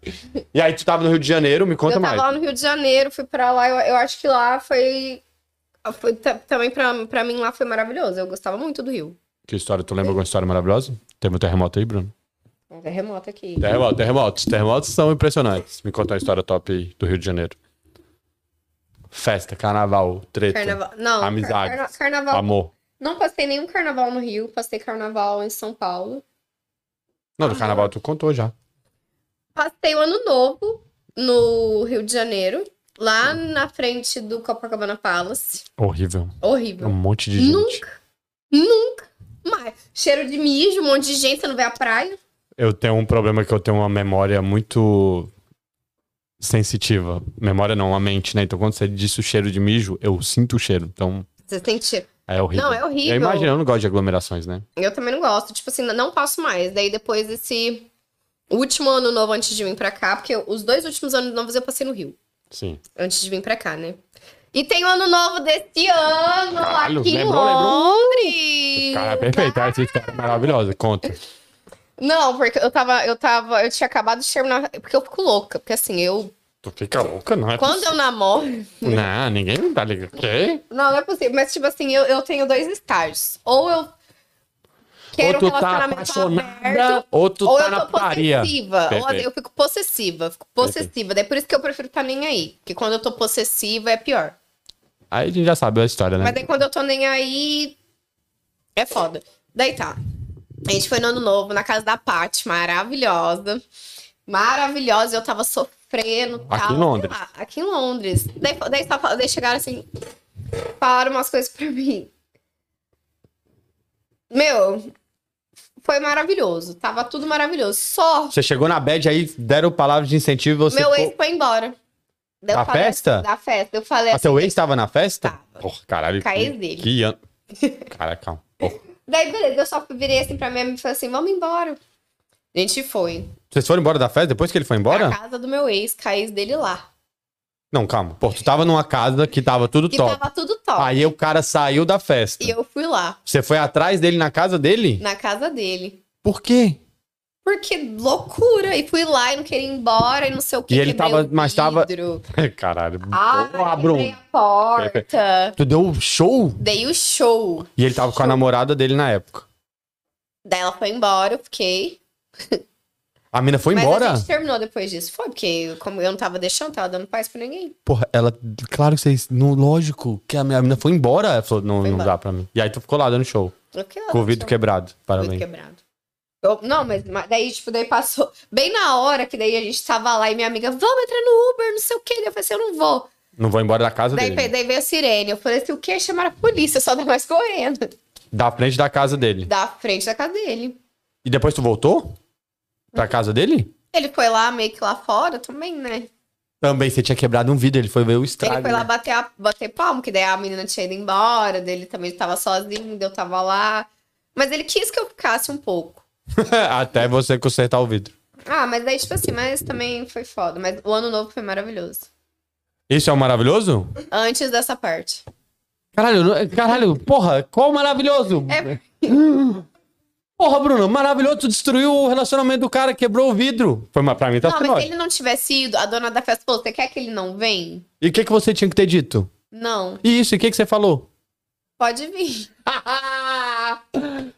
E aí, tu tava no Rio de Janeiro, me conta eu tava mais. lá no Rio de Janeiro, fui pra lá, eu, eu acho que lá foi. foi ta- também pra, pra mim lá foi maravilhoso. Eu gostava muito do Rio. Que história? Tu lembra alguma história maravilhosa? Teve um terremoto aí, Bruno? Um terremoto aqui. Terremoto, terremotos. Terremotos são impressionantes. Me conta uma história top aí do Rio de Janeiro. Festa, carnaval, treta, Carnaval. Não, car- Amizades. carna- carnaval. amor. Não passei nenhum carnaval no Rio, passei carnaval em São Paulo. Não, do carnaval tu contou já. Passei o ano novo no Rio de Janeiro, lá na frente do Copacabana Palace. Horrível. Horrível. Um monte de gente. Nunca, nunca mais. Cheiro de mijo, um monte de gente, você não vê a praia. Eu tenho um problema que eu tenho uma memória muito sensitiva. Memória não, a mente, né? Então quando você disse o cheiro de mijo, eu sinto o cheiro. Então Você tem cheiro. é horrível. Não, é horrível. Eu imagino, eu não gosto de aglomerações, né? Eu também não gosto. Tipo assim, não passo mais. Daí depois desse último ano novo antes de vir pra cá, porque eu- os dois últimos anos novos eu passei no Rio, Sim. antes de vir pra cá, né? E tem o ano novo desse ano Caralho, aqui em lembrou, lembrou. Londres. Cara, perfeito. Essa história é maravilhosa. Conta. Não, porque eu tava, eu tava, eu tinha acabado de terminar, porque eu fico louca, porque assim, eu Tu fica louca, não é quando eu namoro, Não, ninguém tá ligado. Quê? Não, não é possível. Mas, tipo assim, eu, eu tenho dois estágios. Ou eu quero Ou tu um tá relacionamento apaixonada, aberto, ou tu ou tá eu na tô putaria. possessiva. Ou Perfeito. eu fico possessiva, fico possessiva. Daí por isso que eu prefiro tá nem aí. Porque quando eu tô possessiva é pior. Aí a gente já sabe a história, É. né? Mas daí quando eu tô nem aí, é foda. Daí tá. A gente foi no ano novo, na casa da Paty, maravilhosa. Maravilhosa, eu tava sofrendo. Aqui tal, em Londres. sei lá, aqui em Londres. Daí, daí, só fal- daí chegaram assim, falaram umas coisas pra mim. Meu, foi maravilhoso. Tava tudo maravilhoso. Só Você chegou na bad aí, deram palavras de incentivo e você. meu ficou- ex foi embora. Daí eu Da falei- festa? Da festa. Eu falei Ah, seu ex tava na festa? Tava. Porra, caralho. Caí que- dele. Que ano. Cara, calma. Porra. Daí, beleza, eu só virei assim pra minha amiga e falei assim, vamos embora. A gente foi. Vocês foram embora da festa depois que ele foi embora? Pra casa do meu ex, caís dele lá. Não, calma. Pô, tu tava numa casa que tava tudo E top. tava tudo top. Aí o cara saiu da festa. E eu fui lá, Você foi atrás dele na casa dele? na casa dele. Por quê? Porque loucura! E fui lá e não queria ir embora e não sei o que. E ele quebrei tava- o mas tava- vidro. Caralho. Ah, Porra, quebrei Bruno. a porta. Tu deu um show? Dei o show. E ele tava com a namorada dele na época. Daí ela foi embora, eu fiquei. A mina foi Mas embora? a gente terminou depois disso. Foi, porque como eu não tava deixando, tava dando paz pra ninguém. Porra, ela. Claro que vocês. No, lógico que a minha mina foi embora. Ela falou, não, Foi não embora. dá pra mim. E aí tu ficou lá dando show. Eu fiquei lá, Com o vidro deixando- quebrado. Muito Parabéns. quebrado. Eu- não, mas, mas daí, tipo, daí passou. Bem na hora que daí a gente tava lá e minha amiga, vamos entrar no Uber, não sei o quê. Daí eu falei assim, eu não vou. Não vou embora da casa Daí, dele. pe- daí veio a sirene. Eu falei assim, o quê? Chamaram a polícia, só dá mais correndo. Da frente da casa dele. Da frente da casa dele. E depois tu voltou? Pra casa dele? Ele foi lá, meio que lá fora também, né? Também, você tinha quebrado um vidro, ele foi ver o estrago. Ele foi lá né? bater, a, bater palmo, que daí a menina tinha ido embora, dele também tava sozinho, daí eu tava lá. Mas ele quis que eu ficasse um pouco. Até você consertar o vidro. Ah, mas daí, tipo assim, mas também foi foda. Mas o ano novo foi maravilhoso. Isso é o maravilhoso? Antes dessa parte. Caralho, eu não- caralho, porra, qual o maravilhoso? É. Porra, Bruno, maravilhoso, tu destruiu o relacionamento do cara, quebrou o vidro. Foi uma- pra mim, tá não, sendo mas se ótimo. ele não tivesse ido, a dona da festa falou: você quer que ele não venha? E o que, que você tinha que ter dito? Não, E isso, e o que, que você falou? pode vir.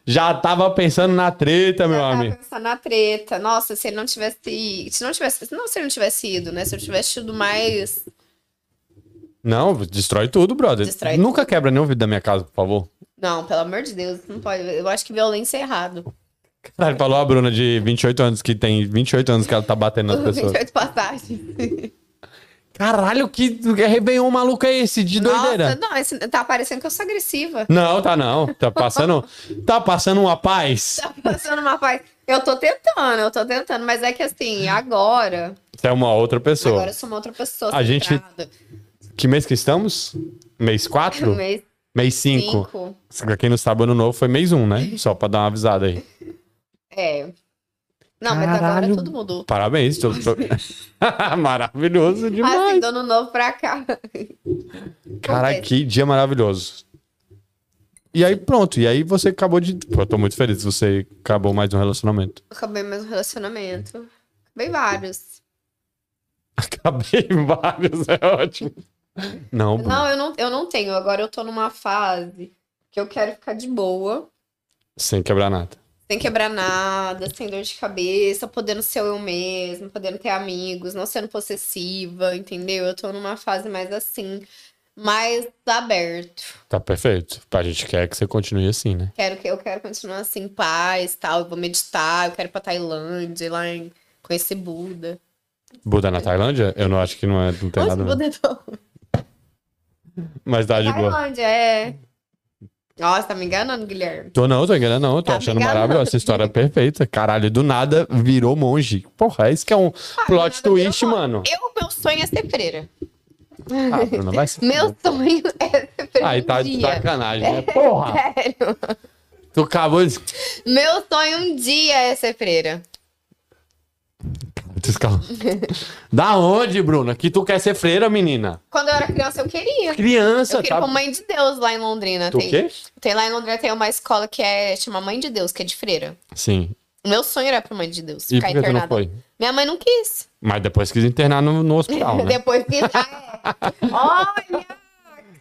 Já tava pensando na treta, meu Eu tava amigo. pensando na treta. Nossa, se ele não tivesse. Se não tivesse. Não, se ele não tivesse ido, né? Se eu tivesse ido mais. Não, destrói tudo, brother. Destrói Nunca quebra nenhum vidro da minha casa, por favor. Não, pelo amor de Deus, não pode. Eu acho que violência é errado. Caralho, falou a Bruna de 28 anos que tem 28 anos que ela tá batendo nas pessoas. 28 passagens. Caralho, que Réveillon maluco é esse? De doideira. Nossa, não, esse- tá parecendo que eu sou agressiva. Não, tá não. Tá passando. tá passando uma paz. Tá passando uma paz. Eu tô tentando, eu tô tentando, mas é que assim, agora. Você é uma outra pessoa. Agora eu sou uma outra pessoa. A gente- centrada. Que mês que estamos? Mês 4? Mês mês 5. 5. Pra quem não sabe, ano novo foi mês 1, um, né? Só pra dar uma avisada aí. É. Não, mas agora Caralho. tudo mudou. Parabéns. tô- tô- Maravilhoso demais. Assim, do ano novo pra cá. Cara, Acontece. que dia maravilhoso. E aí, pronto. E aí você acabou de. Pô, eu tô muito feliz que você acabou mais um relacionamento. Acabei mais um relacionamento. Acabei vários. Acabei vários, é ótimo. Não, Bruno. Não eu, não, eu não tenho. Agora eu tô numa fase que eu quero ficar de boa, sem quebrar nada. sem quebrar nada, sem dor de cabeça, podendo ser eu mesma, podendo ter amigos, não sendo possessiva, entendeu? Eu tô numa fase mais assim, mais aberto. Tá perfeito. A gente quer que você continue assim, né? Quero que eu quero continuar assim, em paz, tal. Eu vou meditar, eu quero ir pra Tailândia, ir lá em, conhecer Buda. Buda na Tailândia? Eu não acho que não, é, não tem nada. Onde não. Buda não. Mas tá de boa. Tailândia, é. Nossa, tá me enganando, Guilherme. Tô não, tô enganando, não. Tô Tá achando enganando. maravilhosa. Essa história é perfeita. Caralho, do nada virou monge. Porra, isso que é um plot do nada virou twist, monge. mano. Eu, meu sonho é ser freira. Ah, Bruna, vai se Meu sonho é ser freira. Aí um tá de dia. É. sacanagem, né? Porra! Sério. Tu acabou de. Meu sonho um dia é ser freira. Descal- da onde, Bruna? Que tu quer ser freira, menina? Quando eu era criança, eu queria. Criança, Eu queria tá? como mãe de Deus lá em Londrina. Tu o tem, quê? tem lá em Londrina tem uma escola que é chama Mãe de Deus, que é de freira. Sim. Meu sonho era pra Mãe de Deus E por ficar que tu internada. não foi? Minha mãe não quis. Mas depois quis internar no, no hospital, né? Depois quis. Ah, é. Olha!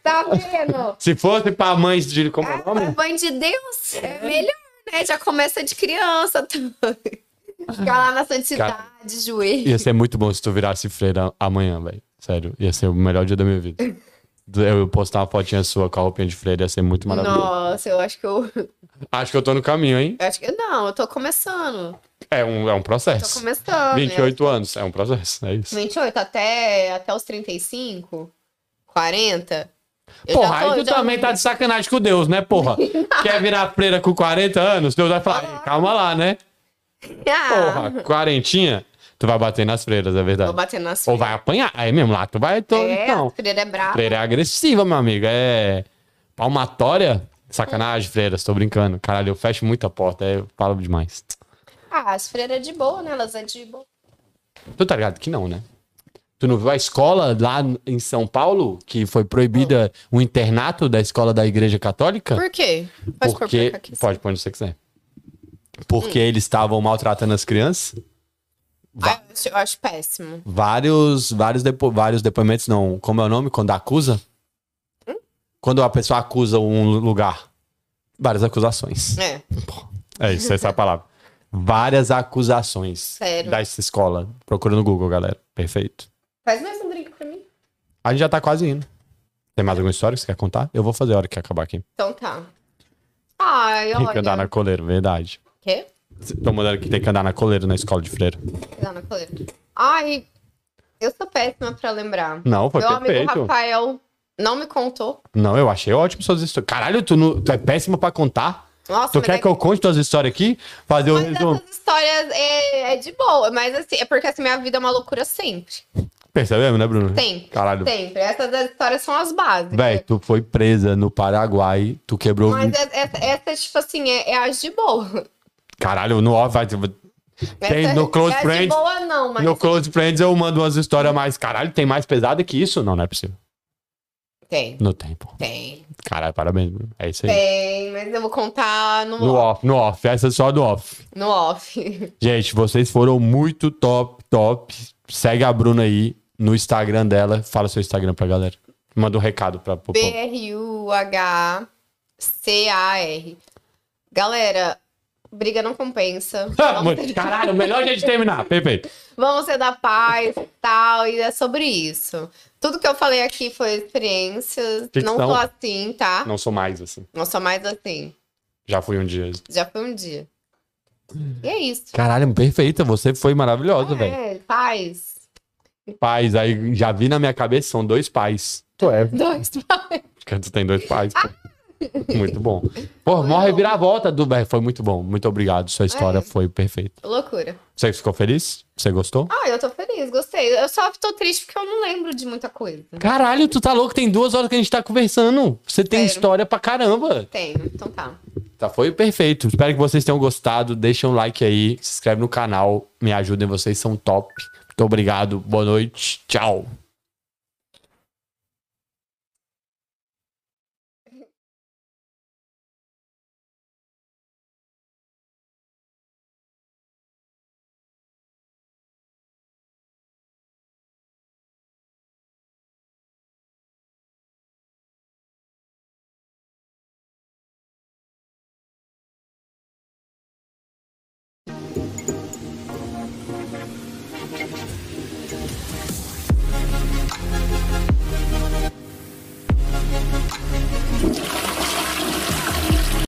Tá vendo? Se fosse pra mães de. Como é o Pra nome? mãe de Deus é melhor, né? Já começa de criança. tudo. Ficar lá na santidade, joelho. Ia ser muito bom se tu virasse freira amanhã, velho. Sério, ia ser o melhor dia da minha vida. Eu postar uma fotinha sua com a roupinha de freira ia ser muito é maravilhoso. Nossa, eu acho que eu. Acho que eu tô no caminho, hein? eu acho que, não, eu tô começando. É um, é um Tô processo. começando. né? 28 anos, é um processo, é isso. 28 até, até os 35, 40. Eu Porra, já tô- aí tu eu já- também tá de sacanagem com Deus, né, porra? Quer virar freira com 40 anos? Deus vai falar, "Ei, calma lá, né? Ah, Porra, quarentinha, tu vai bater nas freiras, é Vou verdade. bater nas Ou vai apanhar, aí mesmo lá, tu vai... Tu... É, a Não, freira é brava. freira é agressiva, meu amigo, é palmatória. Sacanagem, freiras, tô brincando. Caralho, eu fecho muita porta, aí eu falo demais. Ah, as freiras é de boa, né? Elas é de boa. Tu tá ligado que não, né? Tu não viu a escola lá em São Paulo, que foi proibida o internato da escola da igreja católica? Por quê? É. porque... pra cá aqui, Hum. Pode pôr onde você quiser. Porque eles estavam maltratando as crianças. assim. Ah, eu acho- eu acho péssimo. Vários, vários, depo... vários depoimentos, não. Como é o nome? Quando acusa? Hum? Quando a pessoa acusa um lugar. Várias acusações. É. É isso, essa é a palavra. Várias acusações Sério? dessa escola. Procura no Google, galera. Perfeito. Faz mais um drink pra mim. A gente já tá quase indo. Tem mais alguma história que você quer contar? Eu vou fazer a hora que acabar aqui. Então tá. Ai, Tem que olha. andar na coleira, verdade. Quê? Tô mandando que tem que andar na coleira na escola de freira. Andar na coleira. Ai, eu sou péssima pra lembrar. Não, foi Meu perfeito. amigo Rafael não me contou. Não, eu achei ótimo suas histórias. Caralho, tu, não- tu é péssimo pra contar. Nossa, Tu mas quer é que eu um- conte tuas histórias aqui? Fazer o Mas resumo. essas histórias é, é de boa, mas assim, é porque assim, minha vida é uma loucura sempre. Percebemos, né, Bruno? Sempre. Caralho. Sempre. Essas histórias são as bases. Véi, tu foi presa no Paraguai, tu quebrou. Mas é- é- essa, tipo assim, é, é as de boa. é- Caralho, no off vai. Tem Essa- no Close é as de Friends. boa, não, mas No Close Friends eu mando umas histórias mais. Caralho, tem mais pesada que isso? Não, não é possível. tem. No tempo. Tem. Caralho, parabéns, Bruno. É isso aí. Tem, mas eu vou contar no, No off, no off. Essa é só do off. No off. Gente, vocês foram muito top, top. Segue a Bruna aí no Instagram dela. Fala seu Instagram pra galera. Manda um recado pra pro povo. B-R-U-H-C-A-R. Galera, briga não compensa. Ah, Vamos mano, ter- Caralho, melhor a gente terminar. Perfeito. Vamos ser da paz e tal, e é sobre isso. Tudo que eu falei aqui foi experiências. Ficção. Não sou assim, tá? Não sou mais assim. Não sou mais assim. Já fui um dia. Já foi um dia. E é isso. Caralho, perfeita. Você foi maravilhosa, velho. É, paz. Pais, aí já vi na minha cabeça, são dois pais. é. Tu é. Dois. Porque tu tem dois pais. pô. Muito bom. Pô, morre e vira a volta do. velho, Foi muito bom. Muito obrigado. Sua história É. foi perfeita. Loucura. Você ficou feliz? Você gostou? Ah, eu tô feliz, gostei. Eu só tô triste porque eu não lembro de muita coisa. Caralho, tu tá louco? Tem duas horas que a gente tá conversando. Você tem Sério? história pra caramba. Tenho, então tá. Tá, foi perfeito. Espero que vocês tenham gostado. Deixa um like aí, se inscreve no canal, me ajudem, vocês são top. Muito obrigado, boa noite, tchau.